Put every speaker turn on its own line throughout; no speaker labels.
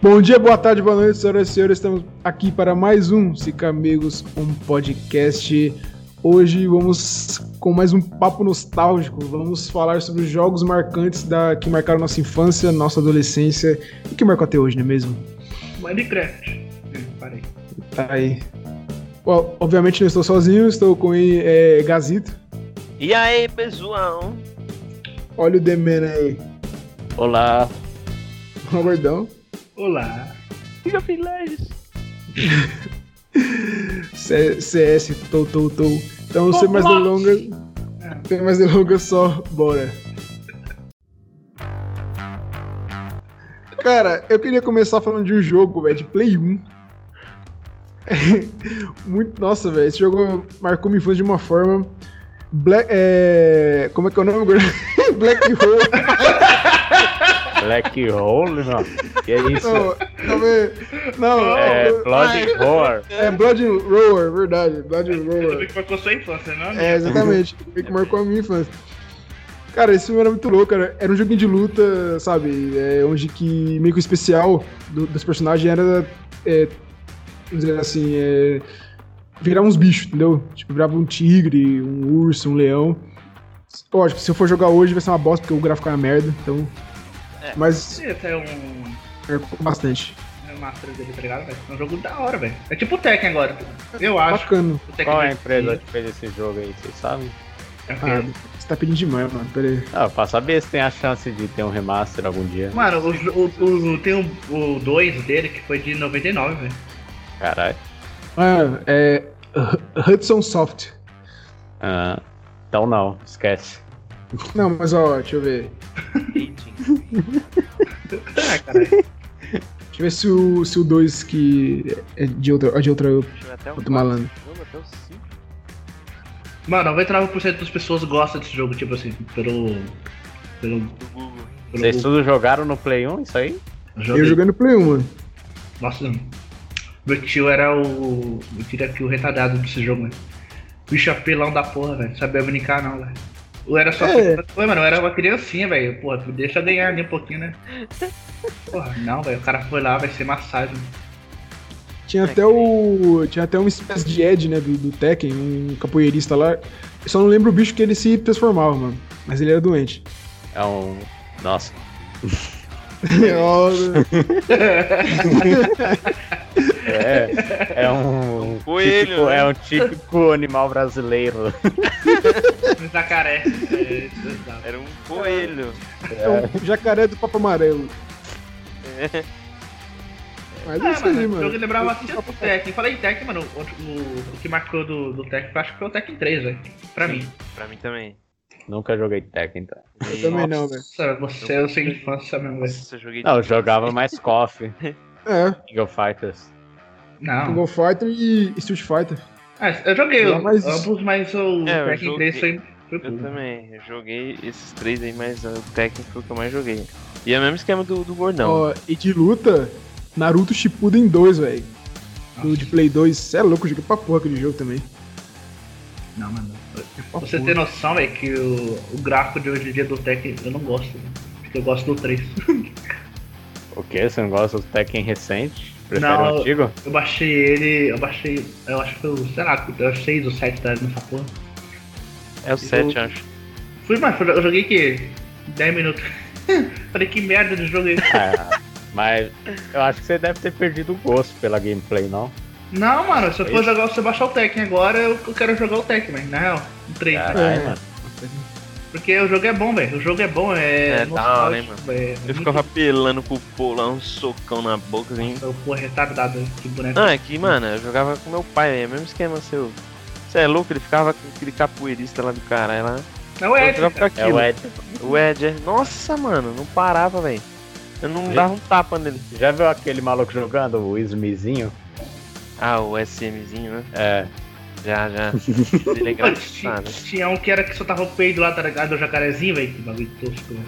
Bom dia, boa tarde, boa noite, senhoras e senhores. Estamos aqui para mais um Sica Amigos, um podcast. Hoje vamos com mais um papo nostálgico. Vamos falar sobre os jogos marcantes da, que marcaram nossa infância, nossa adolescência e que marcou até hoje, não é mesmo?
Minecraft. Hum, parei.
Tá aí. Bom, obviamente não estou sozinho, estou com é, Gazito.
E aí, pessoal?
Olha o Demen aí.
Olá.
O gordão.
Olá.
League of Legends.
C- CS, tou, tou, tou. Então, sem mais delongas, sem mais delongas, só bora. Cara, eu queria começar falando de um jogo, velho, de Play 1. Muito, nossa, velho, esse jogo marcou minha infância de uma forma. Black, é, como é que é o nome? agora? Black Hole.
Black Hole, não. Que é isso?
Não, calma aí. não,
é
eu-
Blood Horror.
É Blood and Roar, verdade. Blood and
Você
Roar.
viu que marcou sua infância, né? não?
É, exatamente. Meio que marcou a minha infância. Cara, esse filme era muito louco, cara. Era um joguinho de luta, sabe? É, onde que meio que o especial do- dos personagens era. É, vamos dizer assim, é, virar uns bichos, entendeu? Tipo, virava um tigre, um urso, um leão. Lógico, se eu for jogar hoje vai ser uma bosta, porque o gráfico é uma merda, então.
É.
Mas
Esse é um.
marcou bastante.
É um master dele, tá ligado? velho? É um jogo da hora, velho. É tipo o Tekken agora. Eu acho.
Bacana.
O Tekken
Qual é a
é
empresa que fez esse jogo aí, vocês sabem?
Ah,
aquele.
você tá pedindo demais, mano. Pera aí.
Ah, pra saber se tem a chance de ter um remaster algum dia.
Mano, o, o, o, tem um, o 2 dele que foi de 99, velho.
Caralho.
Ah, é. H- Hudson Soft.
Ah, então não, esquece.
Não, mas ó, deixa eu ver.
Ah, caralho.
Deixa eu ver se o 2 se o dois que é de outra, é de outra
Deixa eu ver até um o
outro malandro.
jogo, até o 5.
Mano, 99% das pessoas gostam desse jogo, tipo assim, pelo. pelo. pelo
Vocês tudo jogaram no Play 1 isso aí?
jogo.
Eu jogando Play 1, mano.
Nossa, não. meu tio era o. Eu diria que o retardado desse jogo, velho. Bicho apelão da porra, velho. Não sabia brincar, não, velho. Eu era só.
É.
Foi, mano, eu era uma criancinha, velho. Porra, tu deixa eu ganhar ali um pouquinho, né? Porra, não, velho. O cara foi lá, vai ser massagem.
Tinha até o. Tinha até uma espécie de Ed, né, do, do Tekken, um capoeirista lá. Eu só não lembro o bicho que ele se transformava, mano. Mas ele era doente.
É um. Nossa.
Ó,
É, é um.
coelho,
típico-
né?
É um típico animal brasileiro.
Um Jacaré. É, exato.
Era um coelho.
é um jacaré do Papo Amarelo. Mas é
Ah,
isso aí,
mano, o jogo
mano.
lembrava bastante do Tekken. Falei em Tekken, mano, o, o, o que marcou do, do Tekken, eu acho que foi o Tekken 3, velho. Pra
Sim.
mim.
Pra mim também.
Nunca joguei Tekken, então.
E-
Eu também não, né? velho.
Nossa, você é o sem infância mesmo, velho.
Nossa, eu joguei
Não, eu jogava mais KOF,
É,
King of Fighters.
Não.
Google Fighter e e Street Fighter.
Ah, eu joguei
Não, mas-
ambos, mas o
É, eu
Tekken 3 foi. foi
Eu
bom.
também, eu joguei esses três aí, mas o Tekken foi o que eu mais joguei. E é o mesmo esquema do, do Gordão.
Ó, e de luta, Naruto Shippuden 2, velho.
Ah.
Do de Play 2. Cê é louco, eu joguei pra porra aquele jogo também.
Não, mano.
Pra
Você
porra.
tem noção, velho, que o, o gráfico de hoje em dia do Tekken eu não gosto. velho. Porque eu gosto do 3.
O quê? Você não gosta do Tekken recente? Prefere
Não.
o antigo?
Eu baixei ele, eu baixei, eu acho que foi o, sei lá, eu achei o 7 tá nessa porra.
é o 7, acho.
Fui, mas eu joguei que 10 minutos. Falei que merda de jogo é esse?
Ah, mas eu acho que você deve ter perdido o gosto pela gameplay, não?
Não, mano, se eu for
Isso.
jogar, se eu baixar o Tekken agora, eu, eu quero jogar o Tekken, velho, na real. O 3.
Caralho,
É.
mano.
Porque o jogo é bom, velho. O jogo é bom, é.
É, da hora, hein,
nostálgico, velho. É
Eu
muito
ficava pelando com o pô lá, um socão na boca, assim.
Eu fui retardado, que boneco.
Não, é que, mano, eu jogava com meu pai, é o mesmo esquema seu. Você é louco, ele ficava com aquele capoeirista lá do caralho lá.
não
Ah, Eu
é,
jogava com
É o
aquilo.
Ed.
O Ed, é. Nossa, mano, não parava, velho. Eu não
Gente.
dava um tapa nele.
Já viu aquele maluco jogando, o Smizinho?
Ah, o SMzinho, né?
É.
Já, já. Ele é engraçado.
Tinha um que era que soltava o peido lá, tá ligado? Do jacarezinho, velho. Que bagulho tosco, velho.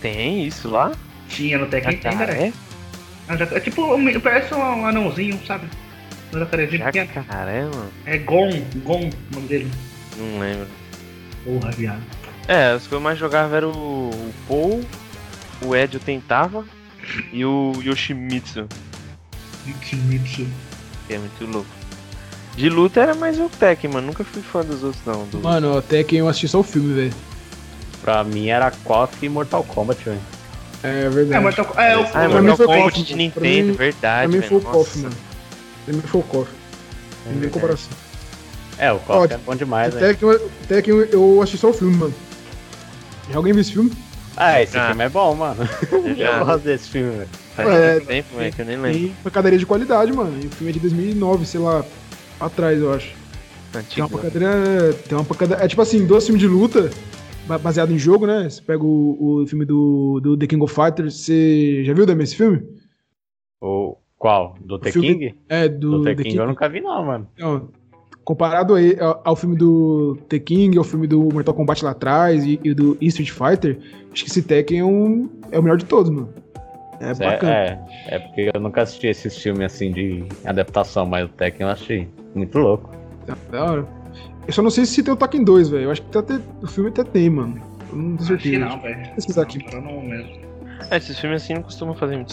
Tem isso lá?
Tinha no Tekken, tem, cara.
Jacaré?
É, um jaca- é tipo, um- parece um anãozinho, sabe? Um jacarezinho pequeno.
Jacaré, mano?
É Gon, Gon, o nome dele.
Não lembro.
Porra, viado.
É, os que eu mais jogava era o, o Paul, o Ed eu tentava, E o Yoshimitsu,
Mitsumitsu.
que é muito louco. De luta era mais o Tekken, mano. Nunca fui fã dos outros, não. Do...
Mano, até quem eu assisti só o filme, velho.
Pra mim era KOF e Mortal Kombat, velho.
É
É,
verdade.
mas tá- é, eu,
Ah,
Pra
mano,
mim
Mortal
foi
Kombat
KOF,
de
mano. Pra
Nintendo,
mim-
É
verdade,
Pra mim
velho.
foi o KOF,
Nossa.
mano. Pra mim foi o KOF. Não tem comparação.
É, o
Ó,
KOF é bom demais, velho.
Até que, eu- até que eu- eu assisti só o filme, mano. Já alguém viu esse filme?
Ah, esse
Ah.
filme é bom, mano.
Eu já
Eu gosto desse filme, velho.
faz
É,
tanto tempo, velho, que eu nem lembro.
Tem pancadaria de qualidade, mano. E o filme é de 2009, sei lá, atrás, eu acho. Tem uma
Antigo.
pancadaria. Tem uma pancadaria. É tipo assim, dois filmes de luta, ba- baseado em jogo, né? Você pega o, o filme do, do The King of Fighters. Você já viu também esse filme?
O qual? Do The
filme-
King?
É, do,
Do The
The
King eu nunca vi, não, mano.
Então, comparado aí ao, ao filme do The King, ao filme do Mortal Kombat lá atrás e, e do Street Fighter, acho que esse Tekken é, um, é o melhor de todos, mano. É
É,
bacana.
é, é porque eu nunca assisti esses filmes assim de adaptação, mas o Tekken eu achei muito louco.
é Da hora. Eu só não sei se tem o Tekken 2, velho. Eu acho que tá até, o filme até tem, mano. Eu não tenho
acho que
certeza.
não, velho.
pesquisar aqui.
Não, não mesmo.
É, esses filmes assim não costumam fazer muito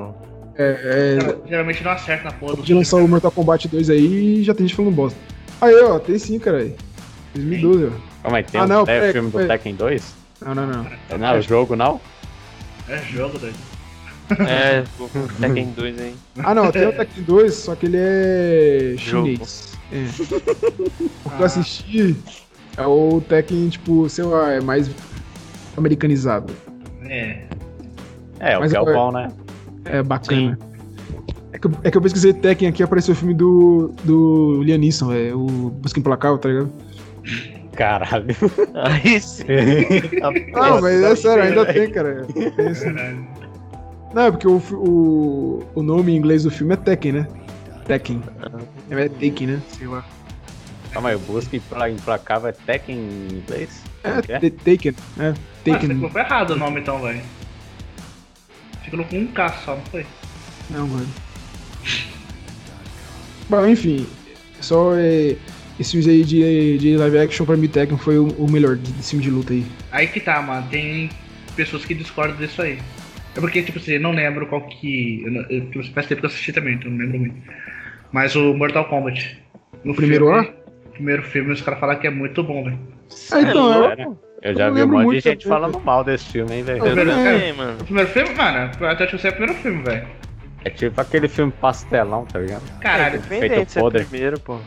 não.
É, é,
Geralmente não acerta na porra do
de lançar o Mortal Kombat 2 aí já tem gente falando bosta. Aí, ó, tem sim, caralho. 2012, ó.
Calma aí, tem
Ah,
um-
não,
é,
peraí,
filme do
peraí.
Tekken 2?
Não, não, não.
É, Não, o jogo não?
É jogo, doido.
É, pô, Tekken 2 aí.
Ah, não, tem o Tekken 2, só que ele é
Jogo.
chinês. É. O que eu
Ah.
assisti é o Tekken, tipo, sei lá, é mais americanizado.
É.
É, o
Mas
que é o
eu-
bom, né?
É bacana. É que, eu, é que eu pesquisei Tekken aqui apareceu o filme do, do Liam Neeson, é o Busca Implacável, tá ligado?
Caralho.
Aí sim.
Não, mas é sério,
doideira,
ainda tem, cara. Tem esse-
Caralho.
Não, é porque o, fi- o, o nome em inglês do filme é Tekken, né? Tekken. É Tekken, né? Sei lá.
Calma aí, o Busca pra implacável é Tekken em inglês? Como que
É,
é?
Te- Taken. É,
Ah, você
Taken.
colocou errado o nome então, velho. Você colocou um K só, não foi?
Não, mano. Bom, enfim. Só é, esses filmes aí de, de live action pra mim, Tekken foi o, o melhor de, desse filme de luta aí.
Aí que tá, mano. Tem pessoas que discordam disso aí. É porque, tipo assim, eu não lembro qual que. Eu, não- eu, tipo, faz tempo que eu assisti também, então não lembro muito. Mas o Mortal Kombat. No
primeiro
filme, o primeiro filme, os caras falaram que é muito bom, velho.
Ah, então,
louco,
é-
né? Eu
eu
já
não
vi um
lembro
monte de
muito
gente
também,
falando mal desse filme, hein,
Eu
velho?
Eu
também, mano.
O primeiro filme, mano, eu até achei que é o primeiro filme, velho.
É tipo aquele filme pastelão, tá ligado?
Caralho.
Independente se é
podre.
primeiro, pô.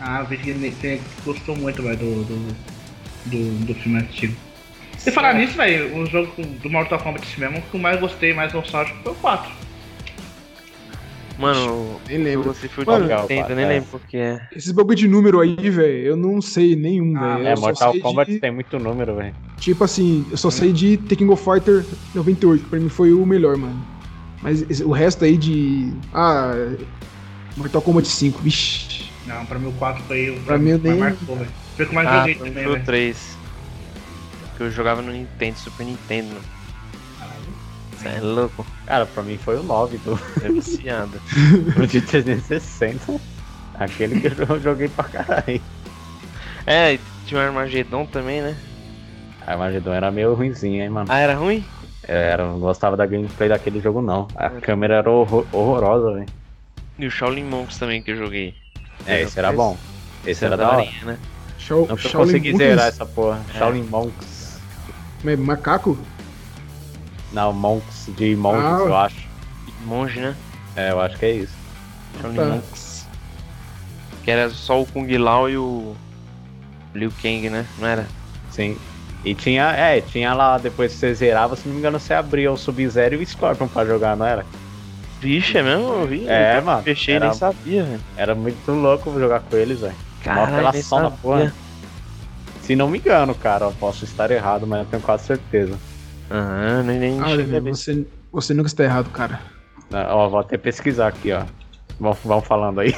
Ah, eu vi que ele- você gostou muito, velho, do, do, do, do filme antigo. E falar nisso, velho, o jogo com- do Mortal Kombat mesmo, que eu mais gostei, mais nostálgico, foi o 4.
Mano,
Nem
eu
lembro.
gostei foi de
Mano,
Nintendo, eu nem
é.
lembro por que é.
Esses bagulho de número aí, velho, eu não sei nenhum,
Ah,
velho.
É,
Eu só
Mortal
sei
Kombat
de-
tem muito número, velho.
Tipo assim, eu só sei de Tekken Go Fighter 98, que pra mim foi o melhor, mano. Mas esse- o resto aí de. Ah. Mortal Kombat 5, vixi.
Não, pra mim o 4 foi o
Pra mim, eu
que mais
nem-
marcou, velho. Foi o que eu mais
Ah,
joguei
pra mim
também, né?
foi o
velho.
3. Que eu jogava no Nintendo, Super Nintendo, mano. Você é louco.
Cara, pra mim foi o 9 do,
É viciado.
do de 360. Aquele que eu joguei pra caralho.
É, e tinha um Armagedon também, né?
A Armagedon era é meio ruimzinha, hein, mano.
Ah, era ruim?
Era, eu não gostava da gameplay daquele jogo, não. A
É.
câmera era horro- horrorosa, velho.
E o Shaolin Monks também que eu joguei.
É, esse era bom. Esse era da hora.
daorinha, né?
Shao,
Não que eu
Shaolin
consegui
Monks?
zerar essa porra.
É.
Shaolin Monks.
Mas Macaco?
Não, Monks de Monks,
Ah.
eu acho.
Monge, né?
É, eu acho que é isso.
Shaolin
Tá.
Monks. Que era só o Kung Lao e o Liu Kang, né? Não era?
Sim. E tinha, é, tinha lá, depois que você zerava, se não me engano, você abria o Sub-Zero e o Scorpion pra jogar, não era?
Vixe, é mesmo? Eu vi.
É, mano.
Fechei,
era,
nem sabia, velho.
era muito louco jogar com eles, velho.
Caralho, nem
apelação na
sabia.
porra. Se não me engano, cara, eu posso estar errado, mas eu tenho quase certeza.
Ah, nem, nem
Ah,
cheguei a
velho,
ver.
você, você nunca está errado, cara.
Ah, Ó, vou até pesquisar aqui, ó. Vão, vão falando aí.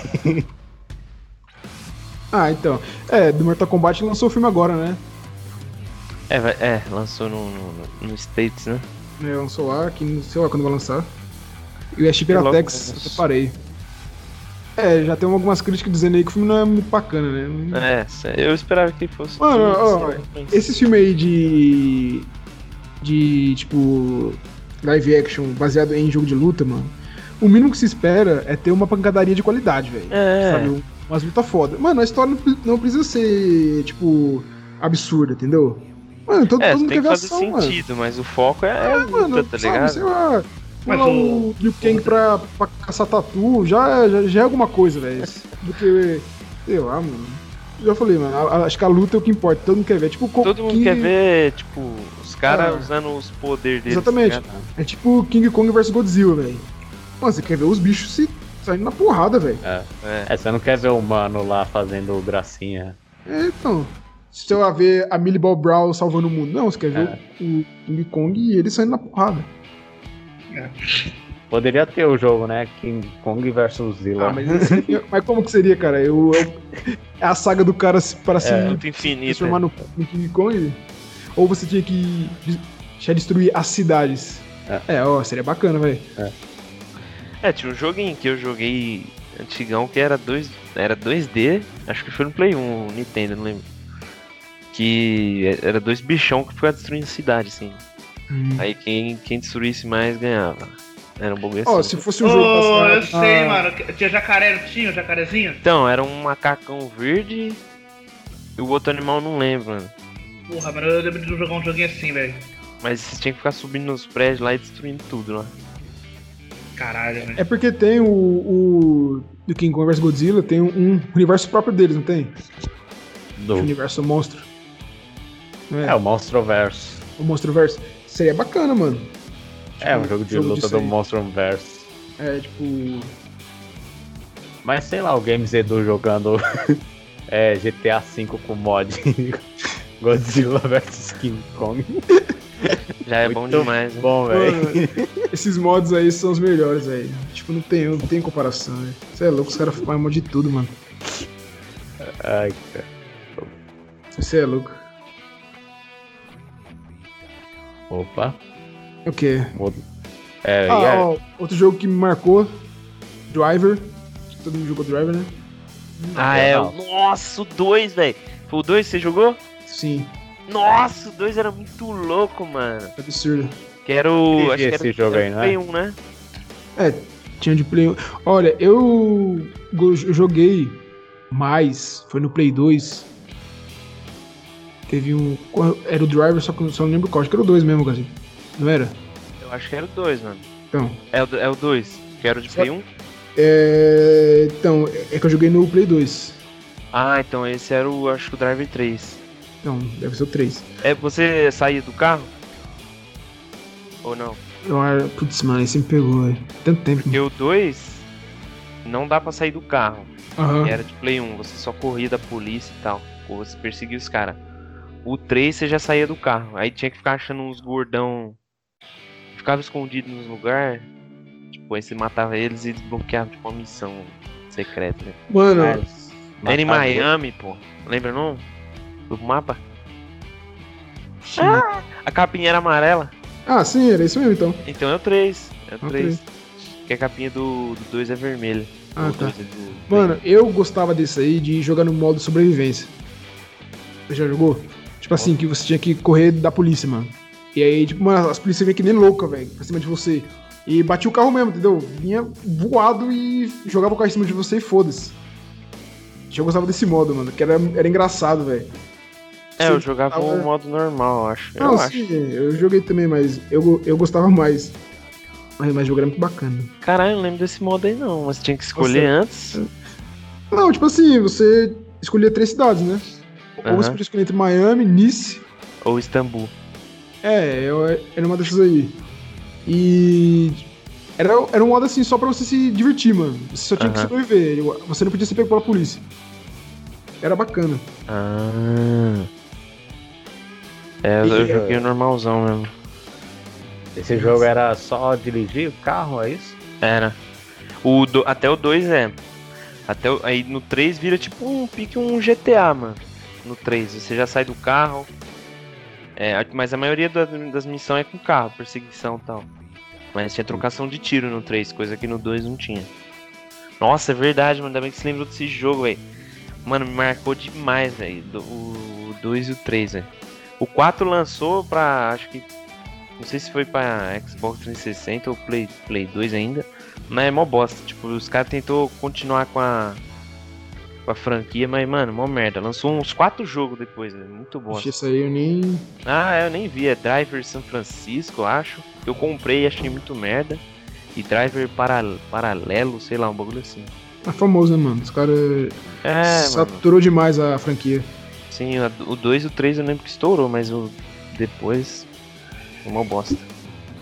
Ah, então. É, do Mortal Kombat lançou o filme agora, né?
É, vai- é, lançou no, no, no- no States, né?
É, lançou lá, que não sei lá quando vai lançar. E o Ash
Que
Piratex,
louco,
eu
né?
separei. É, já tem algumas críticas dizendo aí que o filme não é muito bacana, né? Não-
É, cê- eu esperava que fosse. um-
Mano, ó,
fosse-
Esse filme aí de. De, tipo. live action baseado em jogo de luta, mano, o mínimo que se espera é ter uma pancadaria de qualidade, velho.
É.
Sabe? um, Umas lutas foda. Mano, a história não pre- não precisa ser, tipo, absurda, entendeu? Mano, todo,
É,
todo mundo
tem
quer
que
ver
fazer
ação, mano.
sentido, mas o foco é, é
É,
luta,
mano,
tá
sabe,
ligado?
sei lá.
Mas
Mas o Liu Kang pra, pra caçar tatu já, já, já é alguma coisa, velho. Do que. Sei lá, mano. Já falei, mano. a- a- acho que a luta é o que importa. Todo mundo quer ver. Tipo, co-
Todo mundo
King-
quer ver, tipo, os caras
Ah.
usando os poderes deles.
Exatamente.
tá ligado?
É tipo King Kong vs Godzilla, velho. Mano, você quer ver os bichos se saindo na porrada, velho.
É.
É, você não quer ver o mano lá fazendo gracinha.
É, então. Se eu ver a Millie Bob Brown salvando o mundo, não, você quer ver
É.
o King Kong e ele saindo na porrada.
Poderia ter o jogo, né? King Kong versus Zilla.
Ah, mas, assim, mas como que seria, cara? Eu, eu- é a saga do cara se- para se
É.
Luta infinita.
transformar no, no King Kong? Ou você tinha que de- já destruir as cidades? É, ó, seria bacana, velho.
É, tinha um joguinho que eu joguei antigão que era, dois, era 2D, acho que foi no Play 1, Nintendo, não lembro. Que era dois bichão que ficava destruindo cidade, assim. Aí quem, quem destruísse mais ganhava. Era um bagulho assim.
Ó, se fosse um jogo Ah.
Oh, eu
baseado
sei,
na-
mano. que- Tinha jacaré, não tinha um jacarezinho?
Então, era um macacão verde e o outro animal eu não lembro, mano.
Porra, mano, eu lembro de jogar um joguinho assim, velho.
Mas você tinha que ficar subindo nos prédios lá e destruindo tudo lá.
Caralho, velho.
É porque tem o, o do King Kong vs Godzilla, tem um, um universo próprio deles, não tem? O
Do...
universo monstro. Não
É, o Monstroverse.
O Monstroverse. Seria bacana, mano.
É, um jogo de
Tipo, jogo
luta
disso
do
aí.
Monstroverse.
É, tipo.
Mas sei lá, o Games Edu jogando é, GTA V com mod Godzilla vs King Kong.
Já é bom
Muito
demais, né?
Bom, velho.
Mano, esses mods aí são os melhores, velho. Tipo, não tem, não tem comparação, velho. Você é louco, os caras fazem mod de tudo, mano.
Ai, cara.
Você é louco.
Opa.
O quê?
mudo. É,
Ah,
e é-
ó, outro jogo que me marcou: Driver. Todo mundo jogou Driver, né?
Ah, é. o- Nossa, o 2, velho. Foi o 2 que você jogou?
Sim, é
Nossa, o 2 era muito louco, mano.
absurdo.
Que era o.
Incrível
Acho que era,
esse jogo
era
aí,
o
né?
Play 1, né?
É, tinha de Play 1. Olha, eu, go- eu joguei mais, foi no Play 2. Teve um. qual- Era o Driver, só que eu só não lembro qual. Acho que era o 2 mesmo, Gazi. Não era?
Eu acho que era o 2, mano.
Então.
É o, do- é o 2. Que era o de um? Play 1?
É, então, é que eu joguei no Play 2.
Ah, então esse era o. Acho que o Driver 3.
Então, deve ser o 3.
É, você saía do carro? Ou não?
Eu, ah, putz, mano, esse me pegou, velho. Tanto tempo.
Porque o 2 não dá pra sair do carro.
Aham.
que Era de Play 1, você só corria da polícia e tal. Ou você perseguia os caras. O 3 você já saía do carro. Aí tinha que ficar achando uns gordão. Ficava escondido nos lugares. Tipo, aí você matava eles e desbloqueava tipo uma missão secreta, né?
Mano,
mas-
Era em
matava-
Miami, pô. Lembra não? Do mapa?
sim.
A capinha era amarela.
Ah, sim, era isso mesmo então.
Então é o 3. É o
o
3. Porque a capinha do 2 é vermelha.
Ah,
O
tá.
dois é do-
Mano, eu gostava desse aí de jogar no modo sobrevivência. Você já jogou? Tipo assim, que você tinha que correr da polícia, mano. E aí, tipo, mano, as polícias vêm que nem louca, velho, pra cima de você. E batia o carro mesmo, entendeu? Vinha voado e jogava o carro em cima de você e foda-se. Eu gostava desse modo, mano, que era, era engraçado, velho.
É, eu
Você
jogava
tava-
o modo normal, eu acho.
Não,
eu acho.
sim, eu joguei também, mas eu, go- eu gostava mais. Mas, mas o jogo era muito bacana.
Caralho, eu não lembro desse modo aí não, mas tinha que escolher antes.
É. Não, tipo assim, você escolhia três cidades, né? Ou
Aham.
você podia escolher entre Miami, Nice
Ou Istambul.
É, eu, era uma dessas aí. E. Era, era um modo assim só pra você se divertir, mano. Você só tinha que
Aham.
sobreviver. eu- Você não podia ser pego pela polícia. Era bacana.
Ah. É, eu
E-
joguei o normalzão mesmo.
Esse jogo era só dirigir o carro, é isso?
Era. O do- até o 2 é. Até o- aí no 3 vira tipo um pique um GTA, mano. No 3, você já sai do carro. É, a- mas a maioria da- das missões é com carro, perseguição e tal. Mas tinha trocação de tiro no 3, coisa que no 2 não tinha. Nossa, é verdade, mano. Ainda bem que você lembrou desse jogo, velho. Mano, me marcou demais, velho. do- O 2 e o 3, velho. O 4 lançou pra, acho que, Não sei se foi pra Xbox 360 ou Play, Play 2 ainda. Mas é mó bosta. Tipo, os caras tentou continuar com a. com a franquia, mas, mano, mó merda. Lançou uns quatro jogos depois, né? Muito bosta.
Ixi, Isso aí eu nem.
Ah, eu nem vi. É Driver São Francisco, eu acho. Eu comprei e achei muito merda. E Driver para, Paralelo, sei lá, um bagulho assim.
É famoso, né, mano? Os caras
É, mano.
saturou demais a franquia.
Sim, a- o 2 e o 3 eu lembro que estourou, mas o depois. Foi uma bosta.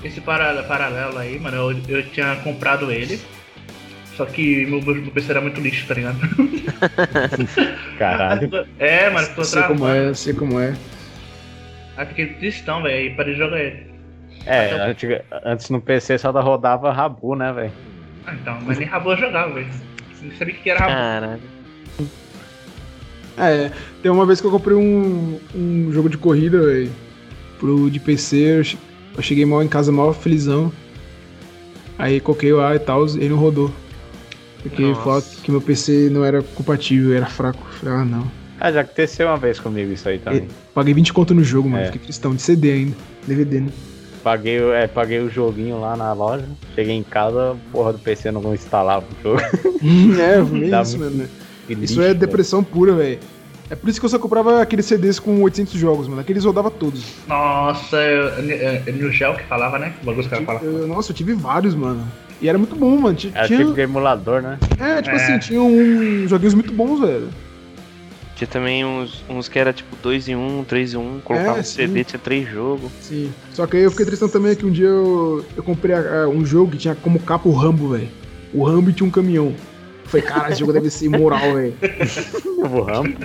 Esse para- paralelo aí, mano, eu, eu tinha comprado ele. Só que meu, meu PC era muito lixo, tá ligado?
Caralho.
É, mano, ficou
sei como
travado.
é, sei como é.
Aí fiquei tristão, velho, e parei de jogar ele.
É, antiga- antes no PC só rodava Rabu, né, velho?
Ah, então, mas nem rabo eu jogava, velho. Nem sabia o que
Ah.
era rabo.
Caralho.
É, tem uma vez que eu comprei um, um jogo de corrida, velho, pro de PC, eu che- eu cheguei mal em casa, mal felizão. Aí coloquei lá e tal, ele não rodou. Porque
Nossa.
falou que meu PC não era compatível, era fraco. Eu Falei, ah, não.
Ah, já aconteceu uma vez comigo isso aí também.
Paguei 20 conto no jogo, mano.
É.
Fiquei tristão, de CD ainda. DVD, né?
Paguei, o- é, paguei o joguinho lá na loja, cheguei em casa, porra do PC não instalava o jogo.
é, bem
Dá
isso,
muito
mano. né?
Que
Isso
lixo, né?
é
velho.
depressão pura, velho. É por isso que eu só comprava aqueles CDs com 800 jogos, mano. Aqueles rodava todos.
Nossa, eu- é é New Gel que falava, né? O bagulho que o cara falava.
Eu- nossa, eu tive vários, mano. E era muito bom, mano. Ti-
Era
tinha- um-
tipo de emulador, né?
É, tipo
É.
assim, tinha uns joguinhos muito bons, velho.
Tinha também uns, uns que era tipo 2 em 1, 3 em 1, colocava
É,
um CD, tinha 3 jogos.
Sim. Só que aí eu fiquei tristão também que um dia eu, eu comprei a- a- um jogo que tinha como capa o Rambo, velho. O Rambo tinha um caminhão. Eu falei, cara, esse jogo deve ser imoral, velho.
um Novo Rambo.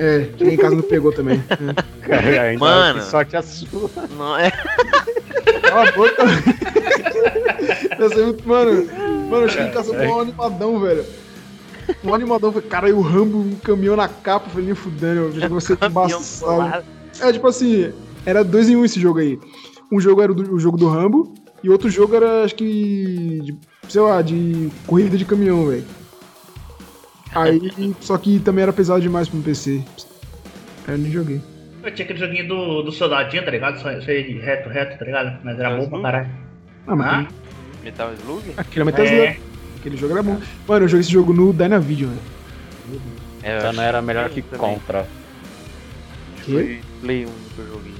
É, que nem em casa não pegou também. É.
Cara, ainda
Mano.
Que sorte a sua.
Não, é.
Cala a boca. Eu sei muito- mano, mano, eu cheguei em casa mó animadão, velho. Um animadão, eu falei, cara, e o Rambo, um caminhão na capa, eu falei, nem fudendo, eu já comecei
um
a embaçar. É, tipo assim, era dois em um esse jogo aí. Um jogo era o, do- o jogo do Rambo, e outro jogo era, acho que, de- sei lá, de corrida de caminhão, velho. Aí, só que também era pesado demais pro PC. Aí eu nem joguei.
Eu tinha aquele joguinho do, do soldadinho, tá ligado? Só só ele reto, reto, tá ligado? Mas era bom pra caralho.
Ah, mas
Ah,
Metal Slug?
aquele, Metal Slug,
é,
aquele jogo era bom. Mano, eu joguei esse jogo no Dynavision, velho.
É, eu
Então
acho
não era melhor que
Play também.
Contra.
que foi Play 1 que eu joguei.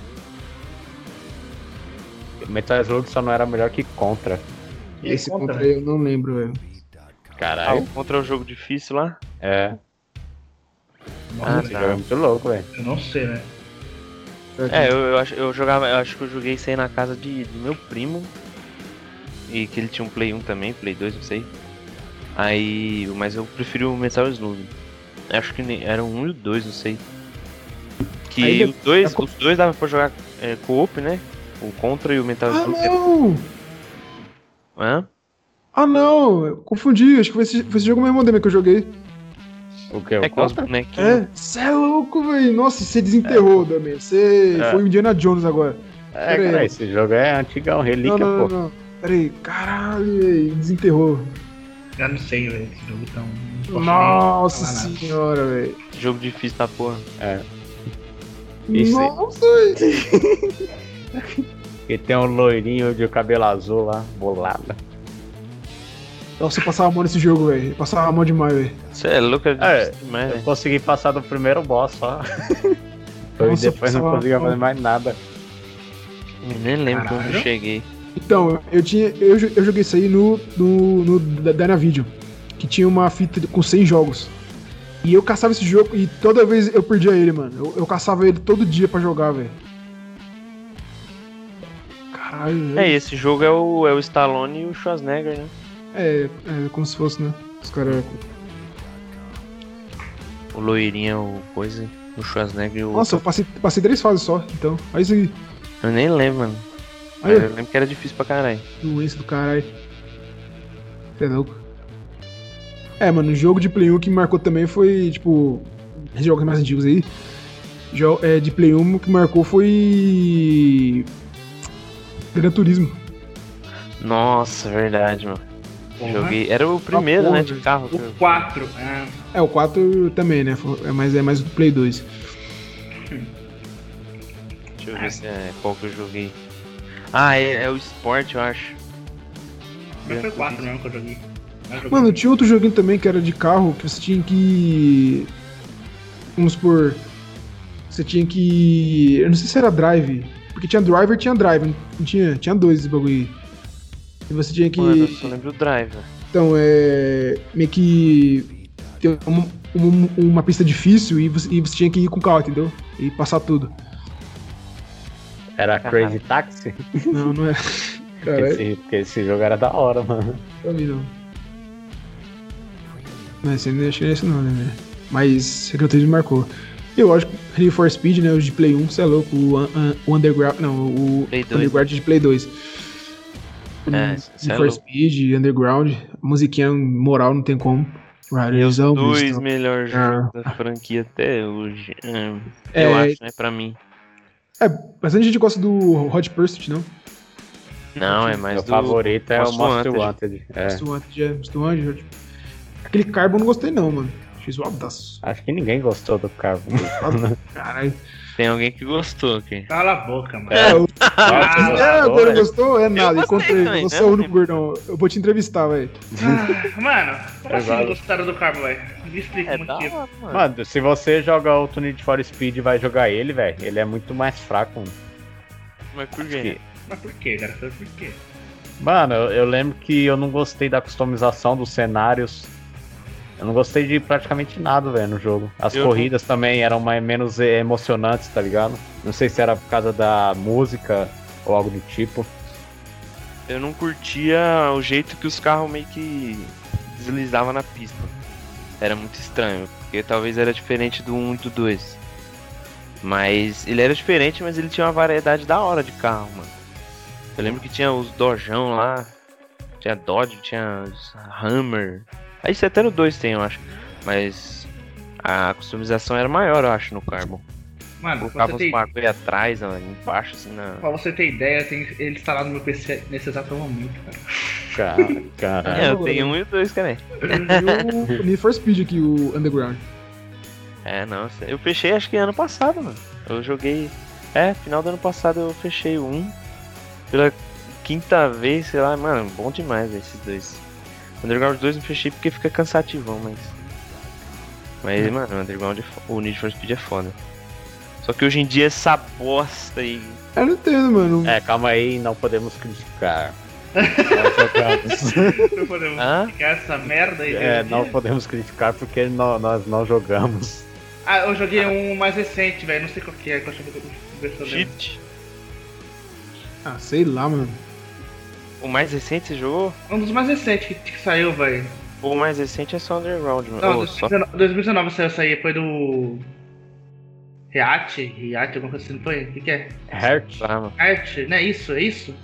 Metal Slug só não era melhor que Contra.
E
Esse
conta, né?
contra
velho.
aí eu não lembro, velho.
Ah,
Caralho.
o Contra é um jogo difícil lá?
É.
Ah,
Esse
tá.
jogo é muito louco, velho.
Eu não sei, né?
É, eu, eu acho, eu jogava, eu acho que eu joguei isso aí na casa de, do meu primo. E que ele tinha um Play 1 também, Play 2, não sei. Aí. Mas eu preferi o Metal Slug. Acho que nem- era o 1 e o 2, não sei.
Aí
Que
ele-
os dois,
é co-
os dois dava pra jogar é, co-op, né? O Contra e o Metal
Ah,
Slug.
não!
Hã?
Ah, não! Eu confundi, acho que foi esse, foi esse jogo mesmo mesmo que eu joguei.
O que?
É
O
que os
Contra?
bonequinhos.
É, você é louco, velho. Nossa, você desenterrou, Damian. Você
É.
foi o Indiana Jones agora.
É,
Pera aí.
cara, esse jogo é antigão, relíquia,
não, não,
pô.
não, não. Peraí, caralho, velho. Desenterrou.
Eu não sei, velho, esse jogo tão. não posso nem
Nossa
falar nada.
senhora, velho.
Jogo difícil pra porra.
Isso aí.
Nossa, velho.
E tem um loirinho de cabelo azul lá, bolada.
Nossa, eu passava mal nesse jogo, velho. Eu Passava mal demais, velho.
Você é louco,
É,
é difícil demais,
Eu
velho.
consegui passar do primeiro boss só. E
Nossa,
depois
pessoal.
não conseguia fazer mais nada.
Eu nem lembro quando eu
Caralho.
cheguei.
Então, eu tinha. Eu, jo- eu joguei isso aí no, no, no Da- Dynavision, que tinha uma fita com 100 jogos. E eu caçava esse jogo e toda vez eu perdia ele, mano. Eu, eu caçava ele todo dia pra jogar, velho. Caralho, velho.
É, e esse jogo é o, é o Stallone e o Schwarzenegger, né?
É, é como se fosse, né? Os caras.
O loirinho é o coisa, o Schwarzenegger e o.
Nossa, eu passei, passei três fases só, então. Olha isso aí.
Eu nem lembro, mano.
Aí,
Mas eu lembro que era difícil pra caralho.
doença do caralho. Cê é louco. É, mano, o jogo de Play 1 que me marcou também foi, tipo, esses jogos mais antigos aí. Jo é, de Play 1 que marcou foi. Gran Turismo.
Nossa, é verdade, mano.
Porra.
Joguei. Era o primeiro,
porra,
né, de
velho.
carro. que eu-
O 4. Ah,
É, o 4 também, né? Foi- é, Mas é mais do Play 2.
Deixa eu ver se é qual que eu joguei. Ah, é, é o esporte, eu acho.
Mas foi 4 mesmo que eu joguei. Mas eu
Mano,
joguei.
tinha outro joguinho também que era de carro que você tinha que. Vamos supor. Você tinha que. Eu não sei se era drive. Porque tinha driver tinha drive. Não tinha? Tinha dois esse bagulho aí. E você tinha que.
Mano, eu só lembro o Driver.
Então, é. Meio que. Tem uma, uma- uma pista difícil e você, e você tinha que ir com o carro, entendeu? E passar tudo.
Era
Caralho.
Crazy Taxi?
Não, não é. Cara, é
Esse, porque esse jogo era da hora, mano.
pra mim não. Não, esse aí não acho que é esse não, né? né? Mas é Secret me marcou. E eu acho que Need for Speed, né? Os de Play 1, você é louco. O, un- un- o Underground. Não, o
Play dois.
Underground de Play 2.
É,
Need
cê é
for
louco.
Speed, Underground. Musiquinha moral, não tem como. então. Riderzão,
Dois
Bristol.
melhores jogos da franquia até hoje. É, eu
Ah. É.
acho, né? Pra mim.
É, bastante gente gosta do Hot Pursuit, não?
Não, é mais
Meu
do.
favorito é o
Most
Most
Wanted.
Wanted. É.
Gosto antes de- gosto antes, Hot- tipo, Aquele Carbon eu não gostei não, mano. Achei zoadaço.
Acho que ninguém gostou do carro.
Caralho.
Tem alguém que gostou aqui.
Cala a boca, mano.
É, o
Ah,
é,
gostou,
agora
velho?
gostou? É nada.
gostei
Encontrei.
também,
Você
né?
é o único gordão. Eu vou te entrevistar, velho.
Ah, mano, como assim
Exato.
não gostaram do carro, velho? Me explica
É
o
da
motivo.
hora, mano.
Mano, se você jogar outro Need for Speed e vai jogar ele, velho, ele é muito mais fraco. Mano,
Mas por quê?
Mas por quê, cara? Foi Por quê?
Mano, eu, eu lembro que eu não gostei da customização dos cenários. Eu não gostei de praticamente nada, velho, no jogo. As
Eu-
corridas também eram mais, menos eh, emocionantes, tá ligado? Não sei se era por causa da música ou algo do tipo.
Eu não curtia o jeito que os carros meio que deslizavam na pista. Era muito estranho, porque talvez era diferente do 1 e do 2. Mas ele era diferente, mas ele tinha uma variedade da hora de carro, mano. Eu lembro que tinha os Dojão lá, tinha Dodge, tinha os Hammer. Aí isso até no 2 tem, eu acho. Mas a customização era maior, eu acho, no Carbon.
Mano, pra
Colocava
você,
uns
ter,
bagulho atrás, ó, embaixo, assim, na...
pra você ter ideia, eu tenho ele instalado no meu PC nesse exato momento, cara.
Cara,
É,
caralho.
eu tenho um e o dois, cara.
E o Need for Speed aqui, o Underground.
É, não, eu fechei acho que ano passado, mano. Eu joguei. É, final do ano passado eu fechei o um. Pela quinta vez, sei lá, mano, bom demais velho, esses dois. Underground 2 eu fechei porque fica cansativão, mas. Mas, mano, o Underground é fo- o Need for Speed é foda. Só que hoje em dia essa bosta aí.
Eu não entendo, mano.
É, calma aí, não podemos criticar. Nós jogamos.
Eu falei, vou
Hã?
ficar essa merda aí.
É,
velho.
não podemos criticar porque nó- nós não jogamos.
Ah, eu joguei um mais recente, velho. Não sei qual que é, que eu acho que eu tô conversando. aí.
Cheat.
Ah, sei lá, mano.
O mais recente você jogou?
Um dos mais recentes que, que saiu, velho.
O mais recente é só Underground, mano.
Não,
Ô, só...
2019, 2019 saiu essa aí, foi do. React? React, alguma coisa assim, não foi? O que, que é?
Hurt?
Ah, mano,
Arte, não é isso? É isso?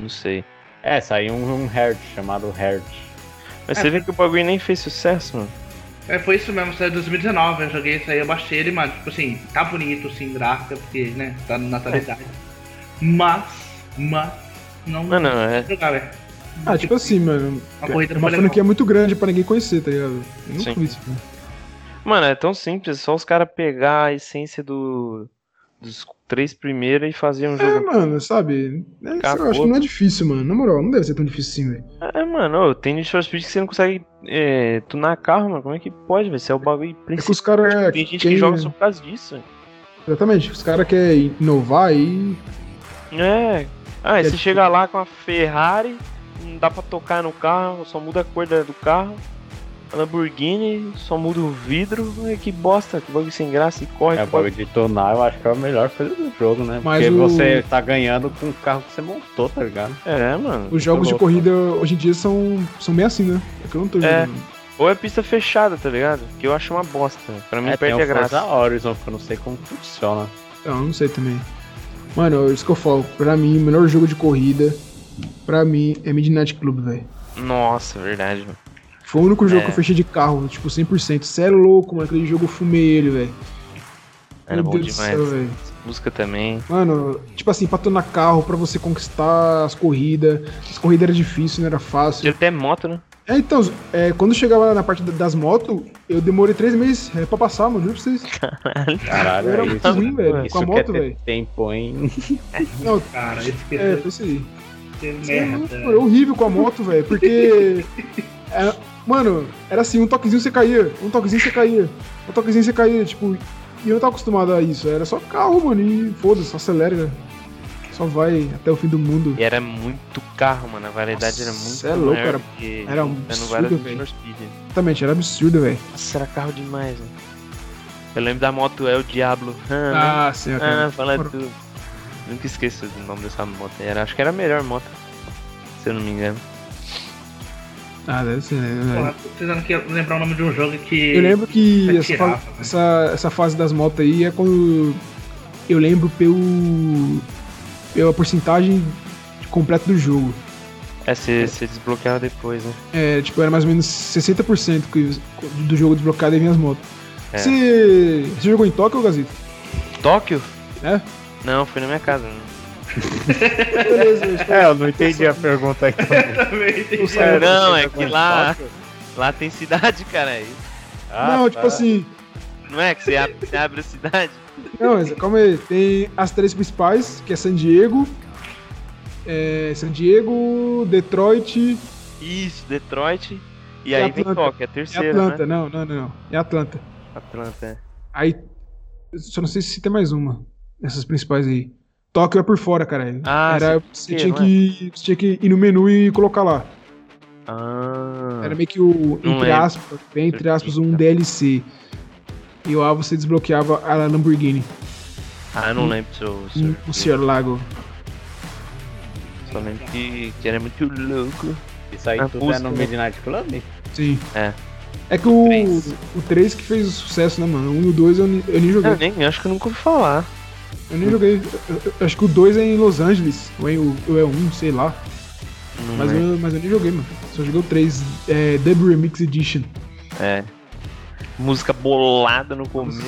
não sei.
É, saiu um, um Hurt chamado Hurt.
Mas
É,
você vê que o bagulho nem fez sucesso, mano.
É, foi isso mesmo, saiu em 2019, eu joguei isso aí, eu baixei ele, mas, tipo assim, tá bonito, assim, gráfica, porque, né, tá na natalidade. Mas, mas, não
Mano, é.
jogar, velho.
Ah, tipo assim, mano.
Uma corrida
É uma
foi legal.
franquia muito grande pra ninguém conhecer, tá ligado? Eu nunca
Sim.
vi isso, cara.
Mano, é tão simples, só os caras pegar a essência do, dos três primeiros e fazer um
É,
jogo.
mano, sabe? É, sei lá, eu acho que não é difícil, mano. Na moral, não deve ser tão difícil assim, velho.
É, mano, ô, tem Need for Speed que você não consegue é, tunar carro, mano. Como é que pode, velho? Isso é o bagulho
É que
principal.
os caras. é,
Tem gente
quem-
que joga só por causa disso.
Exatamente, os caras querem inovar e.
É. Ah, e
É
você
tipo-
chega lá com a Ferrari, não dá pra tocar no carro, só muda a cor da- do carro. A Lamborghini, só muda o vidro. Ai, que bosta, que bagulho sem graça e corre.
É,
que
o bagulho de tunar eu acho que é a melhor coisa do jogo, né?
Mas
Porque
o-
você tá ganhando com o carro que você montou, tá ligado?
É, mano.
Os jogos de
louco.
corrida hoje em dia são, são meio assim, né? É que eu não tô
É.
jogando.
Ou é pista fechada, tá ligado? Que eu acho uma bosta. Pra mim
é,
perde a graça.
da Horizon, que eu não sei como funciona.
Não, Ah, eu não sei também. Mano, é isso que eu falo. Pra mim, o melhor jogo de corrida, pra mim, é Midnight Club, velho.
Nossa, verdade, mano.
Foi o único jogo
É.
que eu fechei de carro, tipo, 100%. Cê é louco, mano. Aquele jogo eu fumei ele, velho.
Era bom
do
demais.
céu, velho.
Música também.
Mano, tipo assim, pra tunar carro, pra você conquistar as corridas. As corridas era difícil, não era fácil.
Tinha até moto, né?
É, então, é, quando eu chegava na parte da- das motos, eu demorei três meses é, pra passar, mano, juro pra vocês.
Caralho,
Eu era
é
muito
isso.
ruim, um velho,
Isso
com a
quer
moto,
ter
velho.
tempo, hein?
Não,
Cara, esse PC
é, foi isso aí.
é
Foi
merda.
horrível com a moto, velho, porque. é, mano, era assim, um toquezinho você caía, um toquezinho você caía, um toquezinho você caía, tipo, e eu não tava acostumado a isso, era só carro, mano, e foda-se, só acelera. né? Só vai até o fim do mundo.
E era muito carro, mano. A variedade era
Nossa,
muito
cê é louco,
maior
era-
porque
era um
juntando
absurdo,
várias
velho.
Speed.
Exatamente, era absurdo, velho.
Nossa, era carro demais, mano. Eu lembro da moto El Diablo. Ah,
Ah, sim,
ah,
cara.
fala tudo. Nunca esqueço o nome dessa moto. Era, acho que era a melhor moto, se eu não me engano.
Ah, deve ser, né?
Porra, tô precisando aqui lembrar o nome de um jogo que.
Eu lembro que
Atirava,
essa, fa-
né?
essa, essa fase das motos aí é quando eu lembro pelo pela porcentagem completa do jogo.
É, você você desbloqueava depois, né?
É, tipo, era mais ou menos 60% que- do jogo desbloqueado e vinha as motos.
É.
Você, você jogou em Tóquio, Gazito?
Tóquio?
É?
Não, foi na minha casa. Não,
Beleza, eu estou-
É, eu não entendi a pergunta tá aqui.
é, não, é que lá, lá tem cidade, cara. aí.
Ah,
Ah,
tá.
Não,
tá.
tipo assim.
Não é que você abre, você abre a cidade?
Não, mas calma aí. Tem as três principais, que é San Diego. É, San Diego, Detroit
Isso, Detroit. E,
E
aí vem
Atlanta.
Tóquio, É a
e
terceira,
Atlanta.
né?
Não, não, não, não. É Atlanta.
Atlanta, é.
Aí. eu Só não sei se tem mais uma. Essas principais aí. Tóquio é por fora, cara.
Ah,
Era,
que,
você, tinha
não é?
que, você tinha que ir no menu e colocar lá.
Ah,
Era meio que o,
Não
entre
lembro.
aspas, bem entre aspas, um DLC. E lá você desbloqueava a Lamborghini,
ah eu não lembro se eu, se eu
o Sr. Lago.
só lembro que, que era muito louco.
Isso aí
a
tudo é
música,
no
né?
Midnight Club?
Sim.
É.
É que o,
Três.
o 3 que fez o sucesso, né, mano? O 1 e o 2 eu, ni- eu nem joguei.
Eu nem, eu acho que eu nunca ouvi falar.
Eu nem joguei. Eu- eu- eu acho que o 2 é em Los Angeles, ou, em, o- ou é 1, sei lá.
Não é
Mas,
lembro.
eu, mas eu nem joguei, mano. Só joguei o 3, é, Double Remix Edition.
É. Música bolada no começo.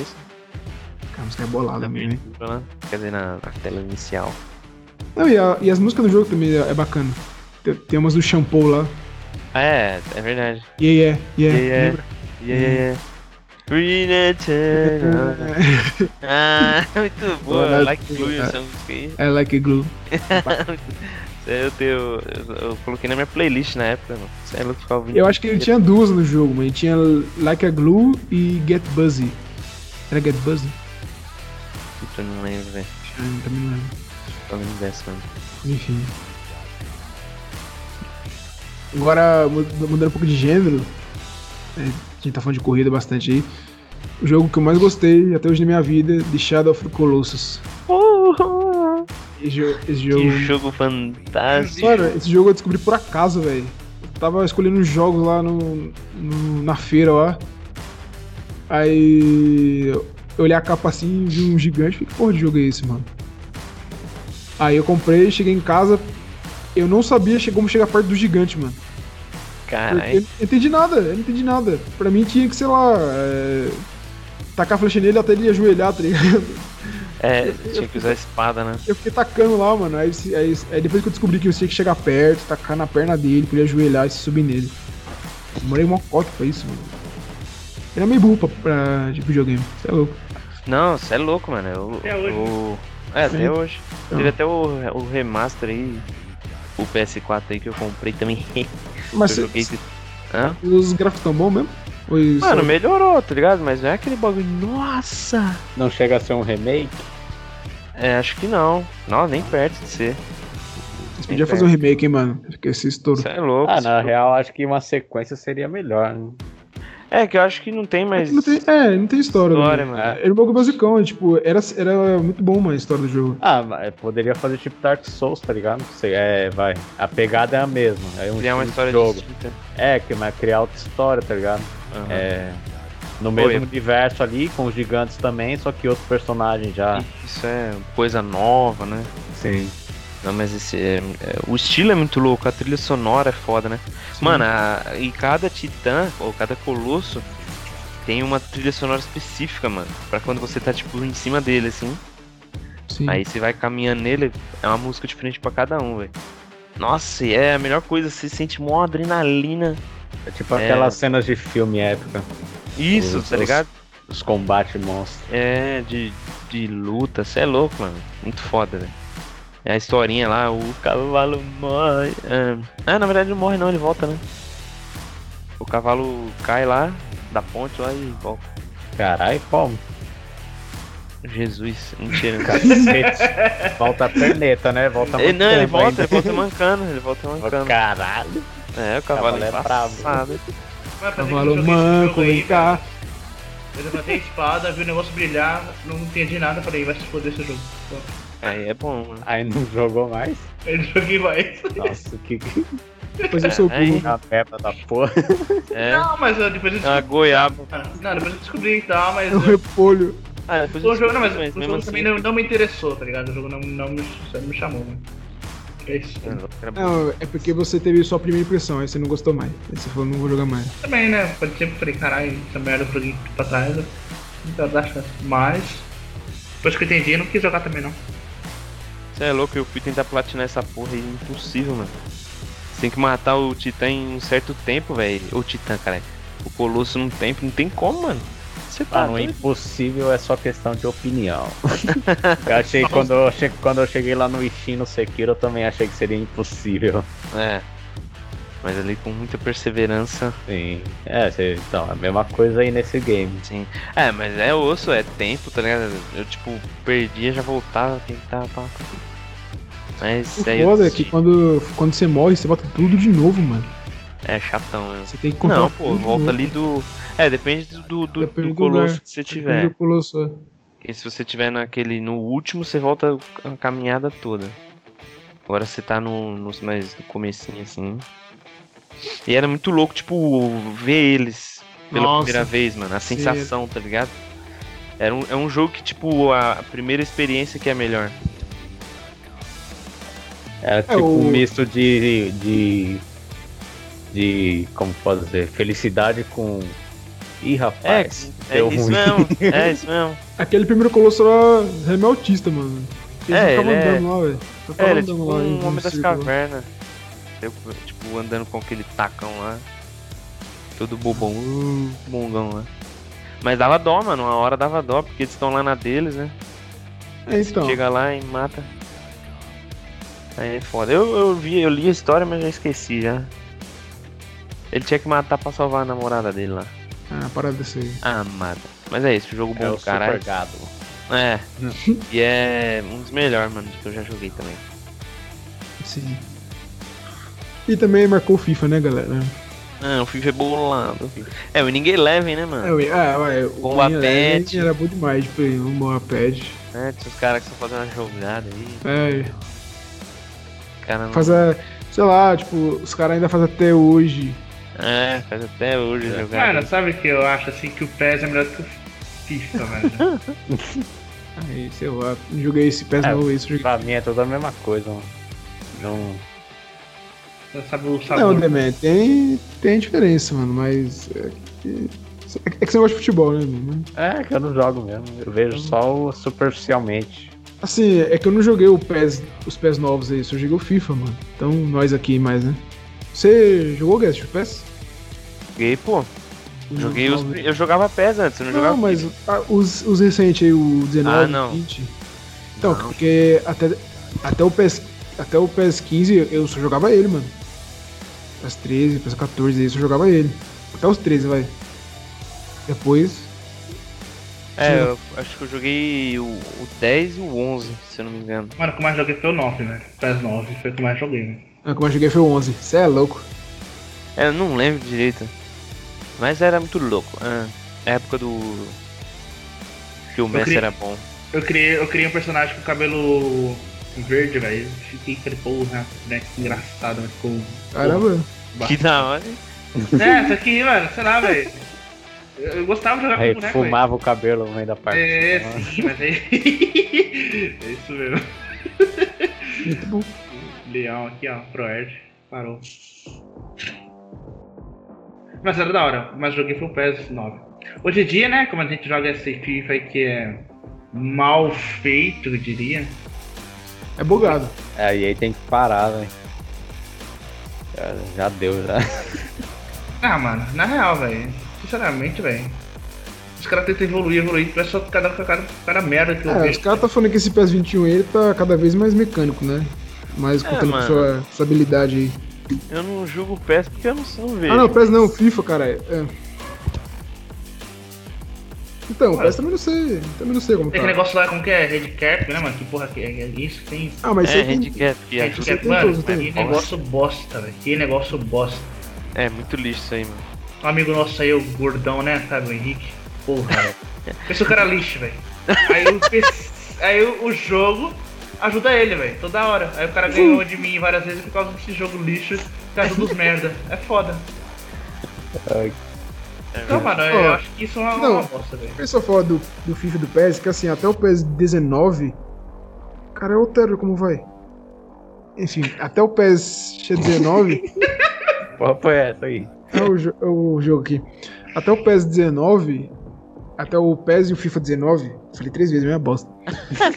Cara, a música é bolada
na
mesmo, hein?
abertura, né? Quer dizer, na, na tela inicial.
Não, e, a- e as músicas do jogo também é, é bacana. Tem, tem umas do Shampoo lá.
Ah, é, é verdade. é,
Yeah, yeah, yeah.
Yeah, yeah.
lembra?
Yeah, yeah. é. Return. Ah, muito boa.
Boa,
Like
né?
you, essa música aí.
I like a glue.
Eu, tenho, eu, eu coloquei na minha playlist na época, mano. Você é louco ficava ouvindo.
Eu acho que ele tinha duas no jogo, mano. Ele tinha Like a Glue e Get Buzzy. Era Get Buzzy?
Puta, eu não lembro, velho.
Ah, Também não lembro.
Eu lembro dessa, mano.
Enfim. Agora, mu- mudando um pouco de gênero, é, a gente tá falando de corrida bastante aí. O jogo que eu mais gostei até hoje na minha vida, The Shadow of the Colossus. Esse, jo- esse
Que
jogo.
jogo fantástico.
Mano, esse jogo eu descobri por acaso, velho. Eu Tava escolhendo uns jogos lá no, no- na feira lá. Aí eu olhei a capa assim, vi um gigante, falei, que porra de jogo é esse, mano? Aí eu comprei, cheguei em casa, eu não sabia che- como chegar perto do gigante, mano. Porque eu
Caralho.
não entendi nada, eu não entendi nada. Pra mim tinha que, sei lá, é, tacar a flecha nele até ele ajoelhar, tá ligado?
É, tinha que usar a espada, né?
Eu fiquei tacando lá, mano. Aí, se- aí- aí depois que eu descobri que eu tinha que chegar perto, tacar na perna dele, pra ele ajoelhar e se subir nele. Demorei mó cota pra isso, mano. Era meio burro pra, pra de videogame. Você é louco.
Não, você é louco, mano. Eu,
Até hoje.
eu- É,
Sim.
até hoje.
Então.
Teve até o, o remaster aí. O PS4 aí que eu comprei também.
Mas
eu
cê-
joguei de... Hã?
os gráficos tão bons mesmo? Ou isso-
Mano, melhorou, tá ligado? Mas não é aquele bagulho. Nossa!
Não chega a ser um remake?
É, acho que não. Não, nem perto de ser.
Eles
é
podiam fazer um remake, hein, mano? Porque esse estouro.
Você é louco.
Ah,
cê é
na
louco.
real, acho que uma sequência seria melhor. Né?
É que eu acho que não tem mais
É, não tem, é, não tem história.
história,
né?
mano.
É.
Era um bagulho basicão, tipo, era, era muito bom, mano, a história do jogo.
Ah, mas poderia fazer tipo Dark Souls, tá ligado? Você, é, vai. A pegada é a mesma. É um
Criar uma
estilo de
história
jogo.
distinta.
É, que vai criar outra história, tá ligado?
Aham.
É. No
Foi.
mesmo universo ali, com os gigantes também, só que outro personagem já.
Isso é coisa nova, né?
Sim.
Não, mas esse. é- é- o estilo é muito louco, a trilha sonora é foda, né? Mano, a- e cada titã, ou cada colosso, tem uma trilha sonora específica, mano. Pra quando você tá, tipo, em cima dele, assim.
Sim.
Aí você vai caminhando nele, é uma música diferente pra cada um, velho. Nossa, e é a melhor coisa, você sente mó adrenalina
É tipo aquelas cenas de filme épica.
Isso,
Os-
tá
os-
ligado?
Os combates monstros.
É, de, de luta, cê é louco, mano. Muito foda, velho. É a historinha lá, o cavalo morre. é. Ah, na verdade não morre não, ele volta, né? O cavalo cai lá, da ponte lá e volta.
Caralho, um como?
Jesus, mentira. tá
Cacete. Volta a perneta, né? Volta
Ele, não,
mancando
ele volta,
ainda.
ele volta mancando, ele volta mancando.
Caralho.
É, o cavalo
Cavalo
é
é brabo.
embaçado.
Mas pra
Cavalo
mim, eu joguei esse
manco,
jogo aí,
vem cá.
Eu levantei a espada, vi o negócio brilhar, não entendi nada, falei, vai se foder esse jogo.
Aí é bom, mano.
Aí não jogou mais.
Aí eu joguei mais.
É. Nossa, que, que
Depois eu sou
Aí.
burro.
uma merda da porra.
É,
Não, mas eu- depois eu
a
descobri. Ah,
goiaba.
Não, depois eu descobri e tal, mas.
É um
Eu...
repolho.
Ah, depois eu
O jogo, não, mas,
descobri,
o jogo também não, não me interessou, tá ligado? O jogo não, não, me, não me chamou, né? É isso.
É louco, era bom.
Não, é porque você teve sua primeira impressão, aí você não gostou mais. Aí você falou, não vou jogar mais.
Também, né? Pode ser que eu falei, caralho, essa merda eu joguei pra trás, né?" Então, eu não quero dar chance. Mas. Depois que eu entendi, eu não quis jogar também não.
Você é louco, eu fui tentar platinar essa porra aí, impossível, mano. Você tem que matar o Titã em um certo tempo, velho. O Titã, cara. O Colosso num tempo, não tem como, mano. Você tá
Mano,
doido?
Ah, impossível é só questão de opinião. Eu achei quando eu che- quando eu cheguei lá no Ishin no Sekiro, eu também achei que seria impossível.
É. Mas ali com muita perseverança,
Sim. É, cê- então, é a mesma coisa aí nesse game.
sim. É, mas é osso, é tempo, tá ligado? Eu, tipo, perdia, já voltava, tentava. pá. Mas
O
aí eu
foda é que
desisti.
quando, quando você morre, você bota tudo de novo, mano.
É chatão, mesmo.
Você tem que comprar
Não, pô,
tudo né? de
volta
novo.
ali do. É, depende do, do, do,
Depende do
Colosso
lugar.
que você
Depois
tiver.
eu pulo só.
E se você tiver naquele no último, você volta a caminhada toda. Agora você tá no, nos mais do comecinho assim. E era muito louco, tipo, ver eles pela
Nossa.
primeira vez, mano. A
Sim.
sensação, tá ligado? Era um, é um jogo que, tipo, a a primeira experiência que é a melhor.
É tipo
o-
um misto de. de. de. como posso dizer? Felicidade com. Ih,
É,
rapaz,
é
deu
isso
ruim.
mesmo. É isso mesmo.
Aquele primeiro colosso lá é meio autista, mano. Ele
É,
ficava
ele é-
andando lá, velho. Só
É,
ficava
era
andando
tipo
lá em
um homem das
círculo.
cavernas. Eu, tipo, andando com aquele tacão lá. Todo bobão, uh, bongão lá. Mas dava dó, mano. Uma hora dava dó, porque eles estão lá na deles, né?
É, então.
Chega lá e mata. Aí é foda. Eu, eu, vi, eu li a história, mas já esqueci já. Ele tinha que matar pra salvar a namorada dele lá.
Ah, parada dessa aí.
Ah, mata. Mas é isso, jogo bom
É o
do caralho.
super gado.
É. E é um dos melhores, mano, que eu já joguei também.
Sim. E também marcou o FIFA, né, galera?
Ah, o FIFA é bolado. É, o ninguém leve, né,
É,
mano?
o- ah, ué, o
Bomba
Wayne Eleven
pad.
Era bom demais, tipo, um bomba pad.
É, tinha os caras que estão fazendo uma jogada aí.
É,
o Cara não...
faz a. Sei lá, tipo, os caras ainda fazem até hoje.
É, faz até hoje a jogada.
Cara, sabe o que eu acho assim? Que o PES é melhor que o FIFA, velho.
Aí, sei lá, não joguei esse PES
É,
novo, isso joguei.
Pra mim é toda a mesma coisa, mano. Não.
Sabe o
Não,
sabor.
Demen, tem, tem diferença, mano, mas. É que, é que você gosta de futebol, né, mano?
É que eu não jogo mesmo. Eu
Hum.
vejo só o superficialmente.
Assim, é que eu não joguei o PES, os PES novos aí, só joguei o FIFA, mano. Então, nós aqui mais, né? Você jogou, Guest, o PES?
Joguei, pô.
Os
Joguei
novos
os...
aí?
Eu jogava PES antes, eu não, jogava
Não, mas ah, os, os recentes aí, o 19,
Ah, não.
20. Então,
Não.
porque até, até, o PS, até o PS15 eu só jogava ele, mano. PS13, PS14 aí eu só jogava ele. Até os 13, vai. Depois.
É, eu acho que eu joguei o, o 10 e o 11, se eu não me engano.
Mano, o que eu mais joguei foi o né? 9, velho. PES 9 foi o que eu mais joguei, né?
Ah, como eu joguei foi o 11. Cê é louco.
É, eu não lembro direito. Mas era muito louco. Ah, a época do. Que o Messi
queria-
era bom.
Eu criei, eu criei um personagem com cabelo verde, velho. Fiquei falei, porra, né? Que engraçado, né? Ficou.
Caramba.
Bah.
Que da hora.
É, isso aqui, mano, sei lá, velho. Eu eu gostava de jogar
Aí
com boneco, velho.
fumava o cabelo no meio da parte.
né, É, sim, mas aí. é isso mesmo.
Muito bom.
Leão aqui, ó, Proerd. Parou. Mas era da hora, mas joguei foi um o PES 9. Hoje em dia, né, como a gente joga esse FIFA aí que é mal feito, eu diria.
É bugado.
Aí aí tem que parar, velho. Já- Já deu, já.
Ah, mano, na real, velho. Sinceramente, velho. Os caras tentam evoluir, evoluir, mas só cada, um cada, cada merda que eu
É, os
vejo.
caras tá falando que esse PS21 ele tá cada vez mais mecânico, né? Mais
É,
contando com
mano.
sua, sua habilidade aí.
Eu não julgo o PES porque eu não, um não vejo.
Ah não, PES não, FIFA, cara. É. Então, o PES também não sei. Também não sei como
Tem aquele
tá.
negócio lá, como que é? Handicap, né, mano? Que porra que é? é Isso que tem.
Ah, mas
É,
isso aí tem-
handicap, que
Handicap,
ajuda.
tem
mano,
todos, tem.
que negócio bosta, velho. Que negócio bosta.
É, muito lixo isso aí, mano.
Um amigo nosso aí, o gordão, né, sabe, o Henrique? Porra, velho. Esse cara é lixo, velho. Aí, o PC aí o o jogo ajuda ele, velho, toda hora. Aí o cara ganhou de mim várias vezes por causa desse jogo lixo, por causa dos merda. É foda.
Ai,
Não, mano, eu
Ó,
acho que isso é uma,
não.
uma bosta, velho.
Pessoal fala do, do FIFA e do PES, que assim, até o PES 19, cara, eu altero como vai. Enfim, até o PES 19,
Qual foi essa aí?
é o, jo- é o jogo aqui. Até o PES 19, até o PES e o FIFA 19, falei três vezes, minha bosta.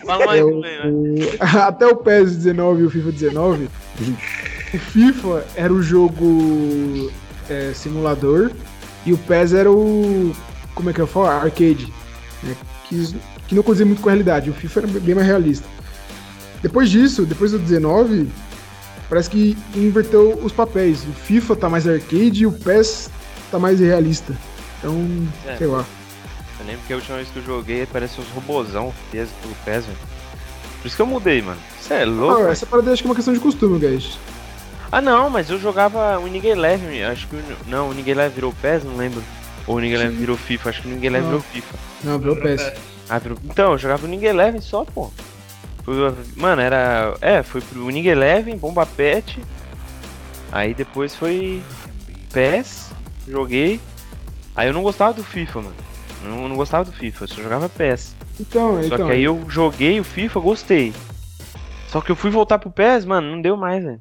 Fala mais
É
um
o-
aí, velho.
até o PES 19 e o FIFA 19, o FIFA era o jogo é, simulador e o PES era o. Como é que eu falo? Arcade. né? Que, que não condizia muito com a realidade. O FIFA era bem mais realista. Depois disso, depois do 19, parece que inverteu os papéis. O FIFA tá mais arcade e o PES tá mais realista. Então,
É.
sei lá.
Eu lembro que a última vez que eu joguei parece uns robozão peso do PES, velho. Por isso que eu mudei, mano. Você é louco?
Ah,
velho.
essa parada eu acho que é uma questão de costume, guys.
Ah não, mas eu jogava o Ninguém Leve, acho que. o- Não, o Ninguém Leve virou PES, não lembro. Ou o Ninguém Leve virou FIFA, acho que o Ninguém Leve
Não.
virou FIFA.
Não, virou
É,
PES.
Ah, virou- Então, eu jogava o Ninguém Eleven só, pô. Foi- Mano, era. É, foi pro Ninguém Eleven, Bomba Pet. Aí depois foi. PES, joguei. Aí eu não gostava do FIFA, mano. Eu não, não gostava do FIFA, eu só jogava PES.
Então,
só
então.
que aí eu joguei o FIFA, gostei. Só que eu fui voltar pro PES, mano, não deu mais, velho.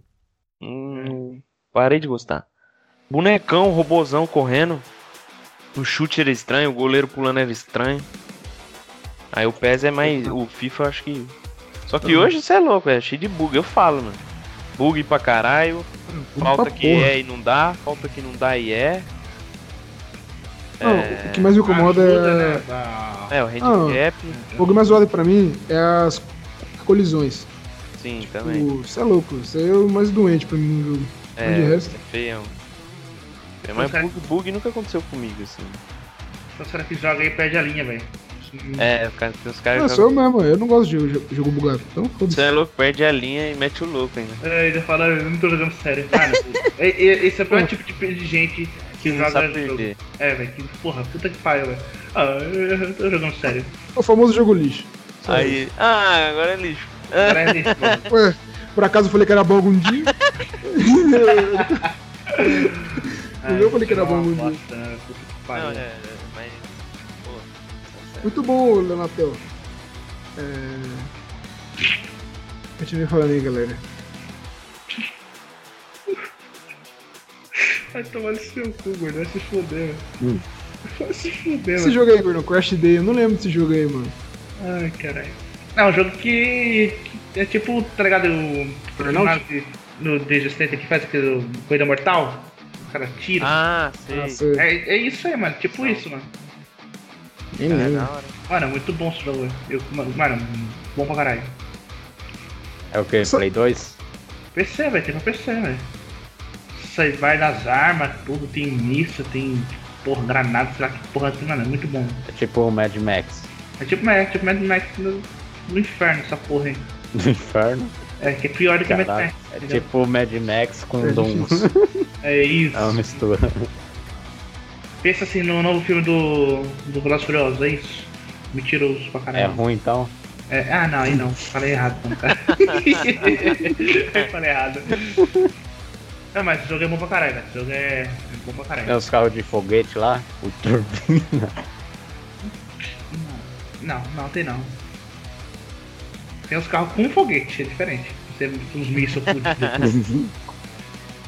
É.
Hum, parei de gostar. Bonecão, robozão correndo. O chute era estranho, o goleiro pulando era estranho. Aí o PES é mais.
Uhum.
O FIFA acho que. Só que hoje você é louco, é cheio de bug, eu falo, mano. Bug pra caralho, falta
pra
que
porra.
é e não dá, falta que não dá e é.
Não, o que mais me incomoda
Ajuda,
é.
né, da-
É, o handicap,
O que mais zoado pra mim é as colisões.
sim, também.
O- Você é louco, você é o mais doente pra mim no jogo. Mas de
É,
resto.
é feião. É, mas
cara-
bug, bug nunca aconteceu comigo, assim.
Os caras que jogam aí perde a linha, velho.
É, os caras- os caras.
Não,
jogam-
sou eu mesmo, eu não gosto de jogo, jogo bugado. Então foda-se.
Você é louco, perde a linha e mete o louco ainda.
É, Ele fala, eu não tô jogando sério. Mano, e- e- esse é o pior tipo de, de gente que
Que não
joga
sabe
jogo.
perder.
É, velho, que porra, puta que pariu, velho. Ah, eu eu tô jogando sério.
É O famoso jogo lixo.
Aí. Ah, agora é lixo.
Cara, é isso, mano.
Ué, por acaso eu falei que era bom algum dia?
Ah,
eu falei que era
isso é uma
bom,
bosta, né? Puta que pariu.
Não, é, é, mas. Pô, tá certo.
Muito bom, Leonatel. É... Continue falando aí, galera.
Vai tomar no seu cu, gordo, vai se fuder,
Hum.
velho. Vai se fuder,
Esse
mano.
jogo aí, Gordon, Crash Day, eu não lembro desse jogo aí, mano.
Ai, caralho. Não, um jogo que, que é tipo, tá ligado? O
Burnout?
personagem no Dejo State que faz aquele Corrida Mortal. O cara tira.
Ah, sei.
Nossa,
É, é isso aí, mano. Tipo isso, mano.
nem
Cara, é
lembro.
da hora.
Mano, é muito bom esse jogo. Eu, mano, mano, bom pra caralho.
É o que?
Só-
Play 2?
PC, velho, tem pra PC, velho. Você vai nas armas, tudo, tem missa, tem porra, granada, sei lá que porra tem, mano. É muito bom.
É tipo o Mad Max
É tipo, é, tipo Mad Max no, no inferno, essa porra aí.
do inferno.
É, que é pior do que Mad
Caralho.
Max. tá
É
ligado?
tipo o Mad Max com
É
Doom.
difícil.
É isso.
É uma mistura.
Pensa assim no novo filme do. do Velozes e Furiosos, é isso? Mentiroso pra
É
caralho.
ruim então?
É, ah, não, aí não. Falei errado, não, cara. Falei errado. Não, mas esse jogo é bom pra caralho, velho. Esse jogo é, é bom pra caralho.
Tem os carros de foguete lá, o turbina.
Não, não tem não. Tem os carros com foguete, é diferente. Tem uns mísseis fudidos.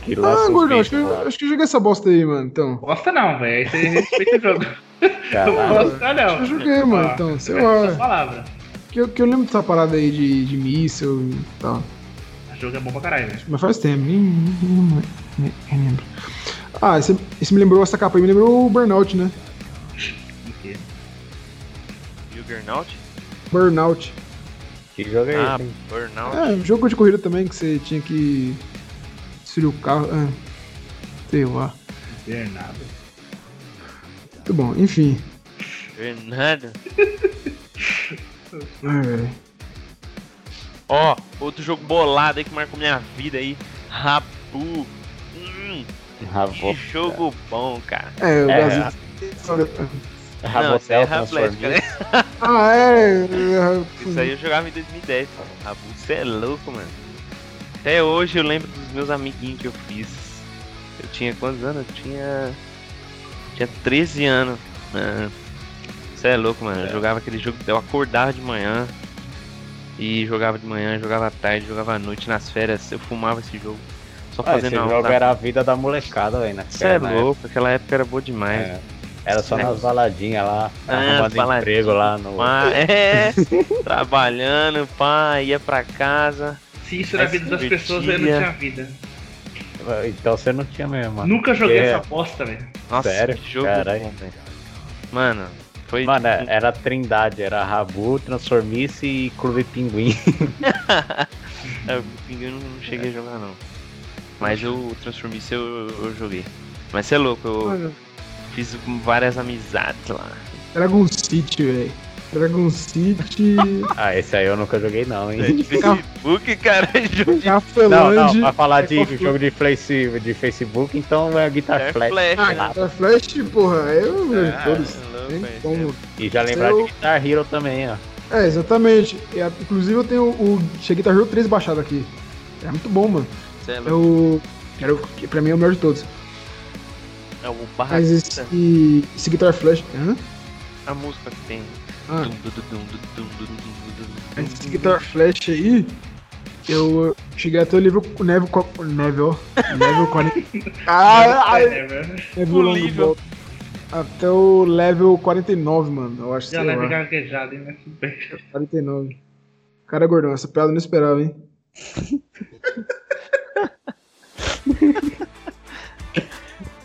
Que
Ah,
lança os
Gordon, acho que,
bichos lá.
acho que eu joguei essa bosta aí, mano, então.
Gosta não, velho. Aí você respeita o jogo. Não
Caralho.
gosta não.
Eu joguei, mano, então, sei lá.
Essa palavra.
Que eu, que eu lembro dessa parada aí de, de míssel e tal.
O jogo é bom pra caralho, velho.
Mas faz tempo, nem, nem- nem- nem lembro. Ah, esse, esse me lembrou, essa capa aí me lembrou o Burnout, né?
O quê?
Juggernaut?
Burnout.
Que jogo é
Ah,
esse? hein?
Burnout.
É, um jogo de corrida também que você tinha que destruir o carro. É. Sei lá.
Bernardo.
Muito bom, enfim.
Ah. Bernardo.
Ai, velho.
Ó, outro jogo bolado aí que marcou minha vida aí. Rabu. Hum, que
Ravo-
jogo bom, cara.
É, o
É,
Brasil.
Rabocel
é
transformista.
né?
Ah, é. é,
Isso
Uhum.
aí eu jogava em 2010. pô. Rabu, você é louco, mano. Até hoje eu lembro dos meus amiguinhos que eu fiz. Eu tinha quantos anos? Eu tinha. Tinha 13 anos. Você é louco, mano. Eu jogava aquele jogo, eu acordava de manhã. E jogava de manhã, jogava à tarde, jogava à noite, nas férias, eu fumava esse jogo. Só
Ah, esse
fazendo
jogo
tá?
era a vida da molecada, velho. naquela
Você é
época. né?
louco, aquela época era boa demais.
É. Era só
É.
nas baladinhas lá,
Ah,
arrumando
baladinha.
emprego lá no.
Pá, é, trabalhando, pá, ia pra casa.
Se isso era a
Mas
vida das
divertia.
pessoas, eu não tinha vida.
Então você não tinha mesmo, mano.
Nunca joguei
É.
essa bosta, velho.
Nossa,
Sério?
que jogo
Caralho.
bom, velho. Mano, foi.
Mano, é- era a trindade, era Rabu, Transformice e Clube Pinguim.
É, o Pinguim eu não cheguei a jogar, não. Mas eu- o Transformice eu, eu joguei. Mas você é louco, eu
Mano,
fiz com várias amizades lá.
Dragon City, velho. Dragon City.
Ah, esse aí eu nunca joguei não, hein?
De Facebook, cara, jogo de
É Não, não,
Cafelândia.
pra falar
É
de
Flash.
jogo de, face, de Facebook, então é Guitar Flash.
Flash.
Ah, cara, Flash, porra, eu vejo
Ah,
todos.
é louco,
Tem
é.
como.
E já lembrar
Eu-
de Guitar Hero também, ó.
É, exatamente. E, a- inclusive eu tenho o Cheguei Guitar Hero 3 baixado aqui. É muito bom, mano.
Cê é
É
louco.
o. Era o que pra mim é o melhor de todos.
É o barra
Mas esse, esse Guitar Flash. Hã?
a música que tem.
Ah,
Dum, dum, dum, dum, dum, dum, dum, dum, dum, dum.
esse Guitar Flash aí. Eu cheguei até o nível o Neville. co- o Neville. ó. Neville 40. Ah, ai,
É, velho.
Neville Long
nível.
Ball. Até o level 49, mano. Eu acho que
Já
sei
leva
lá.
gaguejado, hein, mas tudo bem.
49. Cara, gordão, essa piada eu não esperava, hein?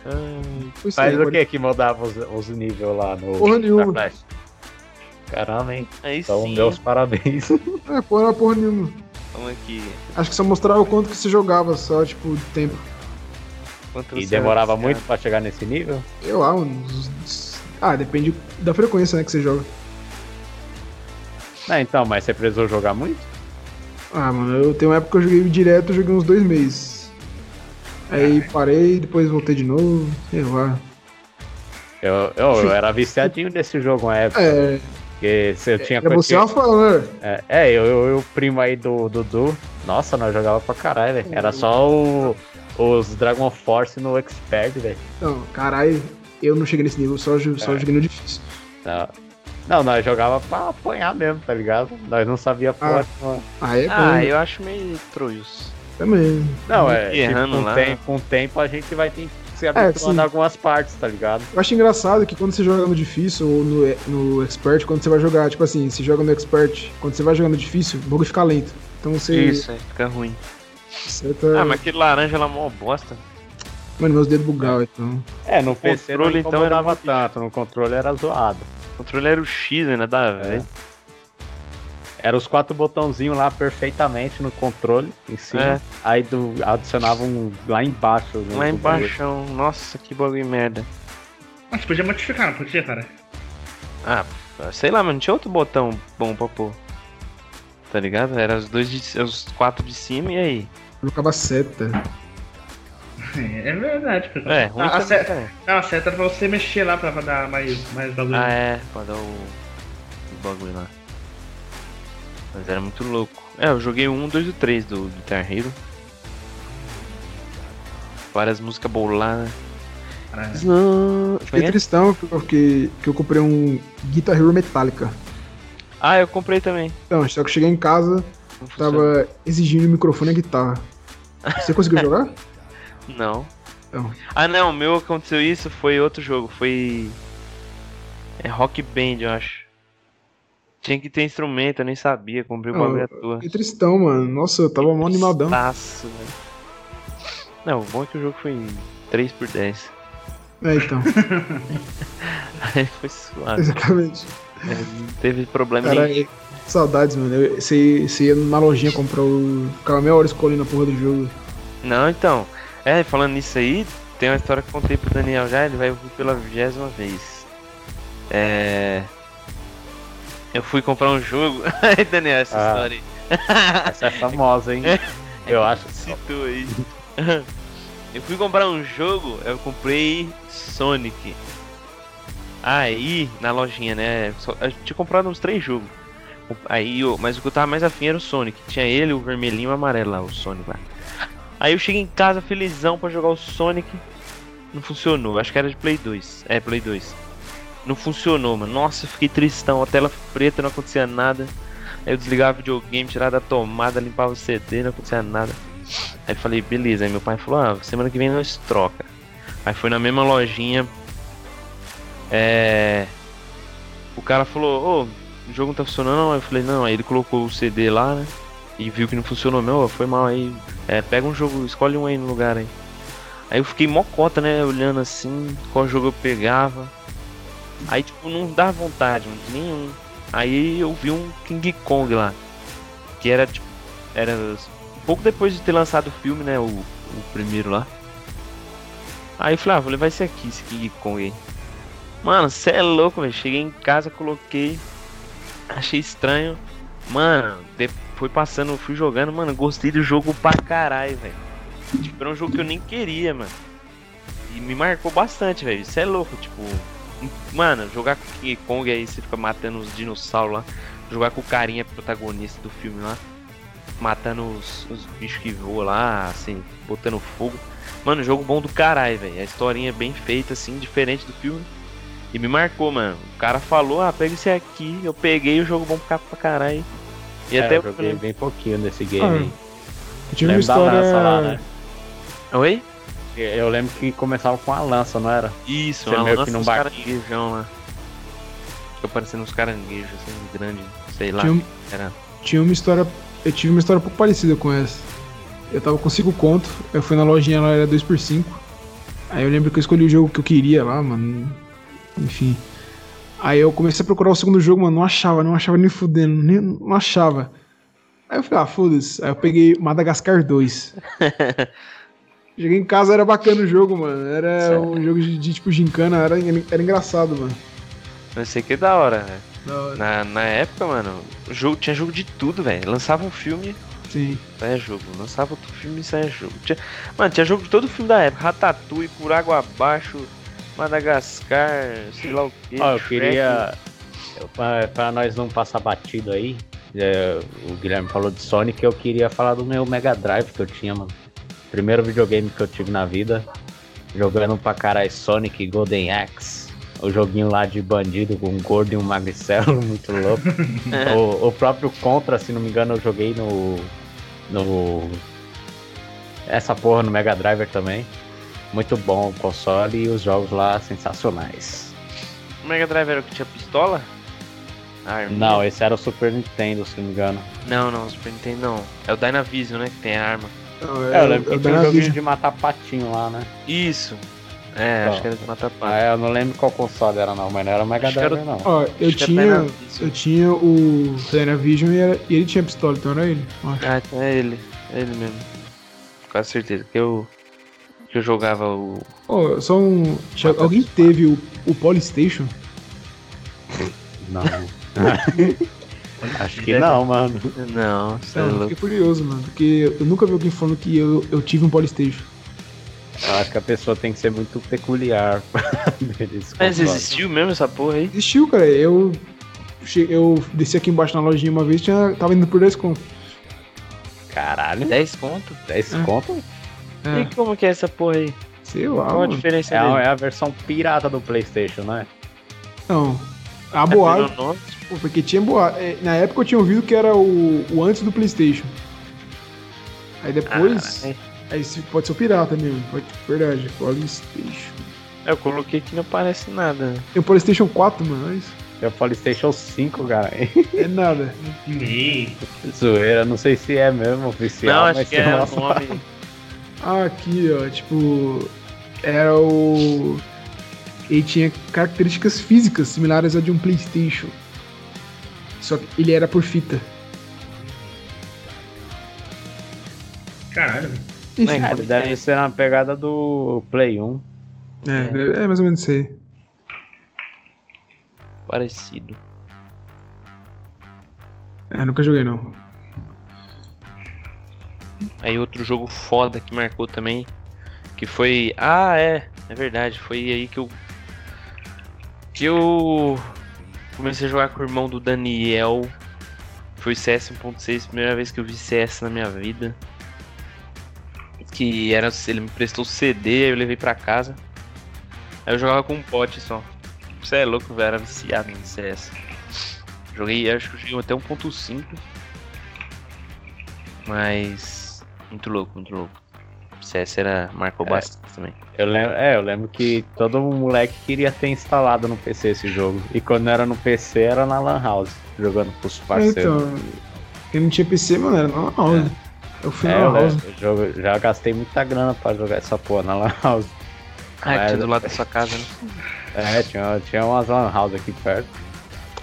Ah,
Foi isso
Mas
aí,
o que que mudava os, os níveis lá no
Porra
Guitar
nenhuma.
Flash? Caramba, hein?
Aí
Então,
sim,
meus parabéns.
É, porra, não era porra nenhuma.
vamos aqui.
Acho que só mostrava o quanto que você jogava, só, tipo, de tempo.
Quanto
E
você era
demorava
viciado.
muito pra chegar nesse nível?
Sei lá, uns... Ah, depende da frequência, né, que você joga.
Ah, então, mas você precisou jogar muito?
Ah, mano, eu tenho uma época que eu joguei direto, eu joguei uns dois meses. Aí parei, depois voltei de novo, sei lá.
Eu, eu, eu era viciadinho desse jogo na época,
É,
porque se eu tinha
era você
eu-
ela falando, né?
É, é, eu, eu, eu primo aí do Dudu. Nossa, nós jogava pra caralho, velho. Era só o- os Dragon Force no Expert, velho.
Não, caralho, eu não cheguei nesse nível, só, jo- só
É.
joguei no difícil.
Não. Não, nós jogava pra apanhar mesmo, tá ligado? Nós não sabia porra. nenhuma.
Ah, é bom,
Ah,
né?
eu acho meio trouxa.
também.
Não, é.
Muito errando
com,
lá.
Tempo, com o tempo a gente vai ter que se habituando
sim.
a algumas partes, tá ligado?
Eu acho engraçado que quando você joga no difícil ou no, no expert, quando você vai jogar, tipo assim, você joga no expert, quando você vai jogando no difícil, o bagulho fica lento. Então você.
Isso, aí fica ruim.
você tá-
Ah, mas aquele laranja lá mó bosta.
Mano, meus dedos bugavam, então.
É, no PC
controle,
não
então, era
incomodava tanto, no controle era zoado.
O controle era o X né, ainda da vez.
É. né, Era os quatro botãozinhos lá perfeitamente no controle em cima.
É.
Aí do, adicionava um lá embaixo. no-
Lá
do-
embaixo, nossa, que bagulho merda.
Mas podia modificar, não podia, cara?
Ah, sei lá, mas não tinha outro botão bom pra pôr. Tá ligado? Era os dois de, os quatro de cima e aí.
Eu Colocava seta.
Tá
É, é verdade, cara.
É, ruim
Ah,
ah,
a seta,
também, cara.
não, a seta era pra você mexer lá pra pra dar mais, mais bagulho.
Ah, é, pra dar o, o bagulho lá. Mas era muito louco. É, eu joguei o 1, 2 e o 3 do Guitar Hero. Várias músicas né? boladas.
Caralho.
Slow- Como é que
Fiquei
é?
tristão porque que eu comprei um Guitar Hero Metallica.
Ah, eu comprei também.
Então, só que eu cheguei em casa,
Não funcionou.
tava exigindo o microfone e a guitarra. Você conseguiu jogar?
Não.
Então.
Ah não, o meu aconteceu isso, foi outro jogo, foi. É Rock Band, eu acho. Tinha que ter instrumento, eu nem sabia, comprei o
Não,
bagulho à toa. Tá.
Fiquei tristão, mano. Nossa, eu tava mó animadão.
Taço, velho. Não, o bom é que o jogo foi em 3 por 10
É, então.
Aí foi suave.
Exatamente.
né? Não teve problema
Cara,
nenhum.
saudades, mano. Eu- Você você ia numa lojinha comprar o. Ficava meia hora escolhendo a porra do jogo.
Não, então. É, falando nisso aí, tem uma história que eu contei pro Daniel já, ele vai ouvir pela vigésima vez. É. Eu fui comprar um jogo. Aí, Daniel, essa
Ah.
história aí.
Essa é famosa, hein? Eu acho.
Citou aí. Eu fui comprar um jogo, eu comprei Sonic. Aí, na lojinha, né? só- eu tinha comprado uns três jogos. Aí, eu- mas o que eu tava mais afim era o Sonic. Tinha ele, o vermelhinho e o amarelo lá, o Sonic lá. Aí eu cheguei em casa felizão pra jogar o Sonic. Não funcionou, acho que era de Play 2. É, Play 2. Não funcionou, mano. Nossa, eu fiquei tristão. A tela preta, não acontecia nada. Aí eu desligava o videogame, tirava da tomada, limpava o CD, não acontecia nada. Aí eu falei, beleza. Aí meu pai falou, ah, semana que vem nós troca. Aí foi na mesma lojinha. É. O cara falou, ô, o jogo não tá funcionando não? Aí eu falei, não. Aí ele colocou o CD lá, né? E viu que não funcionou, meu, ó, foi mal aí. É, pega um jogo, escolhe um aí no lugar aí. Aí eu fiquei mocota, né? Olhando assim, qual jogo eu pegava. Aí, tipo, não dá vontade, mano, de nenhum. Aí eu vi um King Kong lá. Que era, tipo, era pouco depois de ter lançado o filme, né? O, o primeiro lá. Aí eu falei, ah, vou levar esse aqui, esse King Kong aí. Mano, cê é louco, velho. Cheguei em casa, coloquei. Achei estranho. Mano, de- foi passando, fui jogando, mano, gostei do jogo pra caralho, velho. Tipo, era um jogo que eu nem queria, mano. E me marcou bastante, velho. Isso é louco, tipo. Mano, jogar com o King Kong aí, você fica matando os dinossauros lá. Jogar com o carinha protagonista do filme lá matando os, os bichos que voam lá, assim, botando fogo. Mano, jogo bom do caralho, velho. A historinha é bem feita, assim, diferente do filme. E me marcou, mano. O cara falou, ah, pega esse aqui. Eu peguei o jogo bom pra pra caralho. E
Cara,
até
É, eu joguei bem pouquinho nesse game.
Ah,
hein?
Eu tive uma
Lembro da
história.
lança lá, né?
Oi?
Eu lembro que começava com a lança, não era?
Isso, ah,
Você
uma
meio
lança
que num
uns
barco.
caranguejão lá. Ficou parecendo uns caranguejos, assim, grande, sei lá.
Tinha, um-
Era.
tinha uma história. Eu tive uma história um pouco parecida com essa. Eu tava com 5 conto, eu fui na lojinha, ela era 2x5. Aí eu lembro que eu escolhi o jogo que eu queria lá, mano. Enfim. Aí eu comecei a procurar o segundo jogo, mano, não achava, não achava nem fudendo, nem, não achava. Aí eu falei, ah, foda-se. Aí eu peguei Madagascar 2. Cheguei em casa, era bacana o jogo, mano. Era
Sério?
um jogo de, de, tipo gincana, era, era engraçado, mano.
Não sei que da hora, velho.
Da hora.
Na, na época, mano, o jogo, tinha jogo de tudo, velho. Lançava um filme,
Sim.
Saia jogo, lançava outro filme e saia jogo. Tinha- Mano, tinha jogo de todo filme da época. Ratatouille, Por Água Abaixo, Madagascar, sei lá o que.
Ó, eu queria. eu- pra- Pra nós não passar batido aí, é, o Guilherme falou de Sonic, eu queria falar do meu Mega Drive que eu tinha, mano. Primeiro videogame que eu tive na vida, jogando pra caralho Sonic e Golden Axe. O joguinho lá de bandido com um gordo e um magricelo, muito louco. o, o próprio Contra, se não me engano, eu joguei no. no. Essa porra no Mega Driver também. Muito bom o console e os jogos lá sensacionais.
O Mega Drive era o é que tinha pistola? A arminha?
Não, é- esse era o Super Nintendo, se não me engano.
Não, não, Super Nintendo não. É o Dynavision, né? Que tem a arma.
É, eu lembro que tinha um
Dynavision.
joguinho de matar patinho lá, né?
Isso. É,
Tá.
acho que era de matar pato.
Ah, eu não lembro qual console era não, mas não era o Mega
Acho que era
Drive não.
Ó, eu
Acho que é
tinha.
Dynavision.
Eu tinha o Dynavision e, era- e ele tinha pistola, então era ele. eu acho.
Ah, então é ele. É ele mesmo. Com quase certeza. Que eu. Que eu jogava o.
Ó, só um. já- alguém teve o, o Polystation?
Não. Acho que não, mano.
Não, você é
eu
louco.
fiquei curioso, mano, porque eu nunca vi alguém falando que eu, eu tive um Polystation.
Eu acho que a pessoa tem que ser muito peculiar pra ver esse
Mas
console.
existiu mesmo essa porra aí?
Existiu, cara. Eu. che- Eu desci aqui embaixo na lojinha uma vez, tinha, tava indo por 10 conto.
Caralho,
10 conto?
10
É.
conto?
É,
E como que é essa porra aí?
sei lá,
Qual a
mano.
diferença
É,
dele?
a- é a versão pirata do Playstation, né?
Não. A
É,
boato,
pelo nome?
porque tinha boato. é, Na época eu tinha ouvido que era o, o antes do Playstation. Aí depois.
Caralho.
Aí se- pode ser o pirata mesmo, pode, verdade. Polystation.
é. Eu coloquei que não parece nada.
Tem o Polystation 4, mano, é isso?
É o Playstation 5, cara.
É nada.
E
Zoeira, não sei se é mesmo
não,
oficial,
acho
mas
que
tem
é
uma
o nome.
Ah, Aqui, ó, tipo. Era o. Ele tinha características físicas similares a de um PlayStation. Só que ele era por fita.
Caralho.
Enfim,
É.
Ele deve ser na pegada do Play 1.
é, é mais ou menos isso aí.
Parecido.
É, nunca joguei não.
Aí outro jogo foda que marcou também, que foi, ah, é, é verdade, foi aí que eu que eu comecei a jogar com o irmão do Daniel. Foi CS 1.6, primeira vez que eu vi CS na minha vida. Que era, ele me prestou CD, aí eu levei pra casa. Aí eu jogava com um pote só. Você é louco, velho, era viciado em CS. Joguei, acho que eu cheguei até 1.5. Mas. Muito louco, muito louco. CS era. marcou bastante também.
Eu lembro, é, eu lembro que todo moleque queria ter instalado no PC esse jogo. E quando era no PC, era na Lan House, jogando pros parceiros.
Então, eu não tinha PC, mano, era né? na house. Eu fui
É,
na
eu,
house.
eu jogo- já gastei muita grana pra jogar essa porra na Lan House.
Ah, que tinha
Mas-
do lado da sua casa, né?
É, tinha, tinha umas Lan House aqui perto.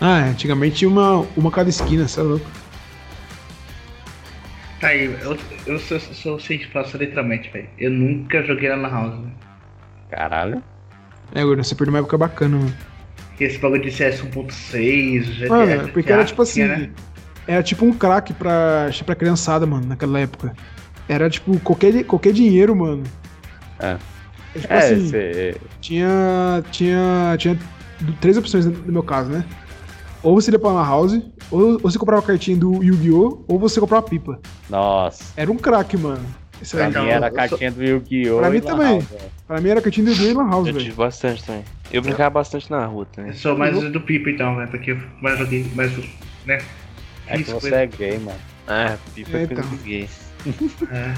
Ah, é, antigamente tinha uma, uma cada esquina, você é louco.
Tá aí, eu, eu sou, sou faço literalmente, velho. Eu nunca joguei na Lan House, velho.
Caralho.
É, Gordon, você perdeu uma época bacana, mano.
Esse bagulho de um CS 1.6, GTA.
Mano, porque era tipo assim.
tinha, né?
Era tipo um crack pra, pra criançada, mano, naquela época. Era tipo qualquer, qualquer dinheiro, mano.
É.
Tipo
É,
assim,
cê-
tinha, tinha, tinha três opções no meu caso, né? Ou você ia pra uma house, ou, ou você comprava a cartinha do Yu-Gi-Oh!, ou você comprava pipa.
Nossa.
Era um crack, mano. Isso
Pra
aí.
Então,
mim era a
eu
cartinha do Yu-Gi-Oh!
Pra mim
e Lan
também.
House, é.
Pra mim era a cartinha do Yu-Gi-Oh! e Lan House,
Eu
velho.
tive bastante também. Eu brincava bastante na rua
Eu
também.
sou mais
Uhum.
do Pipo então, velho, porque eu mais joguei, mais, né?
É que
Fiz
você
coisa-
é gay, mano.
Ah, pipa é coisa
Então.
de gay.
É.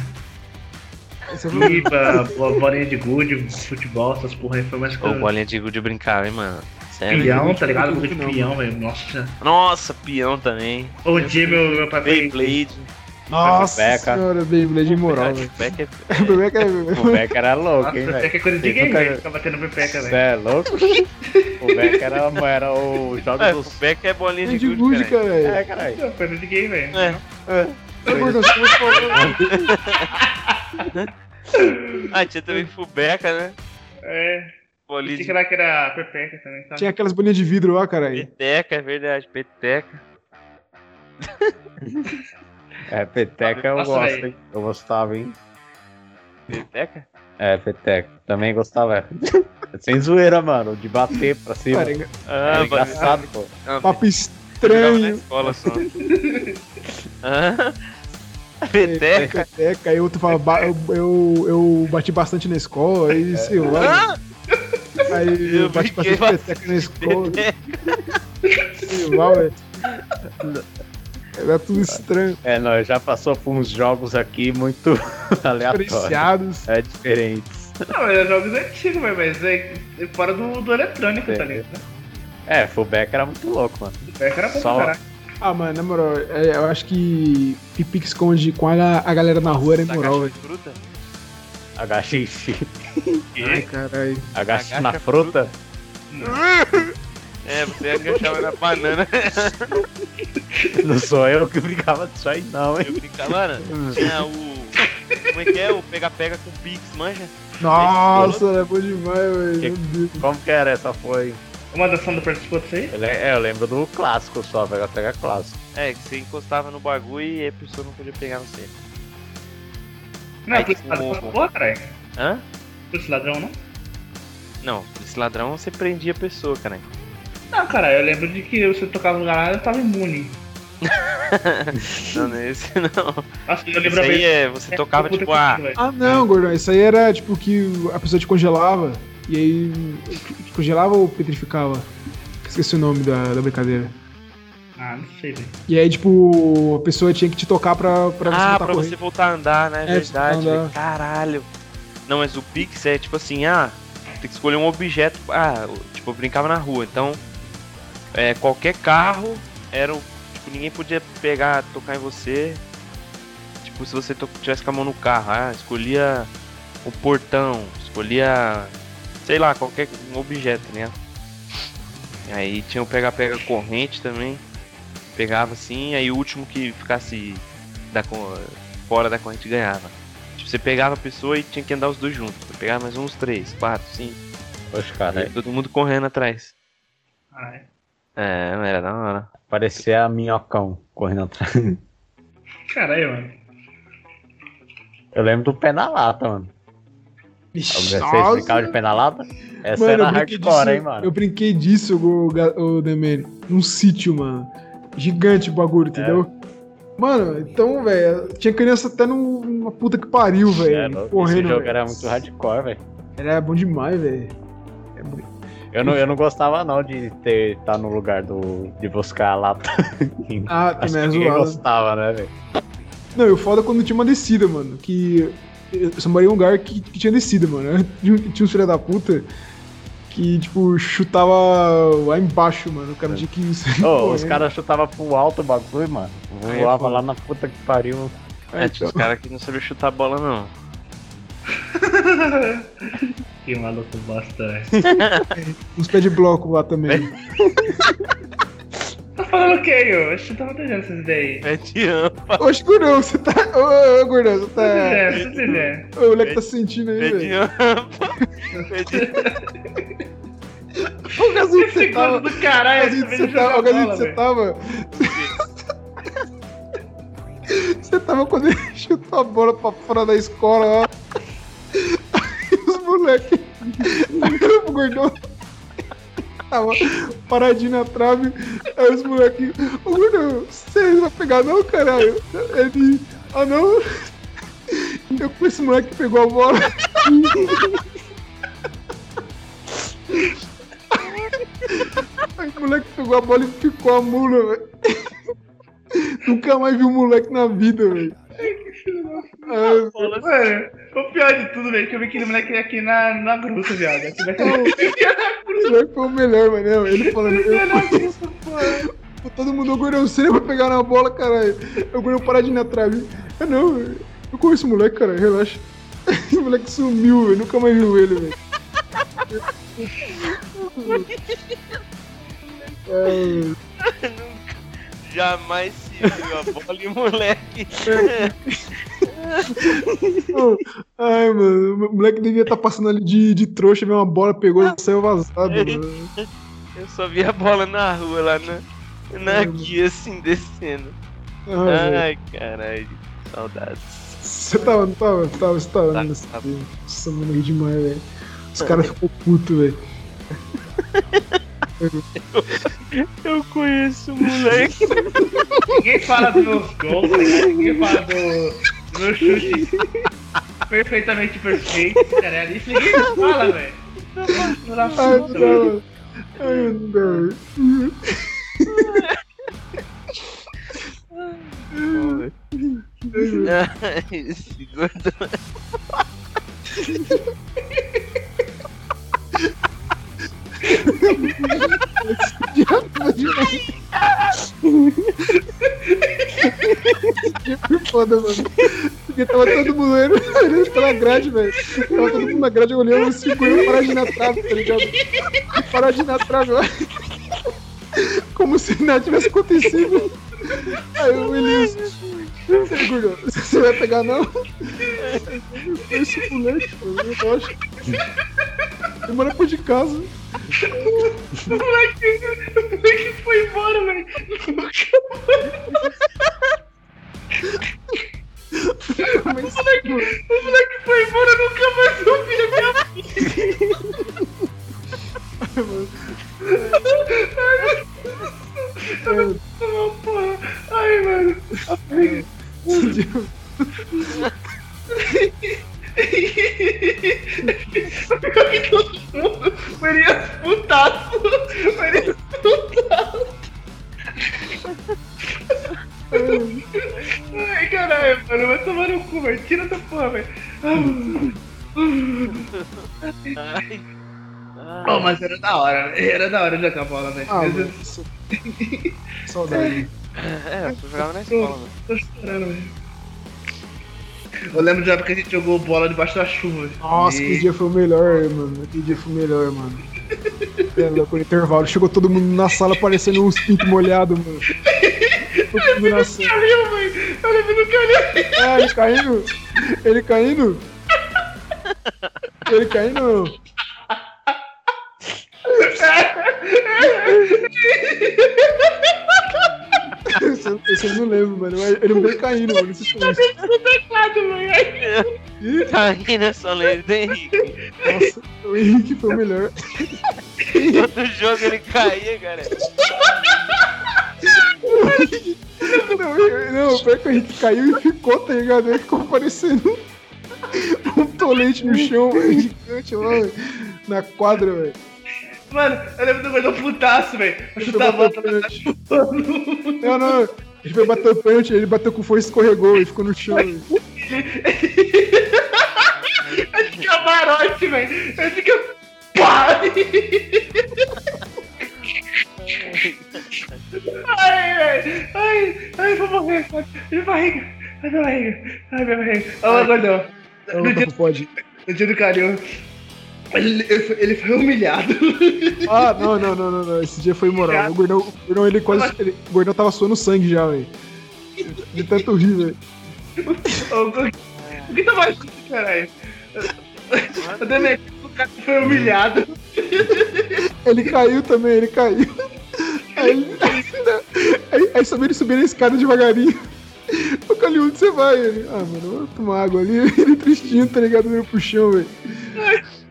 Esse é o problema.
Pipa, bo- bolinha de gude, futebol, essas porra aí foi mais
Ô,
que
bolinha de gude eu brincava, hein, mano. Sério.
Pião, tá ligado?
Não,
Bagulho de
não.
pião, velho. Nossa.
Nossa, peão também.
Odiei meu, meu papel.
Beyblade.
Nossa
Beca.
senhora, Beyblade imoral, velho.
Flashback é-
O problema é que
O Beck era louco,
Nossa,
hein, velho.
pepeca é coisa de
Vocês
gay,
nunca-
velho. Ficar batendo pepeca,
Você
velho.
é louco? o Beck era, era o jogo
É,
dos.
Flashback é bolinha
é
de,
de
gude,
gude,
cara.
cara.
É, caralho.
Não, Coisa de gay, velho.
É.
Ô, Gordon, você não falou-
Ah, tinha também Fubeca, né?
É.
Bolinha
Tinha
de
que lá que era pepeca também, tá?
Tinha aquelas bolinhas de vidro lá, caralho.
peteca, é verdade, peteca.
É, peteca eu
Nossa,
gosto,
velho.
hein? Eu gostava, hein?
Peteca?
É, peteca. Também gostava. é. Sem zoeira, mano. De bater pra cima.
Cara, é um
Ah,
Era
bolinha-
engraçado, pô.
Ah,
papo
Jogava na
estranho.
escola só. Hã?
É,
Peteca?
Peteca, aí outro fala, ba- eu, eu, eu bati bastante na escola, aí sei lá.
Hã?
Aí
eu
eu bati
brinquei
bastante peteca na escola, sei lá, velho. Era tudo estranho,
É, não, já passou por uns jogos aqui muito aleatórios.
diferenciados.
É diferentes.
Não, mas é jogos antigos, velho, mas é é fora do, do eletrônico, tá ligado?
É, Fullback era muito louco, mano.
Pepeca era bom pra
Só-
caralho.
Ah, mano, na moral, é, eu acho que Pipi que esconde com a, a galera na rua era imoral, velho.
fruta?
Agachixe.
É.
Ai, caralho.
Agachixe na
Agacha
fruta.
É, você agachava na banana.
Não sou eu que brincava disso aí, não, hein?
Eu brincava, mano, tinha o... Como é que é? O pega-pega com pix, manja?
Nossa, é bom demais, velho.
Que-
Meu Deus.
Como que era essa foi?
Uma da Sandra participou disso aí?
Eu, le- é, eu lembro do clássico só, pega pega clássico.
É, que você encostava no bagulho e a pessoa não podia pegar no você.
Não,
Ai,
é
que
por esse ladrão,
fofo.
porra, caralho.
Hã?
Por esse ladrão, não?
Não, esse ladrão você prendia a pessoa, cara.
Não, cara, eu lembro de que você tocava no galera eu tava imune.
Não, não é esse não.
Nossa, eu
Isso
lembro
aí
bem.
é, você tocava tipo a...
Ah, não, Gordão, isso aí era tipo que a pessoa te congelava e aí te congelava ou petrificava? Esqueci o nome da, da brincadeira.
Ah, não sei, velho.
E aí, tipo, a pessoa tinha que te tocar pra, pra você
Ah,
voltar
pra você voltar a andar, né?
É, pra
Verdade.
você andar.
velho. Caralho. Não, mas o Pix é tipo assim, ah, tem que escolher um objeto. Ah, eu- tipo, eu brincava na rua, então é, qualquer carro era o. Tipo, ninguém podia pegar, tocar em você. Tipo, tipo se você to- tivesse com a mão no carro, ah, escolhia o portão, escolhia, sei lá, qualquer objeto, né? Aí tinha o pega-pega corrente também, pegava assim, aí o último que ficasse da co- fora da corrente ganhava. Tipo, você pegava a pessoa e tinha que andar os dois juntos, pegava mais uns três, quatro, cinco,
Poxa, cara, é-
aí todo mundo correndo atrás.
Ah, é.
É, não era da hora.
parecia minhocão correndo atrás.
Caralho, mano.
Eu lembro do pé na lata, mano.
Ixi,
Vocês brincavam de pé na lata? Essa
Mano,
era
eu brinquei disso,
hardcore, hein, mano?
Eu brinquei disso, o, ga- o The Man, num sítio, mano. Gigante o
É.
bagulho, entendeu? Mano, então, velho, tinha criança até no- numa puta que pariu,
Era-
velho. Correndo.
É, Esse jogo
velho.
era muito hardcore, velho.
Era bom demais, velho. É
Eu não, eu não gostava não de ter tá no lugar do, de buscar a lata.
Ah,
Acho
também
que
é
ninguém
zoado.
gostava, né, velho?
Não, e o foda é quando tinha uma descida, mano. Que eu só morei em um lugar que, que tinha descida, mano. Tinha, tinha uns filha da puta que, tipo, chutava lá embaixo, mano. O cara tinha que.
Ô, os
Correndo.
caras chutavam pro alto o bagulho, mano.
Aí é
Voava
foda.
lá na puta que pariu.
É, tinha os caras que não sabiam chutar bola, não.
Que maluco bosta, velho.
Uns pés de bloco lá também.
Tá falando o que aí, ô? Oxe, Eu tava entendendo essas ideias aí.
É, te amo.
Oxe, gordão, você tá. Ô, ô, gordão, você
Tô
tá.
É.
entendendo, tô entendendo.
Ô, o moleque tá se sentindo aí,
É, te
velho.
amo. É, te
Ô, Gazinho, você tá-
Segundo
tava.
do caralho,
Gazinho,
eu
você
também
tava. Ô,
jogar
Gazinho,
bola,
você tá-
velho.
tava. Você tava quando ele chutou a bola pra fora da escola lá. Aí os moleques. Aí o gordão. Tava paradinho na trave. Aí os moleques. Ô, gordão, você não vai pegar não, caralho? Ele. Ah, não. Eu com esse moleque que pegou a bola. Aí o moleque pegou a bola e ficou a mula, velho. Nunca mais vi um moleque na vida, velho. Ah,
Mano, o pior de tudo, velho, é que eu vi aquele moleque aqui na, na gruta, viado. é Aqui vai
O moleque foi o melhor, mas não, ele falando. Eu, tipo, todo mundo, o Gordão, você vai pegar na bola, caralho. O Gordão paradinho na trave. Eu não, eu conheço o moleque, cara, relaxa. O moleque sumiu, velho, nunca mais viu ele, velho. É,
amo. Jamais se viu a bola e o moleque.
pô, ai, mano, o moleque devia estar passando ali de, de trouxa, veio uma bola, pegou e saiu vazado, mano.
Eu só vi a bola na rua lá na, na
Ai,
guia, assim, descendo.
Ai, velho.
Ai, caralho. Saudades.
Você tá, tava, não tava, tava, você tava
Tava,
nesse
tava.
filme. Nossa, mano, é demais, velho. Os caras ficou puto, velho.
Eu conheço o moleque.
Ninguém fala dos meus gols, tá ligado? ninguém fala do, do meu chute perfeitamente perfeito, cara. Isso ninguém fala, velho. Não dá
Ai,
pra
não dá, mano. Ai, não dá, velho. É,
Ai, esse gordo.
Idiota demais. Que Foda, mano. Porque tava todo mundo olhando, olhando pela grade, velho. Tava todo mundo na grade olhando, segurando paradinho na trave, tá ligado? Paradinho na trave, ó. Como se nada tivesse acontecido. Aí o Elias. "Ei, Gurgel, Você vai pegar não? Foi esse moleque, mano. Eu acho. Demora por de casa.
O moleque, o moleque foi embora, velho.
Como é que
O moleque, o moleque foi embora, eu nunca mais eu vi na minha
é?
mão, porra. Ai, mano. Eu vi todo mundo. O Elias putaço. O Elias putaço. Ai, caralho, mano. Vai tomar no cu, velho. Tira essa porra, velho.
Ai.
Pô, mas era da hora, velho. Era da hora jogar bola, velho.
Ah,
Meu
mano,
Deus,
isso- saudade.
É, eu só jogava na escola, mano.
tô chorando, velho. Eu lembro de uma época que a gente jogou bola debaixo da chuva.
Nossa,
E-
que dia foi o melhor, mano. Que dia foi o melhor, mano. É louco, no intervalo. Chegou todo mundo na sala parecendo uns pinto molhado, mano. Todo mundo na sala.
Caiu, velho. Eu lembro do que eu olhei.
Ah, ele caindo. Ele caindo. Ele caindo. Esse eu- esse eu não lembro, mano. mas Ele veio caindo, mano. Isso
tá
foi isso.
do teclado, velho.
Ih,
Tá rindo, eu só lembro do Henrique.
Nossa, o Henrique foi o melhor.
Todo jogo ele caía, cara.
Não, eu- não, pior que o Henrique caiu e ficou, tá ligado? Ele ficou parecendo um- um tolete no chão, velho, gigante lá, velho, na quadra, velho.
Mano, eu lembro do gol do putaço, velho. Eu chutava Tá a bola debaixo da chuva.
Não, não, ele foi bater o pênalti, ele bateu com força, escorregou e ficou no chão. velho.
É de camarote, velho. É de que. Pá! Ai, velho. Ai, ai, vou morrer. Minha barriga. Ai, minha barriga. Ai, minha barriga. Olha o gordão.
Não,
No dia,
não pode.
no dia do carinho. Ele, ele foi- ele foi humilhado.
Ah, não, não, não, não, não, esse dia foi imoral. O Gordão, o Gordão, ele quase, ele, o Gordão tava suando sangue já, velho. De tanto rir, velho.
Ô, Gug, O que tá mais rindo, caralho? O Demetrio, o cara foi humilhado.
Ele caiu também, ele caiu. Aí, ele- aí, aí só vi ele subir a escada devagarinho. O Caliú, onde você vai? Ele, ah, mano, eu vou tomar água ali. Ele tristinho, tá ligado? Meio pro chão, velho.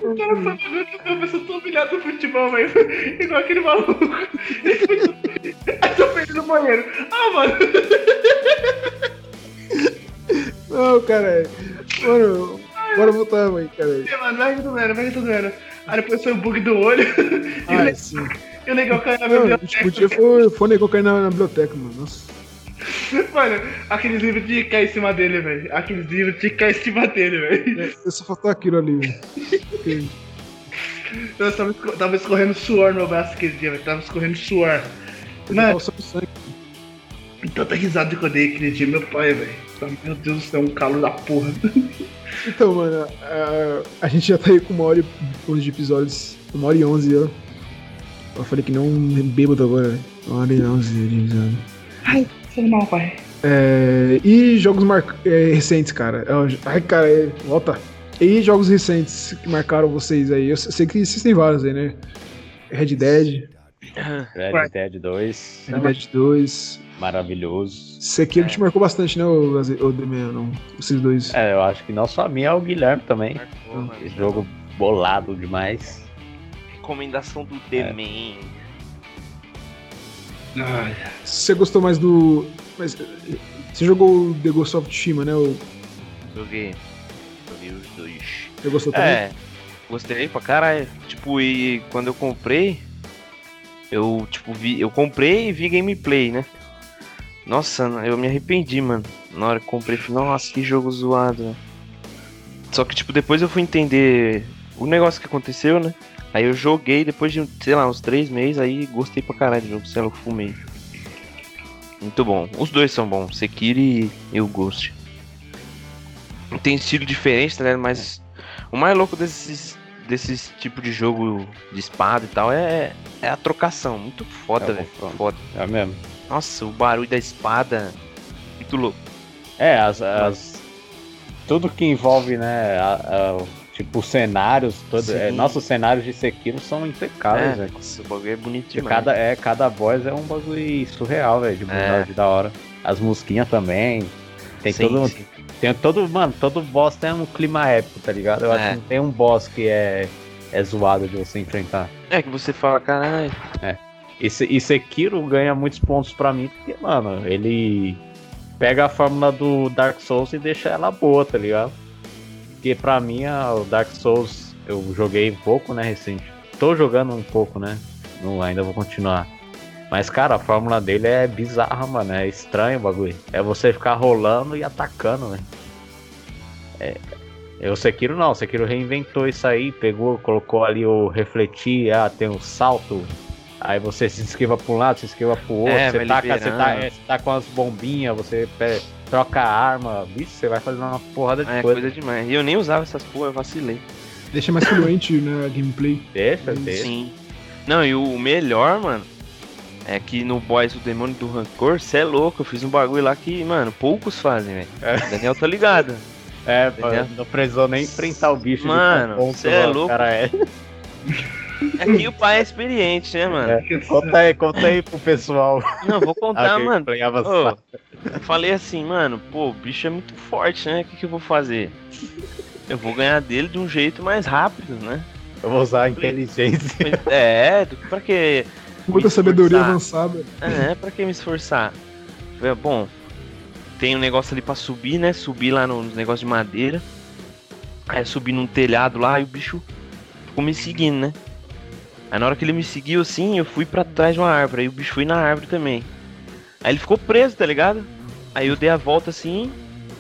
O cara
Hum.
foi humilhado, eu penso, eu tô humilhado no futebol, velho. Igual aquele maluco. Ele foi Aí eu perdi no banheiro. Ah, mano.
Não, cara. é. Mano, bora voltar, mãe, cara.
É, mano, vai que tudo era, vai que tudo era. Aí depois foi o bug do olho. E o
Ah,
le-
sim.
E o legal caiu na
Não, tipo, o dia
biblioteca.
foi, foi negócio cair na, na biblioteca, mano. Nossa.
Mano, aqueles livros tinha que cair em cima dele, velho. Aqueles livros tinha que cair em cima dele, velho.
Eu só faltou aquilo ali, velho. Porque-
Eu tava, esco- tava escorrendo suor no meu braço aquele dia, velho. Tava escorrendo suor.
Tava
Mano,
só sangue.
tanta risada que eu dei aquele dia, meu pai, velho. Tá- Meu Deus do céu, um calor da porra.
Então, mano, a, a gente já tá aí com uma hora e onze de episódios. Uma hora e onze, eu. Eu falei que não bêbado agora, né? Uma hora e onze de episódio.
Ai, foi mal, pai.
É, e jogos mar- é, recentes, cara. Eu- Ai, cara, é, volta. E jogos recentes que marcaram vocês aí? Eu sei que vocês têm vários aí, né? Red Dead,
Red
Vai.
Dead 2,
Red Dead 2.
maravilhoso.
Sekiro te marcou bastante, né, o, o Demian? Não, vocês dois.
É, eu acho que não só a mim, é o Guilherme também.
Marcou, mano.
Esse jogo bolado demais.
Recomendação
É.
do Demen.
Ai,
Você gostou mais do. Mas, eh, você jogou o The Ghost of Tsushima, né? O,
Joguei. Joguei os dois.
você gostou também?
É, gostei pra caralho. Tipo, e quando eu comprei, eu tipo vi, eu comprei e vi gameplay, né? Nossa, eu me arrependi, mano. Na hora que eu comprei, eu falei, nossa, que jogo zoado. né? Só que tipo depois eu fui entender o negócio que aconteceu, né? Aí eu joguei depois de, sei lá, uns três meses, aí gostei pra caralho do jogo, sei lá, eu fumei. Muito bom. Os dois são bons, Sekiro e e o Ghost. Tem estilo diferente, tá ligado? Mas o mais louco desses, desses tipo de jogo de espada e tal é, é a trocação. Muito
É
foda,
o
velho.
confronto.
Foda.
É mesmo.
Nossa, o barulho da espada. Muito louco.
É, as, as- tudo que envolve, né, a- a- tipo, os cenários, todo,
Sim.
é, nossos cenários de Sekiro são impecáveis,
é,
velho.
nossa, o bagulho é bonito
De
demais.
cada, é, cada voz é um bagulho surreal, velho, de
É.
de da hora. As musiquinhas também. Tem
Sim,
todo, um,
sim.
tem todo, mano, todo boss tem um clima épico, tá ligado? Eu acho
É.
que não tem um boss que é, é zoado de você enfrentar.
É que você fala, caralho.
E, Se- e Sekiro ganha muitos pontos pra mim, porque, mano, ele pega a fórmula do Dark Souls e deixa ela boa, tá ligado? Porque pra mim, a- o Dark Souls, eu joguei um pouco, né, recente. Tô jogando um pouco, né? Não, ainda vou continuar. Mas, cara, a fórmula dele é bizarra, mano. É estranho o bagulho. É você ficar rolando e atacando, velho. É, o Sekiro não, o Sekiro reinventou isso aí, pegou, colocou ali o refletir, ah, tem o um salto, Aí você se esquiva pra um lado, se esquiva pro outro,
É,
você,
vai
taca, você,
liberando.
tá, é, você tá com as bombinhas, você pe- troca a arma, bicho, você vai fazendo uma porrada de
É
coisa.
coisa demais. E eu nem usava essas porra, eu vacilei.
Deixa mais fluente na gameplay.
Deixa, deixa.
Sim. Não, e o melhor, mano, é que no Boys, o Demônio do Rancor, cê é louco, eu fiz um bagulho lá que, mano, poucos fazem, velho.
É.
O Daniel tá ligado.
É,
Entendeu?
não precisou nem enfrentar o bicho. de
Mano,
tão bom que
cê é
o
louco.
Cara é.
É que o pai é experiente, né, mano?
É. Conta aí, conta aí pro pessoal. Ah,
Não, vou contar,
Alguém
mano.
ganhava as
Ô, eu falei assim, mano, pô, o bicho é muito forte, né? O que, que eu vou fazer? Eu vou ganhar dele de um jeito mais rápido, né?
Eu vou usar a inteligência.
Mas, É, do que pra que.
Muita
Me
sabedoria
esforçar.
avançada.
É, pra que me esforçar? Falei, "Ah, bom, tem um negócio ali pra subir, né? Subir lá no, no negócio de madeira. Aí eu subi num telhado lá e o bicho ficou me seguindo, né? Aí na hora que ele me seguiu assim, eu fui pra trás de uma árvore. Aí o bicho foi na árvore também. Aí ele ficou preso, tá ligado? Aí eu dei a volta assim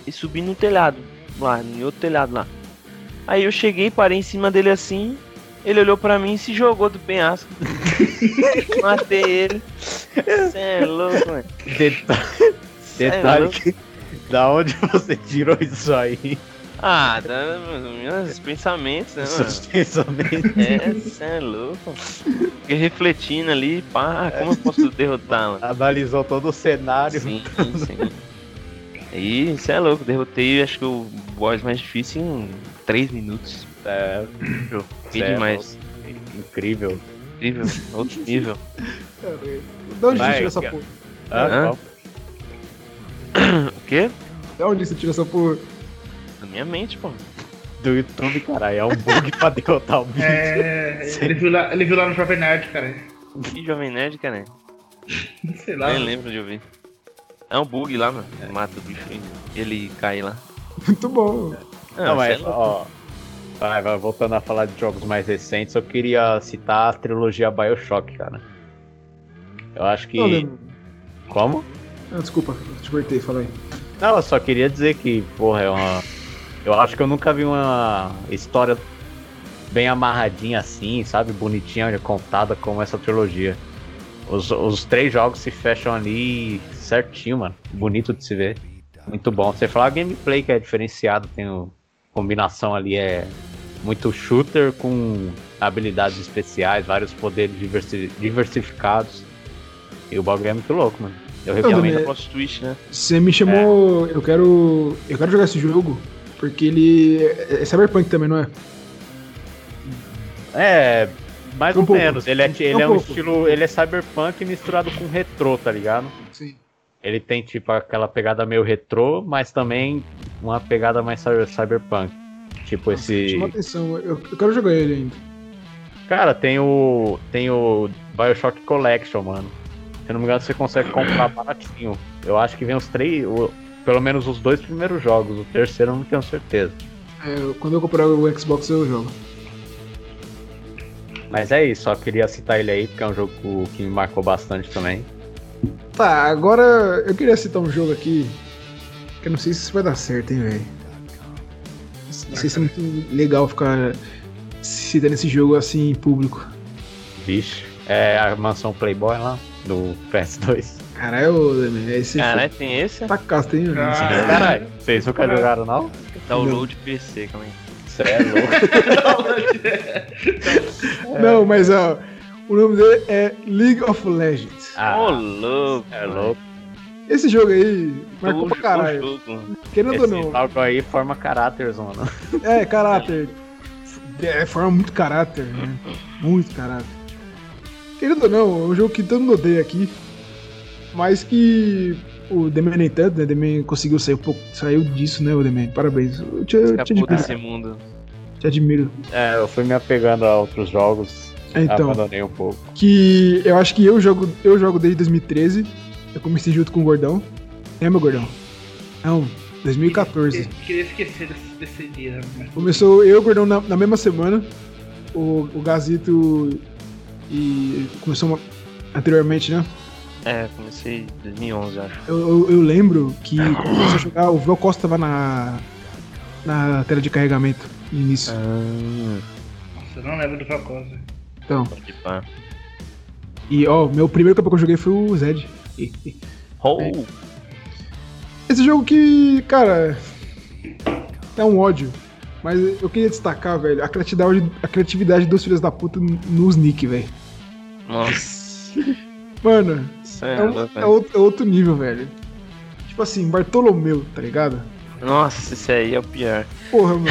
e subi num telhado. Lá, em outro telhado lá. Aí eu cheguei, parei em cima dele assim. Ele olhou pra mim e se jogou do penhasco. Matei ele. Você é louco, mano.
Deta-
Cê é
Detalhe
louco.
que- da onde você tirou isso aí?
Ah, dá, mano, meus pensamentos, né, mano?
Seus pensamentos.
É, você é louco. Fiquei refletindo ali, pá, como eu posso derrotar, mano?
Analisou todo o cenário.
Sim, sim. E você é louco, derrotei acho que o boss mais difícil em 3 minutos.
É, cê
Fiquei
é
demais.
louco. Incrível.
Incrível, outro nível.
Caralho. Da É, onde
Vai,
você tira essa
cara.
porra?
Ah,
Hã?
qual-
O quê?
Da onde você tira essa porra?
Na minha mente, pô.
Do YouTube, caralho. É um bug pra derrotar o bicho.
É, ele viu, lá, ele viu lá no Jovem Nerd, cara.
Que jovem nerd, cara.
Sei lá.
Nem lembro de ouvir. É um bug lá, mano. Mata o bicho e ele cai lá.
Muito bom.
Ah,
Não,
cê é
mas,
louco.
ó. Vai, vai, voltando a falar de jogos mais recentes, eu queria citar a trilogia Bioshock, cara. Eu acho que.
Não, lembro.
Como?
Ah, desculpa, te cortei, fala aí.
Não, eu só queria dizer que, porra, é uma. Eu acho que eu nunca vi uma história bem amarradinha assim, sabe? Bonitinha, contada como essa trilogia. Os, os três jogos se fecham ali certinho, mano. Bonito de se ver. Muito bom. Você fala a gameplay que é diferenciado, tem o- combinação ali, é muito shooter com habilidades especiais, vários poderes diversi- diversificados. E o bagulho é muito louco, mano. Eu
Não,
recomendo.
Daniel,
plot twist, né?
Você me chamou.
É.
Eu quero. Eu quero jogar esse jogo. Porque ele. É é Cyberpunk também, não é?
É, mais
Um
ou
pouco.
menos. Ele é, ti- ele
Um
é um
pouco.
estilo. Ele é cyberpunk misturado com retrô, tá ligado?
Sim.
Ele tem, tipo, aquela pegada meio retrô, mas também uma pegada mais cy- cyberpunk. Tipo, esse.
Chamou atenção, eu, eu quero jogar ele ainda.
Cara, tem o. Tem o Bioshock Collection, mano. Se eu não me engano, você consegue comprar baratinho. Eu acho que vem os três. o- pelo menos os dois primeiros jogos. O terceiro eu não tenho certeza.
É, eu- quando eu comprar o Xbox eu jogo.
Mas é isso, só queria citar ele aí, porque é um jogo que me marcou bastante também.
Tá, agora eu queria citar um jogo aqui. Que eu não sei se isso vai dar certo, hein, velho. Não sei se é muito legal ficar citando esse jogo assim em público.
Vixe. É a mansão Playboy lá, do PS2.
Caralho, Demi, é esse
Caralho, Ah, né? tem esse?
fracasso, hein, velho?
Ah.
Caralho, vocês nunca
Caralho.
jogaram, não?
Download PC, calma aí.
Você é louco.
Não, mas ó, o nome dele é League of Legends.
Ah,
Ô, louco.
é louco.
Esse jogo aí marcou
O
pra
jo-
caralho.
o jogo.
Querendo ou
Esse
não.
logo aí forma caráter, mano.
É, caráter. É, forma muito caráter, né? Muito caráter. Querendo ou não, é um jogo que todo mundo odeia aqui. Mas que o Demen nem tanto, né? Demen conseguiu sair um pouco. Saiu disso, né, o Demen? Parabéns. Eu te, eu te
Escapou
admiro.
desse mundo.
Te admiro.
É, eu fui me apegando a outros jogos,
Então,
abandonei um pouco.
que eu acho que eu jogo, eu jogo desde 2013. Eu comecei junto com o Gordão. É, meu Gordão? Não, 2014.
Eu Queria esquecer desse, desse dia, né?
Começou eu e o Gordão na, na mesma semana. O, o Gazito e começou uma- anteriormente, né?
É, comecei em 2011, acho.
Eu, eu- eu lembro que quando eu comecei a jogar, o Vel Costa tava na, na tela de carregamento no início.
Ah,
Nossa, eu não lembro do Falcosa.
Então,
Pode pá.
E, ó, meu primeiro Capcom que eu joguei foi o Zed.
Oh,
É. Esse jogo que, cara, é um ódio. Mas eu queria destacar, velho, a criatividade, a criatividade dos filhos da puta nos Nick, velho.
nossa.
Mano,
Isso é
é, um- é
louco.
outro, é outro nível, velho. Tipo assim, Bartolomeu, tá ligado?
Nossa, esse aí é o pior.
Porra, mano.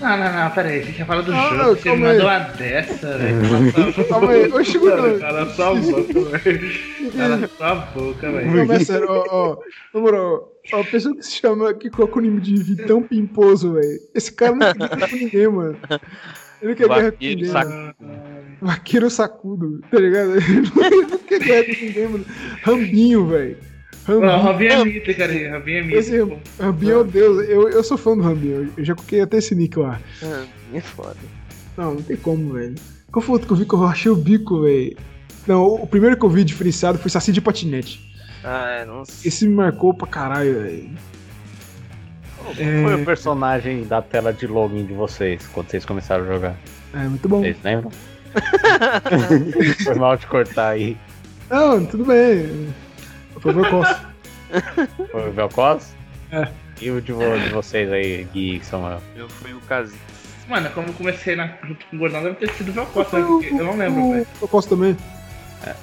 Não, não, não, pera aí, você já falou do
Ah,
jogo, você me
calma aí.
mandou uma dessa, velho.
Calma aí, ô, Chico, não.
Cala sua boca, velho. Cala sua boca, velho.
Não, mas é sério, ó, ó. Na moral, ó, a pessoa que se chama, que coloca o nome de Vitão Pimposo, velho. Esse cara não quer guerra com ninguém, mano. Ele não quer guerra com
Vaqueiro
ninguém.
sac-
mano. Vaqueiro sacudo, tá ligado? Ele não- ele não quer guerra com ninguém, mano. Rambinho, velho.
Não,
Rambinho.
Rabinho é mito, cara, Rabinho é
Esse
mito.
Rambinho, meu Deus, eu, eu sou fã do Rambinho. Eu já coloquei até esse nick lá.
Ah, É foda.
Não, não tem como, velho. Qual foi o outro que eu vi que eu achei o bico, velho? Não, o o primeiro que eu vi diferenciado foi Saci de Patinete.
Ah, nossa.
Esse me marcou pra caralho, velho.
Oh,
É.
Foi o personagem da tela de login de vocês quando vocês começaram a jogar.
É, muito bom.
Vocês lembram? Foi mal de cortar aí.
Não, tudo bem. Foi meu costo.
Foi o Velcos?
É.
E o de, vo- de vocês aí, Gui e Samuel?
Eu fui o caso.
Mano, como eu comecei na junto com o Gordão, deve ter sido o Velcosta, né? Porque eu não lembro, velho.
Meu costo também. É.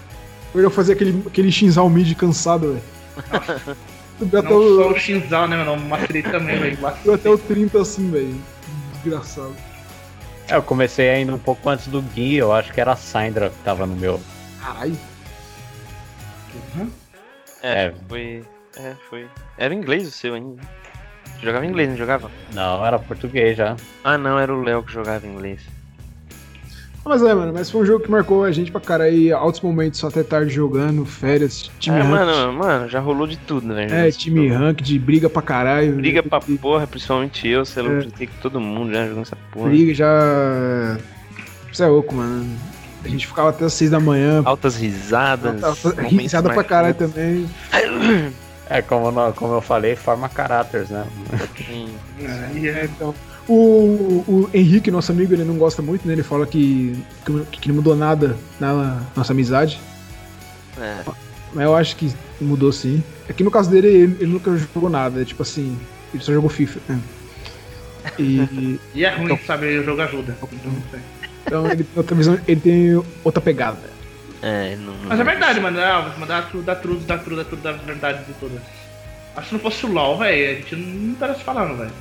Eu ia fazer aquele, aquele Shinzal mid cansado, velho. Eu dei
Não
até o-
só o Shinzal, né, mano? Uma treta também, velho.
eu dei até o 30 assim, velho. Desgraçado.
É, Eu comecei ainda um pouco antes do Gui, eu acho que era a Sandra que tava no meu.
Caralho.
É,
É.
foi. É, foi. Era inglês o seu ainda. Jogava inglês, não jogava?
Não, era português já.
Ah, não, era o Léo que jogava inglês.
Mas é, mano, mas foi um jogo que marcou a gente pra cara aí, altos momentos, só até tarde jogando, férias, time
Ah,
rank.
mano, mano, já rolou de tudo, né?
É,
Esse
time
jogo.
rank de briga pra caralho.
Briga
né?
pra porra, principalmente eu, sei lá,
É.
eu tentei com todo mundo já jogando essa porra.
Briga já. Isso é louco, mano. A gente ficava até as 6 da manhã.
Altas risadas. momentos
Risada pra caralho também.
É, como, nó- como eu falei, forma caráteres, né?
marcantes.
É, então. O, o Henrique, nosso amigo, ele não gosta muito, né? Ele fala que, que, que não mudou nada na nossa amizade.
É.
Mas eu acho que mudou sim. É que no caso dele, ele, ele nunca jogou nada. é Tipo assim, ele só jogou FIFA. né? E,
E é ruim, sabe? O jogo ajuda. Não sei.
então ele tem outra visão, ele tem outra pegada.
É, não.
Mas é verdade, mano. Ah, vou mandar tudo, dar tudo, dar tudo, dar tudo, dar verdade de tudo. Acho que não fosse o LOL, velho, a gente não estaria se falando, velho.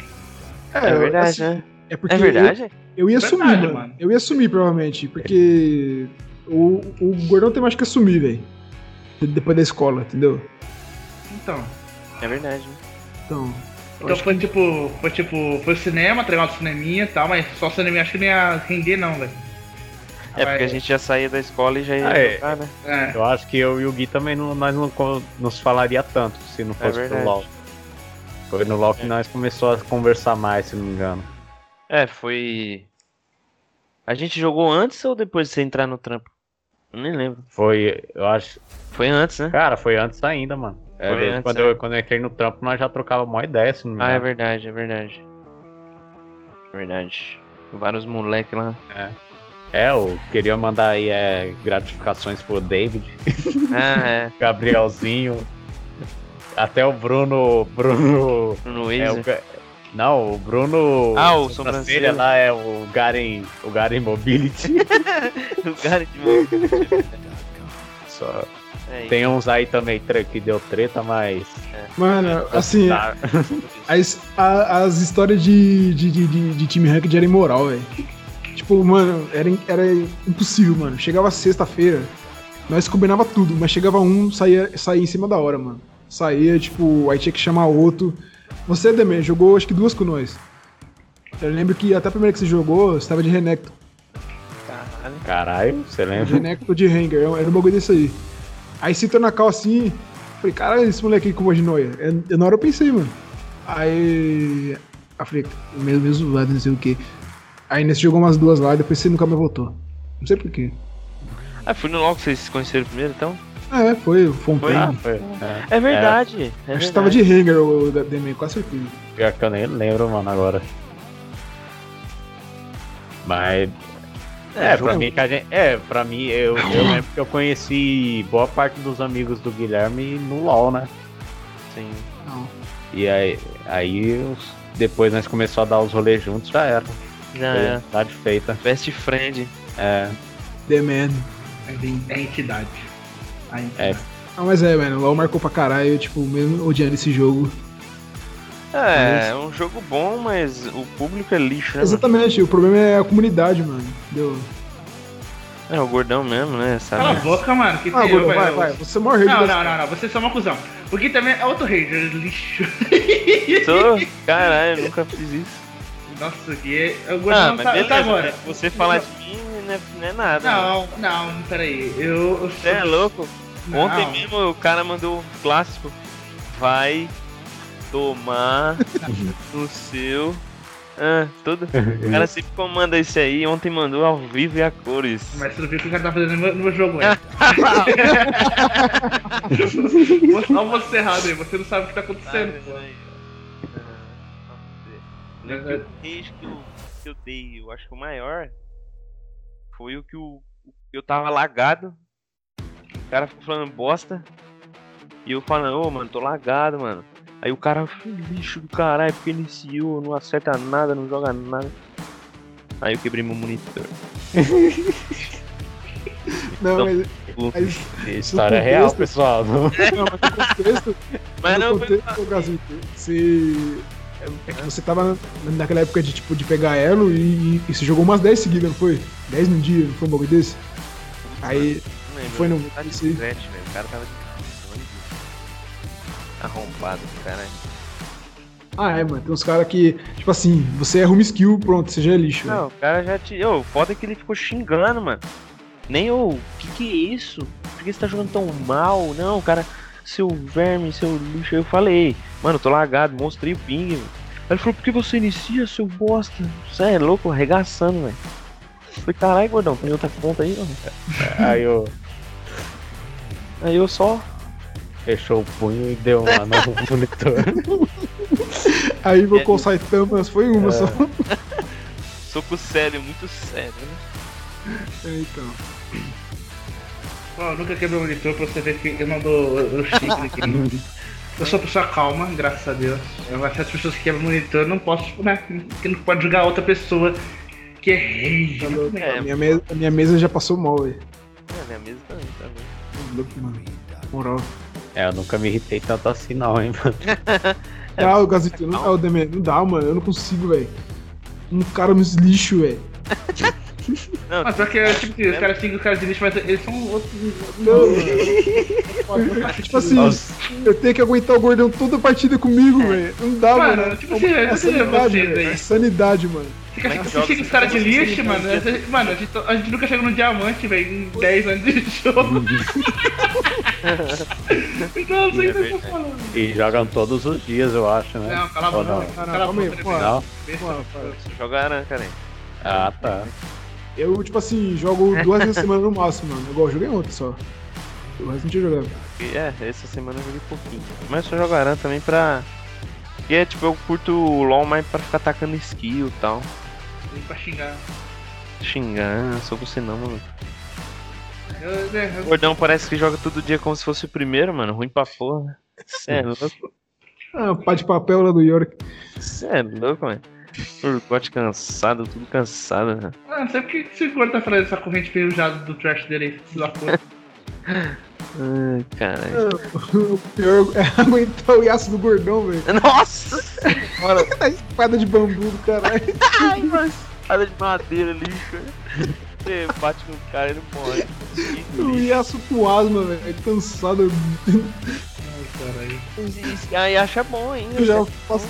É verdade,
assim,
né?
É, porque
É verdade?
Eu, eu ia
É
sumir,
verdade,
mano.
mano.
Eu ia sumir, provavelmente. Porque o, o gordão tem mais que assumir, velho. De- Depois da escola, entendeu?
Então.
É verdade. né?
Então. eu
Então
acho
foi tipo. Foi tipo. Foi o cinema, treinar o cineminha e tal, mas só o cineminha acho que não ia render não, velho.
É porque a
Mas-
gente já saía da escola e já ia
Ah, é.
jogar, né?
Ah, É.
Eu acho que eu e o Gui também não, nós não co- nos falaria tanto se não fosse pro
É verdade.
LoL. Foi no LoL que nós começou a conversar mais, se não me engano.
É, foi. A gente jogou antes ou depois de você entrar no trampo? Eu Nem lembro.
Foi, eu acho.
Foi antes, né?
Cara, foi antes ainda, mano. É,
Foi
desde
antes,
quando,
é.
eu, quando eu entrei no trampo, nós já trocava uma ideia, se não me
Ah, é
engano.
verdade, é verdade. É Verdade. Vários moleques lá.
é, eu queria mandar aí é, gratificações pro David,
Ah, é.
Gabrielzinho, até o Bruno. Bruno.
No
É, o
Waze.
Ga- não, o Bruno.
Ah, o sobrancelha.
lá é o Garen. O Garen Mobility.
O cara de novo.
Só-
É,
Tem uns aí também tre- que deu treta, mas.
É.
que- Mano, assim,
Tá.
é
as, a- as histórias de, de, de, de, de time ranked eram imoral, velho. Tipo, mano, era, in- era impossível, mano. Chegava sexta-feira, nós combinava tudo, mas chegava um, saía, saía em cima da hora, mano. Saía, tipo, aí tinha que chamar outro. Você, Demer, jogou acho que duas com nós. Eu lembro que até a primeira que você jogou, você tava de Renekton.
Caralho.
Caralho, você lembra?
Renekton de Hanger, era um bagulho desse aí. Aí se na cal assim, falei, caralho, esse moleque aí com voz de noia. É, Eu- eu- na hora eu pensei, mano. Aí. Aí falei, meu Deus, zoado, não sei o quê. Aí nesse jogou umas duas lá, depois você nunca mais voltou. Não sei porquê.
Ah, foi no LOL que vocês se conheceram primeiro, então?
É, foi, foi um
Foi?
tempo.
Ah, foi. é.
É verdade. É,
Acho
verdade.
que tava de Hanger o Demi, com certeza.
Pior que eu nem lembro, mano, agora. Mas. É, pra
jogo-
mim, que a gente- é, pra mim eu, eu lembro que eu conheci boa parte dos amigos do Guilherme no LoL, né?
Sim.
Não.
E aí, aí os- depois nós começamos a dar os rolês juntos, já era.
Já
Foi
é.
amizade feita.
Best friend.
É,
The Man.
Mas em- É a entidade. A
É,
entidade.
Ah, mas é, mano, o LoL marcou pra caralho, tipo, mesmo odiando esse jogo.
É, é um jogo bom, mas o público é lixo, né? mano?
Exatamente, o problema é a comunidade, mano. Deu.
É o gordão mesmo, né?
Cala a
Sabe?
boca, mano. Que
Ah,
tem eu,
Gordo, vai,
eu-
vai, você morre
Não, não, não, não. Você é só uma cuzão. O Gui também é outro rei, lixo.
Tô- Caralho, nunca fiz isso.
Nossa, o Gui é. O Gordo
Ah,
não
mas
tá,
beleza.
tá agora.
né? Você falar de mim não é, não é nada. mano.
Não, não, peraí. Eu. eu
Você é louco?
Não.
Ontem mesmo o cara mandou um clássico. Vai tomar no seu. Ah, todo. O cara sempre comanda esse aí. Ontem mandou ao vivo e a cores.
Mas você não viu o que o cara tá fazendo no meu, no meu jogo,
É.
velho. Olha você errado aí, você não sabe o que tá acontecendo. pô.
Ah, O risco que eu, que eu dei, eu acho que o maior, foi o que o, o- eu tava lagado. O cara ficou falando bosta. E eu falando, ô mano, tô lagado, mano. Aí o cara, "Que lixo do caralho, porque iniciou, não acerta nada, não joga nada. Aí eu quebrei meu monitor.
Não,
Não.
mas, mas
história
No contexto-
real, pessoal.
Não, mas no contexto,
Mas
no
Ah, não, foi
contexto do Brasil, se é que você tava na- naquela época de tipo de pegar elo e, e você jogou umas 10 seguidas, não foi? 10 num dia, não foi um bagulho desse? Aí
Não lembro,
Foi no-
ele Tá de
esse-
frente, velho. O cara tava de olha isso. Arrombado, cara.
Ah, é, mano. Tem uns caras que, tipo assim, você erra uma skill, pronto, você já é lixo. velho.
Não, o cara já te. Ô, foda é que ele ficou xingando, mano. Nem ô, o que que é isso? Por que você tá jogando tão mal? Não, cara, seu verme, seu lixo. Aí Eu falei, mano, eu tô lagado, mostrei o ping. velho. Aí ele falou, por que você inicia, seu bosta? Você é louco, arregaçando, velho. Eu Falei, caralho, gordão, tem outra conta aí, ó.
aí eu
Aí eu só.
fechou o punho e deu uma no monitor.
Aí
É.
invocou o Saitama, foi uma só.
Soco sério, muito sério, né?
É, então.
Ó, eu nunca quebrei o monitor pra você ver que eu não dou eu- eu chifre aqui. Eu sou uma pessoa calma, graças a Deus. Eu acho que as pessoas que quebram o monitor não posso, né? Que não pode julgar outra pessoa que é rei.
Tá louco.
É.
a, minha mesa, a minha mesa já passou mal, velho.
É, minha mesa também, tá vendo?
Tá louco, mano. Moral.
É, eu nunca me irritei tanto assim, não, hein, mano.
É,
ah, o Gazito, não,
não.
ah, o Demen, não dá, mano. Eu não consigo, velho. Um cara nos lixo, velho.
Não,
Mas só que é tipo assim, os caras xingam os caras de lixo, mas eles são outros.
tipo assim, eu tenho que aguentar o gordão toda a partida comigo, velho. Não dá,
Mano,
mano.
tipo assim, eu
é
não sei
sanidade,
vocês
velho.
aí.
É sanidade, mano.
Fica,
Mas
você
joga-
xinga os caras de
você
lixo,
xinga,
mano.
né?
a gente- Mano, a gente, a gente nunca chega no diamante, velho, em 10 anos de jogo. então eu sei o que eu tô falando.
E jogam todos os dias, eu acho, né?
Não, cala a
Ou
boca,
não?
velho,
Não, não,
cala a
calma aí,
boca.
pô.
né,
Não?
besta.
Mano, cara,
jogaram, né, cara.
Ah, tá.
Eu, tipo assim, jogo duas vezes por semana no máximo, mano. Igual eu joguei ontem só. O resto não tinha jogado.
E, É, essa semana eu joguei pouquinho. Mas eu só jogarã também pra. Porque é tipo, eu curto o LOL mais pra ficar atacando skill e tal.
Vem pra xingar.
Xingando, sou você não, mano.
Eu, né,
O
eu-
gordão parece que joga todo dia como se fosse o primeiro, mano. Ruim pra porra. Cê é louco,
Ah, pá de papel lá do York.
cê é louco, mano. Urgote cansado, tudo cansado, né?
Ah, não sei porque que o Gordo tá falando essa corrente perujada do trash dele aí, se lá for.
Ai, caralho.
O pior é aguentar o iaço do gordão, velho.
Nossa! Bora,
A espada de bambu do caralho.
ai, mano. Cara de madeira, lixo. né? Você bate no cara, ele morre. Que
O
lixo.
iaço com asma, velho. É Cansado.
Ai, caralho.
E aí acha bom ainda.
Eu já
cara.
faço.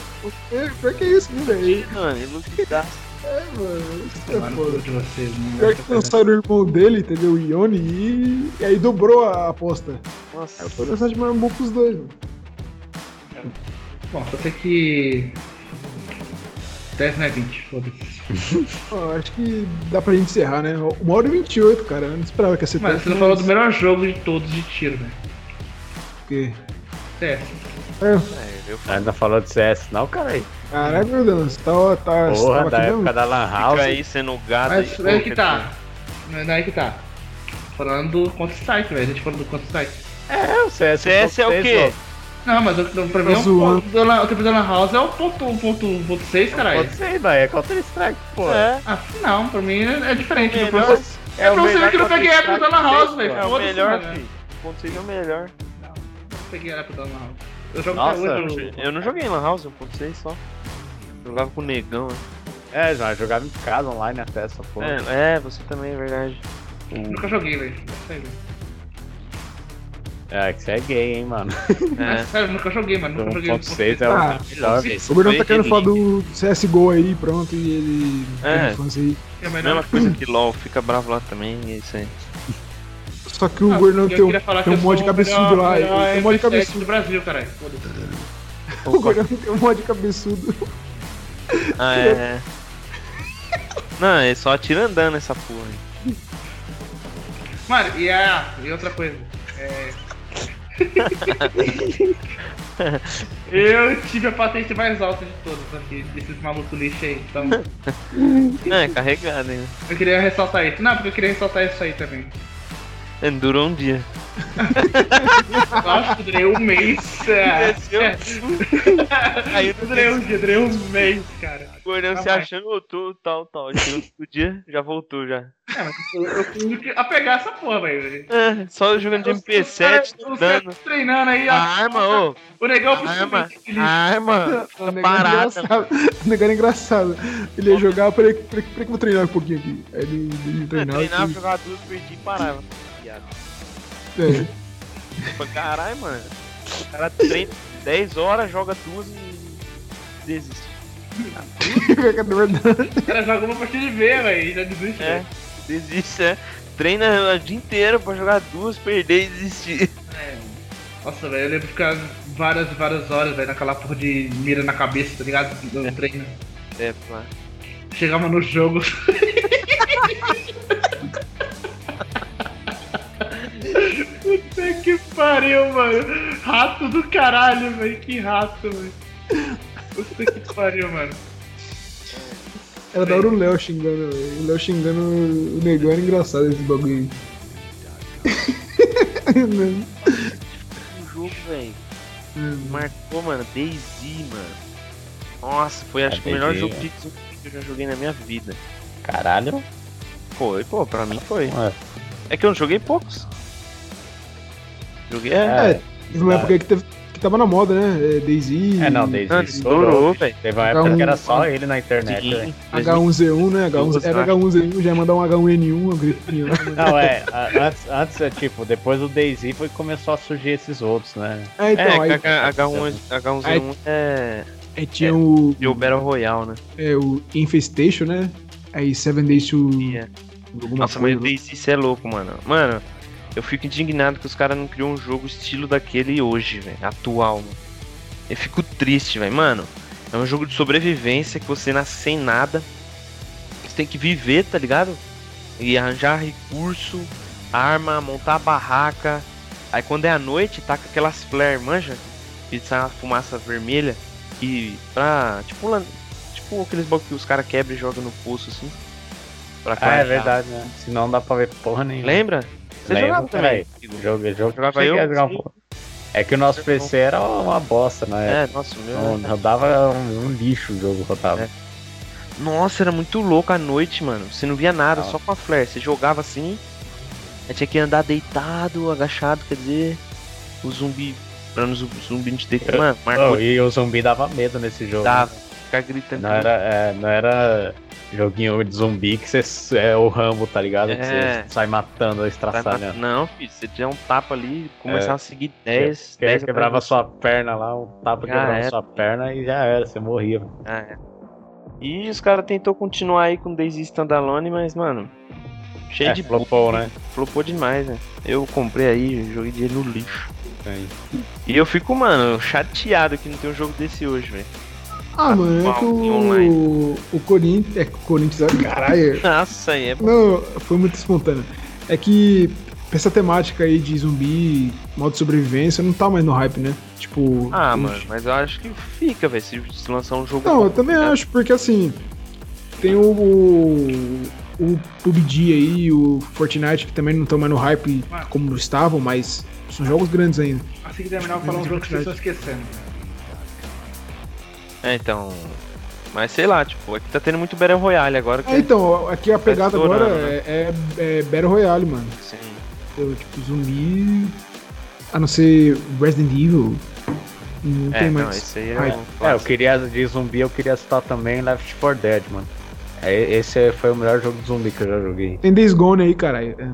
É, pior que é isso, né, velho?
Mano, ele não te dá
É, mano. Isso
Tomar
é
no
foda.
cu de vocês, né?
Pior que lançaram o irmão dele, entendeu? O Ione, e, e aí dobrou a aposta.
Nossa,
Aí foi lançar de marmão pros dois, mano.
Bom, só sei que. 10 não é 20, foda-se.
Ó, acho que dá pra gente encerrar, né? Uma hora e 28, cara. Eu não esperava que ia ser
Mano,
tanto,
você não falou do melhor jogo de todos de tiro, né?
porque-
velho. CS.
É,
velho. Eu fico
Ainda falou de CS, não, cara aí.
Caraca, meu Deus. Tá, tá, você
Porra,
tava
da
aqui mesmo?
época da Lan House.
aí sendo um o gato.
Mas
e-
é que tá. Não não é aí que tá. Falando do Counter-Strike, velho. A gente falou do Counter-Strike.
É, o CS,
CS é o quê?
Não, mas o que pra mim é um
zoando.
ponto. da lan- O tempo da Lan House é o ponto, o ponto, o ponto 6, caralho.
Pode ser, não, é Counter-Strike, pô. É,
Ah, não, pra mim é, é diferente.
Melhor-
Pra você- É, pra você ver que eu não peguei a época da Lan House, velho.
assim, É o
Foda-se,
melhor,
mano.
filho. Ponto é o melhor.
Não peguei a época da Lan House. Eu jogo
Nossa,
até hoje. eu-
Eu não joguei em Lan House, 1.6 só. Jogava com o negão. né?
é já jogava em casa online até essa porra.
É, é, você também, é verdade.
Nunca joguei, velho. É sério.
É, que você é gay, hein, mano.
É.
Sério, eu nunca joguei, mano. Nunca joguei.
1.6 é o
Ah,
melhor.
sim.
velho.
O Bruno tá
Foi
querendo
relíquia.
falar do CSGO aí, pronto, e ele.
É.
ele faz aí.
É melhor.
né?
Mesma coisa que LOL, fica bravo lá também, é isso aí.
Só que o
Ah,
Gordo
eu
tem, um-
queria falar
tem um
que eu
mod
sou o
cabeçudo
melhor-
lá. ele
melhor
Tem um mod
M7
cabeçudo.
do Brasil, caralho. Foda-se.
O Gordo tem um mod cabeçudo.
Ah, é. é. Não, é só atira andando essa porra. aí.
Mano, e, a, e outra coisa. É... eu tive a patente mais alta de todas aqui, desses malucos lixo aí. Então,
Não, é carregado ainda.
eu queria ressaltar isso. Não, porque eu queria ressaltar isso aí também.
É, Durou um dia.
Eu acho que durei um mês.
Ah.
É.
Aí eu
durei um dia, durei um mês, cara.
O Gordão se
Vai.
achando, voltou, tal, tal. Tirou o dia, já voltou já.
É, mas eu, eu fui a pegar essa porra, velho.
É, só jogando de
Os- os caras-
MP7,
os caras
dando.
treinando aí, ó.
A arma, ô.
O negão
A arma,
principalmente. ele-
a arma.
O negócio é
parado.
engraçado. O negócio é engraçado. Ele ia jogar, peraí, peraí, peraí que eu vou treinar um pouquinho aqui. Aí ele, ele treinava.
Treinava,
assim,
jogava duas, perdia e parava. Viado.
é.
Falei, Caralho, mano. O cara treina 10 horas, joga duas e desiste.
É verdade.
O cara joga uma partida de ver, velho. e Já desiste,
É,
velho.
desiste, é. Treina o dia inteiro pra jogar duas, perder e desistir.
É. Nossa, velho, eu lembro de ficar várias, várias horas, velho, naquela porra de mira na cabeça, tá ligado? No treino.
É, pá.
Chegava no jogo. Puta que pariu, mano. Rato do caralho, velho. Que rato, velho. Puta que pariu, mano.
Era da hora o Léo xingando. O Léo xingando o negão era engraçado esse bagulho aí. Não.
Um jogo, velho.
Hum.
Marcou, mano. Daisy, mano. Nossa, foi acho
É,
que o melhor
DayZ,
jogo
é.
de zumbi que eu já joguei na minha vida.
Caralho.
Foi, pô, pra mim foi.
Ué.
É que eu joguei poucos. Joguei. É,
É, teve uma época que, teve, que tava na moda, né? É, Daisy.
É, né, não, desde
antes estourou, velho.
Teve uma época
H1
que era só ele na internet,
Sim,
velho.
2000.
H1Z1, né? H1, era H1Z1, já ia mandar um H1N1, um grifinho lá. né?
Não, é, a- antes, antes, é, tipo, depois do DayZ foi que começou a surgir esses outros, né?
É, então,
é,
aí,
H1, H1Z1 é.
aí tinha o,
E o Battle Royale, né?
é, o Infestation, né? Aí Seven Days to
É.
alguma
Nossa, mas
coisa.
o Daisy, isso é louco, mano. Mano, eu fico indignado que os caras não criam um jogo estilo daquele hoje, velho. Atual, mano. Eu fico triste, velho. Mano, é um jogo de sobrevivência que você nasce sem nada. Você tem que viver, tá ligado? E arranjar recurso, arma, montar barraca. Aí quando é à noite, taca aquelas flare, manja? Que sai uma fumaça vermelha. Que pra. Tipo, lan- tipo aqueles bagulho que os caras quebram e jogam no poço assim. Pra
Ah, é
clarear.
verdade, né? Senão não dá pra ver porra nenhuma.
Lembra? Você
Lembro,
jogava também.
peraí. Jogo, é jogo.
Jogava
cheguei
eu,
a jogar um
sim.
pouco. É que o nosso
Eu
PC era uma bosta, né?
É, nossa, o meu.
Não, rodava um, um lixo o jogo rodava.
É. Nossa, era muito louco a noite, mano. Você não via nada,
Não.
só com a flare. Você jogava assim, aí tinha que andar deitado, agachado, quer dizer, o zumbi. Pra não zumbi, zumbi não te deitar. Mano,
Oh,
marcou
e o zumbi dava medo nesse jogo.
dava,
né?
ficar gritando.
Não era, é, não era joguinho de zumbi que você é o Rambo, tá ligado? Que
É.
você sai matando,
Tá-
estraçalhando.
Não, filho, você tinha um tapa ali, começava a seguir 10,
Que aí
10
É. quebrava
atrás
sua perna lá, um tapa
Já
quebrava
era.
sua perna e já era, você morria.
do- Ah, é. E os caras tentou continuar aí com Daisy Standalone, mas, mano, cheio
É,
de bug,
flopou, né?
flopou demais, né? Eu comprei aí, joguei dinheiro no lixo. É,
É,
E eu fico, mano, chateado que não tem um jogo desse hoje, velho.
Ah, mano, é que o,
online.
o Corinthians. É, que o Corinthians, ó, caralho.
Nossa, aí é.
Não, foi muito espontâneo. É que essa temática aí de zumbi, modo de sobrevivência, não tá mais no hype, né? Tipo.
Ah,
os-
mano, mas eu acho que fica, velho, se se lançar um jogo.
Não, eu
bom,
também
né?
acho, porque assim. Tem o. o- o PUBG aí, o Fortnite, que também não estão mais no hype
Ah.
como estavam, mas são jogos grandes ainda.
Assim que terminar, eu vou falar um jogo que vocês estão esquecendo.
É, então. Mas sei lá, tipo, aqui tá tendo muito Battle Royale agora. Que
É, então, ó, aqui a pegada agora
Tá estourando, né?
é, é- é Battle Royale, mano.
assim,
Eu, tipo, zumbi. A não ser Resident Evil. Não
é,
tem
não,
mais.
esse aí é
hype.
um
É, eu
clássico.
queria de zumbi, eu queria citar também Left 4 Dead, mano. É, Esse foi o melhor jogo de zumbi que eu já joguei.
Tem Days Gone aí, caralho. É.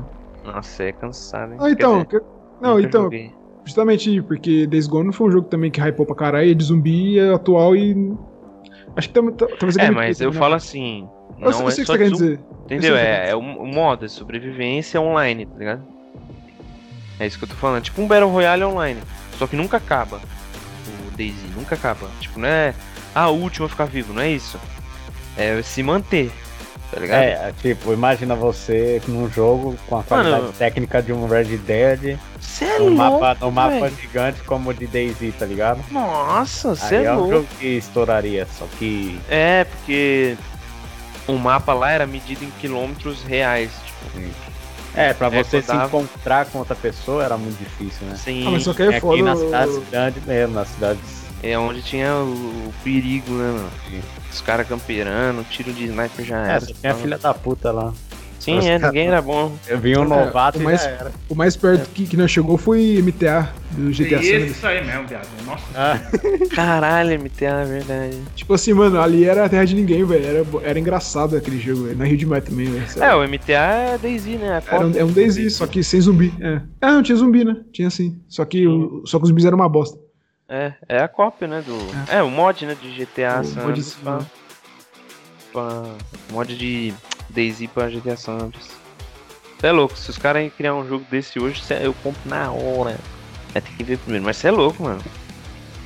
Nossa, é cansado, hein?
Ah, então.
Quer dizer,
que- Não,
nunca
então,
joguei.
justamente porque Days Gone foi um jogo também que hypou pra caralho, é de zumbi, é atual e. Acho que tam, tam, talvez
É,
aquele-
mas eu
né?
falo assim.
Eu
Não
sei- eu
é
sei o que
só
você quer
zumbi,
dizer.
Entendeu?
Esse é o
É, é um um modo, é sobrevivência online, tá ligado? É isso que eu tô falando. Tipo um Battle Royale online. Só que nunca acaba. O Daisy nunca acaba. Tipo, não é. Ah, o último a ficar vivo, não é isso. É se manter. Tá ligado?
É, tipo, imagina você num jogo com a qualidade
Mano.
técnica de um Red Dead,
Você é
num
louco.
um mapa, num mapa
velho.
gigante como o de DayZ, tá ligado?
Nossa, você
Aí
é
é um
louco.
jogo que estouraria, só que.
É, porque o mapa lá era medido em quilômetros reais. Tipo,
É, pra
É,
você se
rodava.
encontrar com outra pessoa era muito difícil, né?
sem.
Ah, mas só que
É
é
aqui
foda.
nas nas
o-
cidades mesmo, nas cidades.
É onde tinha o, o perigo, né, mano?
Sim.
Os caras camperando, tiro de sniper já
É,
era.
só tinha a filha da puta lá.
Sim, é, ninguém
tá-
era bom.
Eu vi um
É,
novato
o
e
mais-
já era.
O mais perto que, que nós chegou foi MTA do
E
GTA San Andreas.
É esse aí mesmo, viado. Nossa,
Ah,
Caralho, MTA, é verdade.
Tipo assim, mano, ali era a terra de ninguém, velho. Era, bo- era engraçado aquele jogo, velho. Na Rio de Maio também, velho.
É,
sério.
o MTA é Daisy, né? A
Então. Era um,
cópia
é um
do
DayZ, só que sem zumbi. É. Ah, não tinha zumbi, né? Tinha sim. Só que, o- só que os zumbis eram uma bosta.
É, é a cópia, né? Do... É. o mod, né? De GTA
O
San
mod
Andreas
sim,
pra...
né?
pra- Mod de Daisy pra GTA San Andreas. Cê é louco, se os caras criar um jogo desse hoje, cê- eu compro na hora. É, tem que ver primeiro, mas você é louco, mano.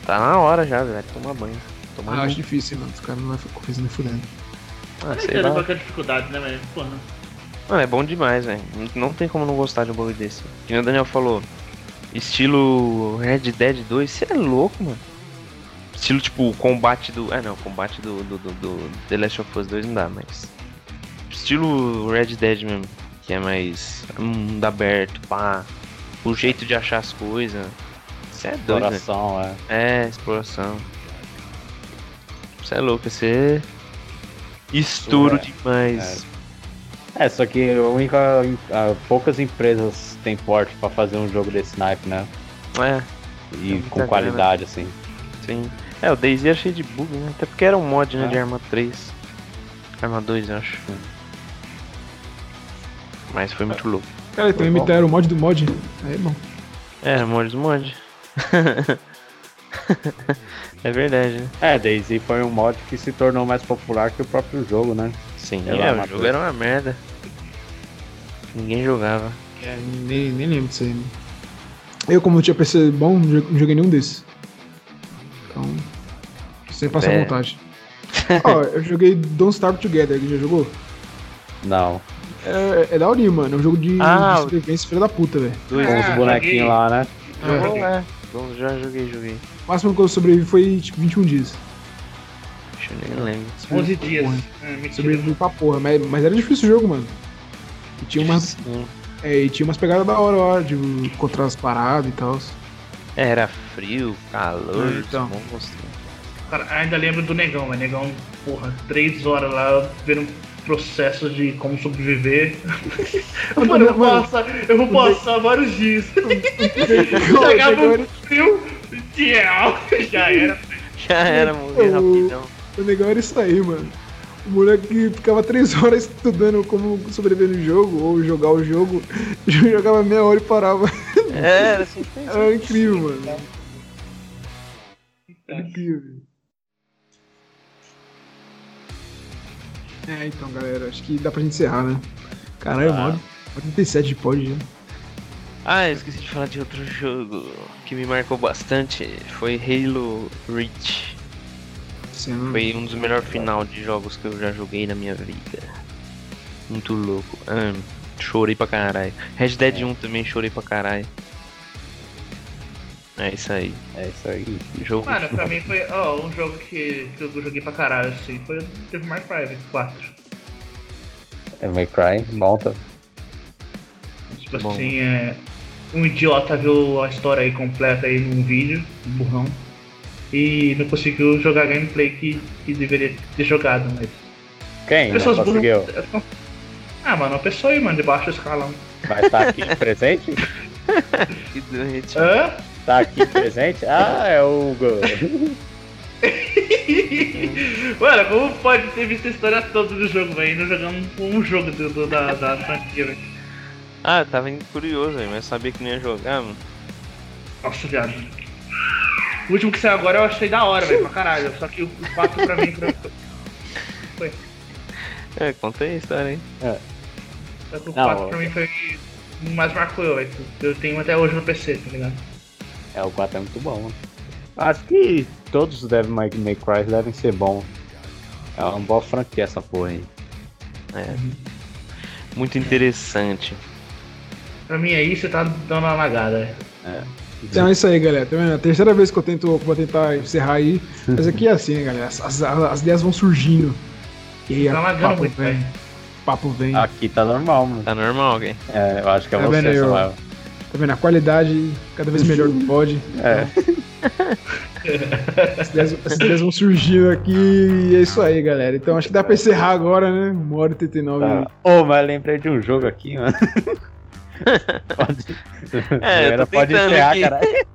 Tá na hora já, velho. Tomar banho. Tomar
Ah, eu
banho.
acho difícil, mano. Os caras não vão fazer nem fudendo.
Ah, sei
entendo
lá.
qualquer dificuldade, né, velho? Porra.
Mano, é bom demais, velho. Não tem como não gostar de um bagulho desse. Que nem o Daniel falou. Estilo Red Dead 2, você é louco, mano. Estilo tipo o combate do. Ah não, o combate do, do, do, do The Last of Us 2 não dá, mas. Estilo Red Dead mesmo, que é mais mundo aberto, pá. O jeito de achar as coisas. Você é doido, né?
coração, é.
É, exploração. Você é louco, você. Estouro
É,
demais.
É, só que a única, a- poucas empresas têm porte pra fazer um jogo desse naipe, né?
é.
E
É muita
com qualidade, assim.
Sim. É, o Daisy era cheio de bug, né? Até porque era um mod, né?
É.
De Arma 3. Arma 2, eu acho. Mas foi muito louco.
Cara, então
Foi bom.
MTA era o mod do mod. Aí é bom.
É, era mod do mod. é verdade, né?
É, Daisy foi um mod que se tornou mais popular que o próprio jogo, né?
Sim,
Era
é,
Arma
o jogo
3.
era uma merda. Ninguém jogava.
É, nem, nem lembro disso aí, né? Eu, como não tinha PC bom, não jo- não joguei nenhum desses. Então. Sem passar
É.
vontade. Ó, eu joguei Don't Starve Together, que já jogou?
Não.
É, é da Ori, mano. É um jogo de,
Ah,
de sobrevivência, filha da puta, velho.
Dois.
Com
Ah,
os bonequinhos
joguei.
lá, né?
Jogou,
É.
é. Bom, já joguei, joguei.
O máximo que eu sobrevivi foi, tipo, 21 dias.
Deixa eu nem lembro.
11
Foi
dias.
bom, hein?
Ah, mentira.
Sobrevivi pra porra, mas, mas era difícil o jogo, mano. E tinha, umas,
Sim.
é, e tinha umas pegadas da hora, ó, de encontrar as paradas e tal.
É, Era frio, calor,
É, então.
bom gostinho.
Cara, ainda lembro do Negão, mas Negão, porra, três horas lá vendo um processo de como sobreviver. Mano, eu vou
Mano,
passar, eu vou passar vários dias. Chegava um frio, tchau, já era.
Já era, morri
Eu-
rapidão.
O negócio era isso aí, mano. O moleque ficava três horas estudando como sobreviver no jogo, ou jogar o jogo, jogava meia hora e parava.
É, era assim que pensava.
Era incrível, mano. Era incrível. É, então, galera, acho que dá pra gente encerrar, né? Caralho,
Tá.
mano. 47 de pod né? já.
Ah, eu esqueci de falar de outro jogo que me marcou bastante. Foi Halo Reach.
Você não-
Foi um dos melhores final de jogos que eu já joguei na minha vida. Muito louco. Ah, chorei pra caralho. Red Dead 1 também chorei pra caralho. É isso aí.
É isso aí.
Jogo.
Mano, pra mim foi, ó, um jogo que, que eu joguei pra caralho, assim, foi o Devil May Cry 4.
Devil É May Cry, volta.
Tipo
Bom.
assim, é, um idiota viu a história aí completa aí num vídeo, um burrão, e não conseguiu jogar gameplay que, que deveria ter jogado, mas.
Quem não
Pessoas burras-
conseguiu?
Ah, mano, a pessoa aí, mano, de baixo escalão.
Vai estar tá aqui presente?
Que doente.
Hã?
Tá aqui presente? Ah, é o Hugo.
mano, como pode ter visto a história toda do jogo, velho? e Não jogamos um jogo do, do- da, da franquia, velho.
Ah, eu tava curioso, velho, mas sabia que não ia jogar, mano.
Nossa, viado. O último que saiu agora eu achei da hora, velho, pra caralho. Só que o 4 pra mim. Pra... Foi.
É, conta aí a história, hein?
Só que o
Não,
4 pra mim foi. o Mais marcou eu, velho. Eu tenho até hoje no PC, tá ligado?
É, o 4 é muito bom. né? Acho que todos os Devil May May Cry devem ser bons. É uma boa franquia essa porra aí.
Muito interessante.
Pra mim aí você tá dando uma lagada, velho. Tá
Então é isso aí, galera. Tá vendo? É a terceira vez que eu tento, vou tentar encerrar aí. Mas aqui é assim, né, galera? As, as, as ideias vão surgindo. E aí,
é
Tá
o
lagando
papo
muito,
vem.
velho.
Papo vem.
Ah.
Aqui tá normal, mano.
Tá normal, alguém?
É, eu acho que é
Tá vendo
você,
aí, ó?
Samuel.
Tá vendo? A qualidade cada vez melhor do pod.
É,
As ideias, as ideias vão surgindo aqui e é isso aí, galera. Então acho que dá pra encerrar agora, né? Uma hora e 39.
tá. Ô, mas eu lembrei de um jogo aqui, mano. Pode...
É, eu tô
Era, pode
tentando
encerrar,
aqui.
caralho.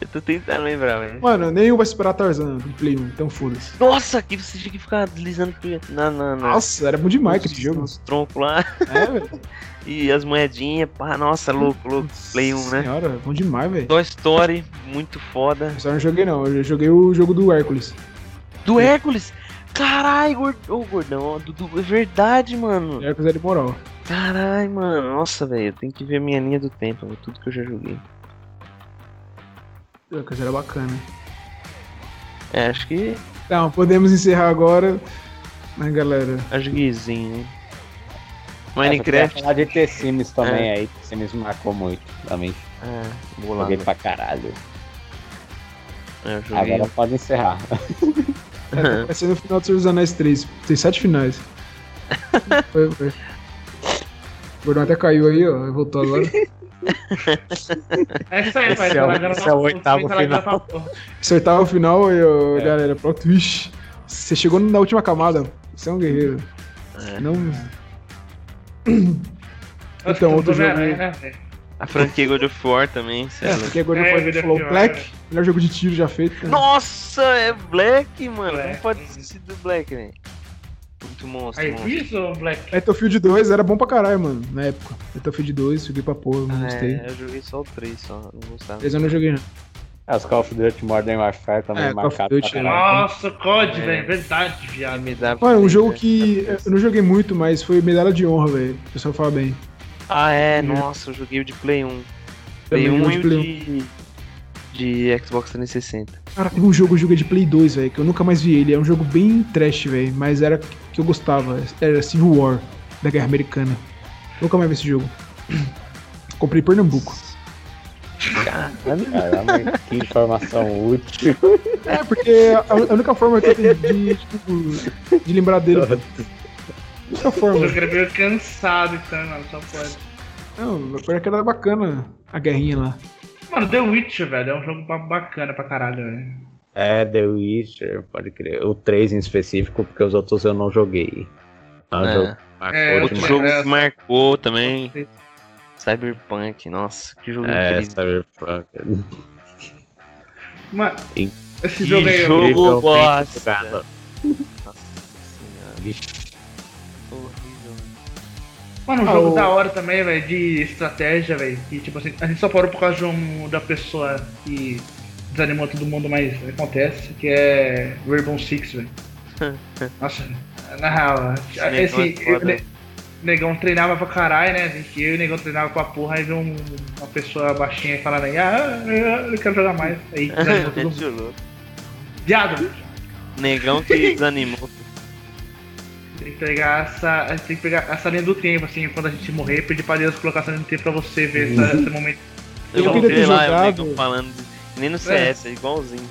Eu tô tentando lembrar, velho.
Mano, nenhum vai superar Tarzan do Play 1, então foda-se.
Nossa, que você tinha que ficar deslizando pro- na, na, na,
Nossa, era bom demais aquele jogo.
nos troncos lá
É, velho.
e as moedinhas. Pá, nossa, louco, louco. Play 1, né?
Senhora, bom demais, velho.
Toy Story, muito foda.
Eu só não joguei, não. Eu joguei o jogo do Hércules.
Do Hércules? Caralho, gord... ô, gordão, ó, do, do- é verdade, mano.
O Hércules é de moral.
Caralho, mano. Nossa, velho, eu tenho que ver minha linha do tempo, velho, tudo que eu já joguei.
O Hércules era bacana.
É, acho que
Então, podemos encerrar agora. Mas, galera,
a joguezinho, hein?
Eu queria
Minecraft.
falar de The Sims também aí. The Sims marcou muito também.
Ah, vou lá.
Joguei
mano.
pra caralho.
É, eu joguei.
Agora pode encerrar.
vai ser no tá final do Senhor dos Anéis 3. Tem sete finais. Foi, foi. O Gordão até caiu aí, ó. Voltou agora.
É isso aí,
Esse
velho.
é
tá
o-
lagando
esse
pra
é o
porra,
oitavo
tá lagando pra
final.
porra.
Acertar o final e, ó,
É.
galera, pronto. Ixi, você chegou na última camada. Você é um guerreiro.
É.
Não.
Eu acho que
Então, outro
tudo bem,
jogo.
né, velho?
A franquia God of War também,
É,
sério.
porque agora
É,
é,
God of
falou
War,
Black, melhor jogo de tiro já feito. né?
Nossa, é Black, mano.
Black.
Como pode ser do Black, velho? Muito monstro,
Aí,
monstro.
isso, Black?
Battlefield 2 era bom pra caralho, mano, na época. Battlefield 2, joguei pra porra, não
Ah,
gostei.
é, eu joguei só o 3, só. Não gostava.
3 eu não joguei, não.
As É, Call of Duty Modern Warfare também
É, Call of
marcaram pra
Duty, né?
caralho.
Nossa, COD,
É.
velho. Verdade, viado.
MW3,
Mano, um jogo
né?
que eu não joguei muito, mas foi medalha de honra, velho. O pessoal fala bem.
Ah, é, nossa, eu joguei o de Play 1. Play
Também é
1
jogo de
e o de, de Xbox 360.
Cara, teve um jogo que eu joguei de Play 2, velho, que eu nunca mais vi ele. É um jogo bem trash, velho, mas era que eu gostava. Era Civil War, da Guerra Americana. Nunca mais vi esse jogo. Comprei em Pernambuco.
Caramba, é que informação útil.
É, porque a, a única forma que eu tenho de, tipo, de lembrar dele. A única
Eu
forma.
escrevi cansado, então, mano. Só pode.
Não, pior é que era bacana a guerrinha lá.
Mano, The Witch, velho, é um jogo ba- bacana pra caralho, velho.
É, The Witcher, pode crer. O 3 em específico, porque os outros eu não joguei. É um
É.
jogo que marcou
É,
Outro
Mas-
demais.
jogo que
É.
marcou também. Cyberpunk, nossa, que jogo
É,
incrível.
Cyberpunk.
Mano,
Sim.
esse
Que
jogo aí,
jogo.
eu-
Incrível,
bosta.
bem jogado.
Nossa senhora,
Vixe,
horrível.
mano, um
Ah,
jogo
o-
da hora também, velho, de estratégia, velho. Que tipo assim, a gente só parou por causa de um, da pessoa que desanimou todo mundo, mas acontece, que é Rainbow Six, velho. Nossa, na real,
negão
esse.
é foda.
eu- ne- Negão treinava pra caralho, né? gente? Eu e o negão treinava pra porra, aí veio um- uma pessoa baixinha e falando aí, ah, eu eu quero jogar mais. Aí desanimou todo mundo.
Gente louca.
Viado!
Negão que desanimou.
Tem que pegar essa. a gente Tem que pegar essa linha do tempo, assim, quando a gente morrer, pedir pra Deus colocar essa linha do tempo pra você ver essa- esse momento.
Eu
Eu, eu
queria ter
lá, o
jogado.
negão falando. de- Nem no CS, é igualzinho.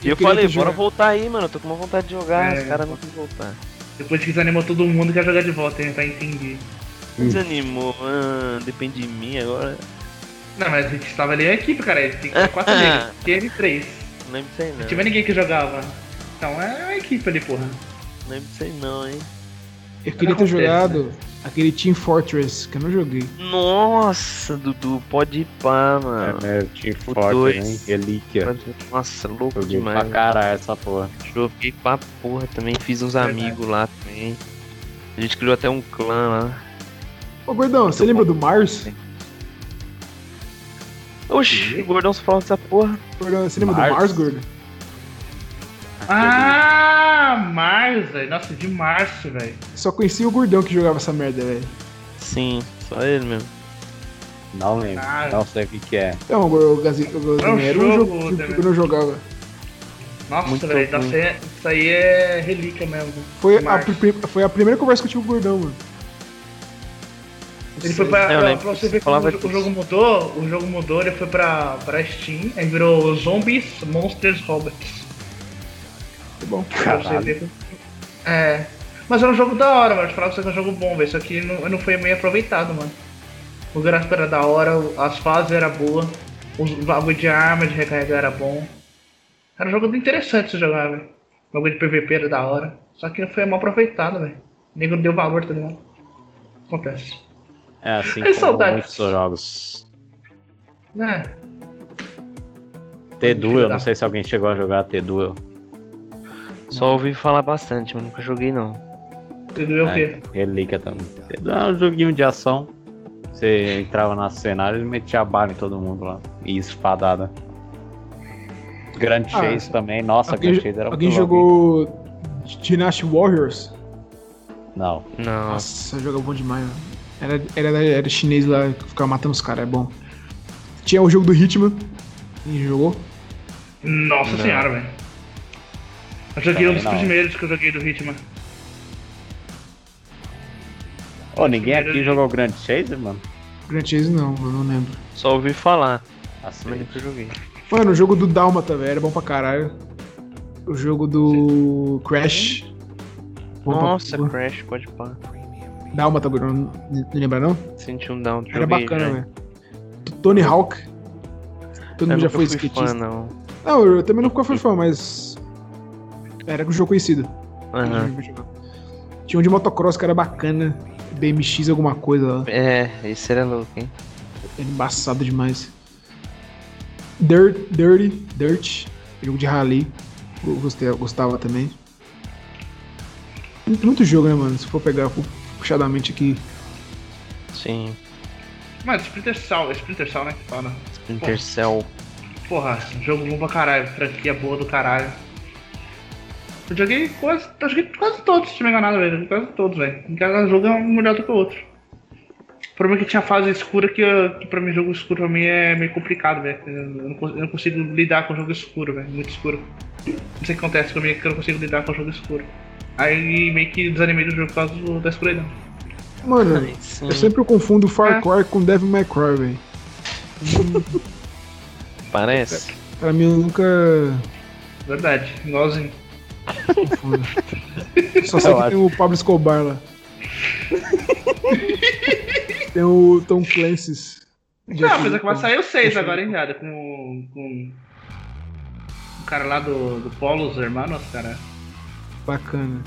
E
Eu queria
eu falei,
ter
bora
jogado.
voltar aí, mano. Eu tô com uma vontade de jogar,
É.
os caras não querem voltar.
Depois que desanimou todo mundo, quer jogar de volta, tentar entender.
Desanimou, ah, depende de mim agora.
Não, mas a gente estava ali é a equipe, cara. Tem que ter quatro negros, teve três.
Não lembro disso aí
Não
não.
tinha ninguém que jogava. Então é uma equipe ali, porra.
Não lembro disso aí não, hein.
Eu queria ter
Acontece,
jogado aquele Team Fortress, que eu não joguei.
Nossa, Dudu, pode ir pá, mano.
É, meu, Team
Ah, O
Fortress, hein?
dois.
Relíquia.
Nossa, louco
É, Joguei
demais. né?
pra caralho essa porra.
Joguei pra porra também, fiz uns
Verdade.
amigos lá também. A gente criou até um clã lá.
Ô, Gordão, você lembra do Mars?
Oxi, o gordão se fala dessa porra.
Gordão, você lembra
Mars?
do Mars, Gordo?
Ah, Mars, velho. Nossa, de março, velho.
Só conhecia o Gordão que jogava essa merda, velho.
Sim, só ele mesmo.
Não lembro.
Ah.
Não sei o que que é.
Então, o Gazinho era um
jogo,
jogo que
né,
eu não jogava.
Nossa,
Muito
velho.
ruim.
nossa, é- Isso aí é relíquia mesmo.
Foi a,
Mars.
pri- foi a primeira conversa que eu tive com o Gordão, mano.
Ele foi pra,
É, Eu
pra,
lembro
pra
que
você
você
ver como
falava
o jo- o
disso.
jogo mudou, o jogo mudou, ele foi pra, pra Steam, aí virou Zombies Monsters Robots.
Tá bom.
Pra você
Caralho.
ver como- É. Mas era um jogo da hora, mano. Falar pra você que é um jogo bom, velho. Só que não, não foi meio aproveitado, mano. O gráfico era da hora, o- as fases eram boas, os bagulho de arma, de recarregar era bom. Era um jogo interessante de jogar, velho. O bagulho de PVP era da hora. Só que não foi mal aproveitado, velho. O nego não deu valor, tá ligado? Acontece.
É assim
Ai,
como
saudades.
muitos jogos.
Né?
T-Duel,
Tá.
não sei se alguém chegou a jogar T-Duel.
Só ouvi falar bastante, mas nunca joguei não.
Entendeu o
É,
quê?
Relíquia também. É um joguinho de ação. Você entrava na cenário e metia bala em todo mundo lá. E espadada. Grand
Ah,
Chase também. Nossa, Grand
Alguém,
Chase era um
alguém
muito
jogou Dynasty Warriors?
louco. Não.
Não.
Nossa, jogo é bom demais, mano. Era, era, era chinês lá que ficava matando os caras, é bom. Tinha o jogo do Hitman. Quem jogou?
É.
Nossa
Não.
senhora, velho. Eu joguei
Também
um dos
não.
primeiros que eu joguei do Hitman.
Ô, ninguém
Primeiro
aqui
de-
jogou Grand Chase, mano?
Grand Chase não, eu não lembro.
Só ouvi falar,
Assim,
mas nunca joguei.
Mano, o jogo do Dálmata, velho, era bom pra caralho. O jogo do Crash. Bom pra-
Nossa,
bom.
Crash, pode pá.
Dálmata, Bruno, não não lembra não?
Senti um down.
Era
joguei,
bacana,
né?
velho. Tony Hawk. Todo mundo
Eu
já
nunca
foi
fui fã,
skatista.
não.
Não, eu também nunca fui fã, mas. Era um jogo conhecido.
Aham.
Tinha um de motocross que era bacana. BMX alguma coisa lá.
É, esse era louco, hein?
Era embaçado demais. Dirt, Dirty, Dirt, jogo de rally. Eu gostei- eu gostava também. Muito, muito jogo, né, mano? Se for pegar pu- puxadamente aqui.
Sim.
Mano, Splinter Cell, é Splinter Cell, né? Que fala.
Splinter Cell.
Porra, jogo bom pra caralho, franquia boa do caralho. Eu joguei quase, eu joguei quase todos, se não me engano, velho. Quase todos, velho. Cada jogo é um melhor do que o outro. O problema é que tinha fase escura que, eu, que pra mim jogo escuro pra mim é meio complicado, velho. Eu, não cons- eu não consigo lidar com jogo escuro, velho. Muito escuro. Não sei o que acontece comigo é que eu não consigo lidar com jogo escuro. Aí meio que desanimei do jogo por causa do- da escuridão.
Mano,
Sim.
eu sempre confundo Far
É.
Cry com Devil May Cry, velho.
Parece.
Pra mim, eu nunca
Verdade, igualzinho.
confundo. Só sei
Eu
que
acho.
tem o Pablo Escobar lá. tem o Tom Clancy's.
Não, mas é que vai
Tom.
sair o 6 agora, hein, viado? Com, com o cara lá do, do Polo, os hermanos, cara.
Bacana.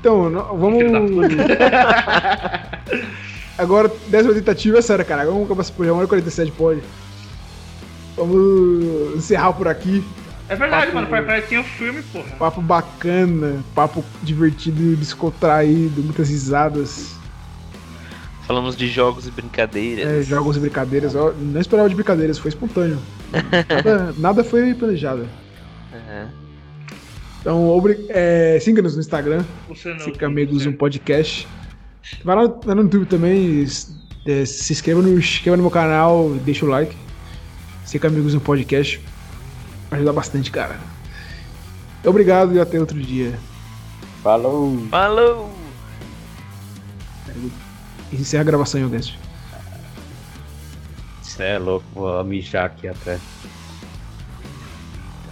Então, nó- vamos.
Filho da
Agora, décima tentativa é sério, cara. Vamos acabar esse programa, 1h47 pode. Vamos encerrar por aqui.
É verdade,
Papo-
mano, Far Cry tinha um filme, porra.
Papo bacana, papo divertido, descontraído, muitas risadas,
Falamos de jogos e
é,
brincadeiras.
jogos e brincadeiras. Ó, não esperava de brincadeiras, foi espontâneo. Nada, nada foi planejado.
Aham.
Então, obri- é, siga-nos no Instagram,
Você não.
Fica Amigos um Podcast. Vai lá no, lá no YouTube também, s- é, se inscreva no, inscreva no meu canal, deixa o like. Fica Amigos um Podcast. Vai ajudar bastante, cara. Obrigado e até outro dia.
Falou!
Falou!
Encerra a gravação, Yogancio.
Você é louco, vou mijar aqui até.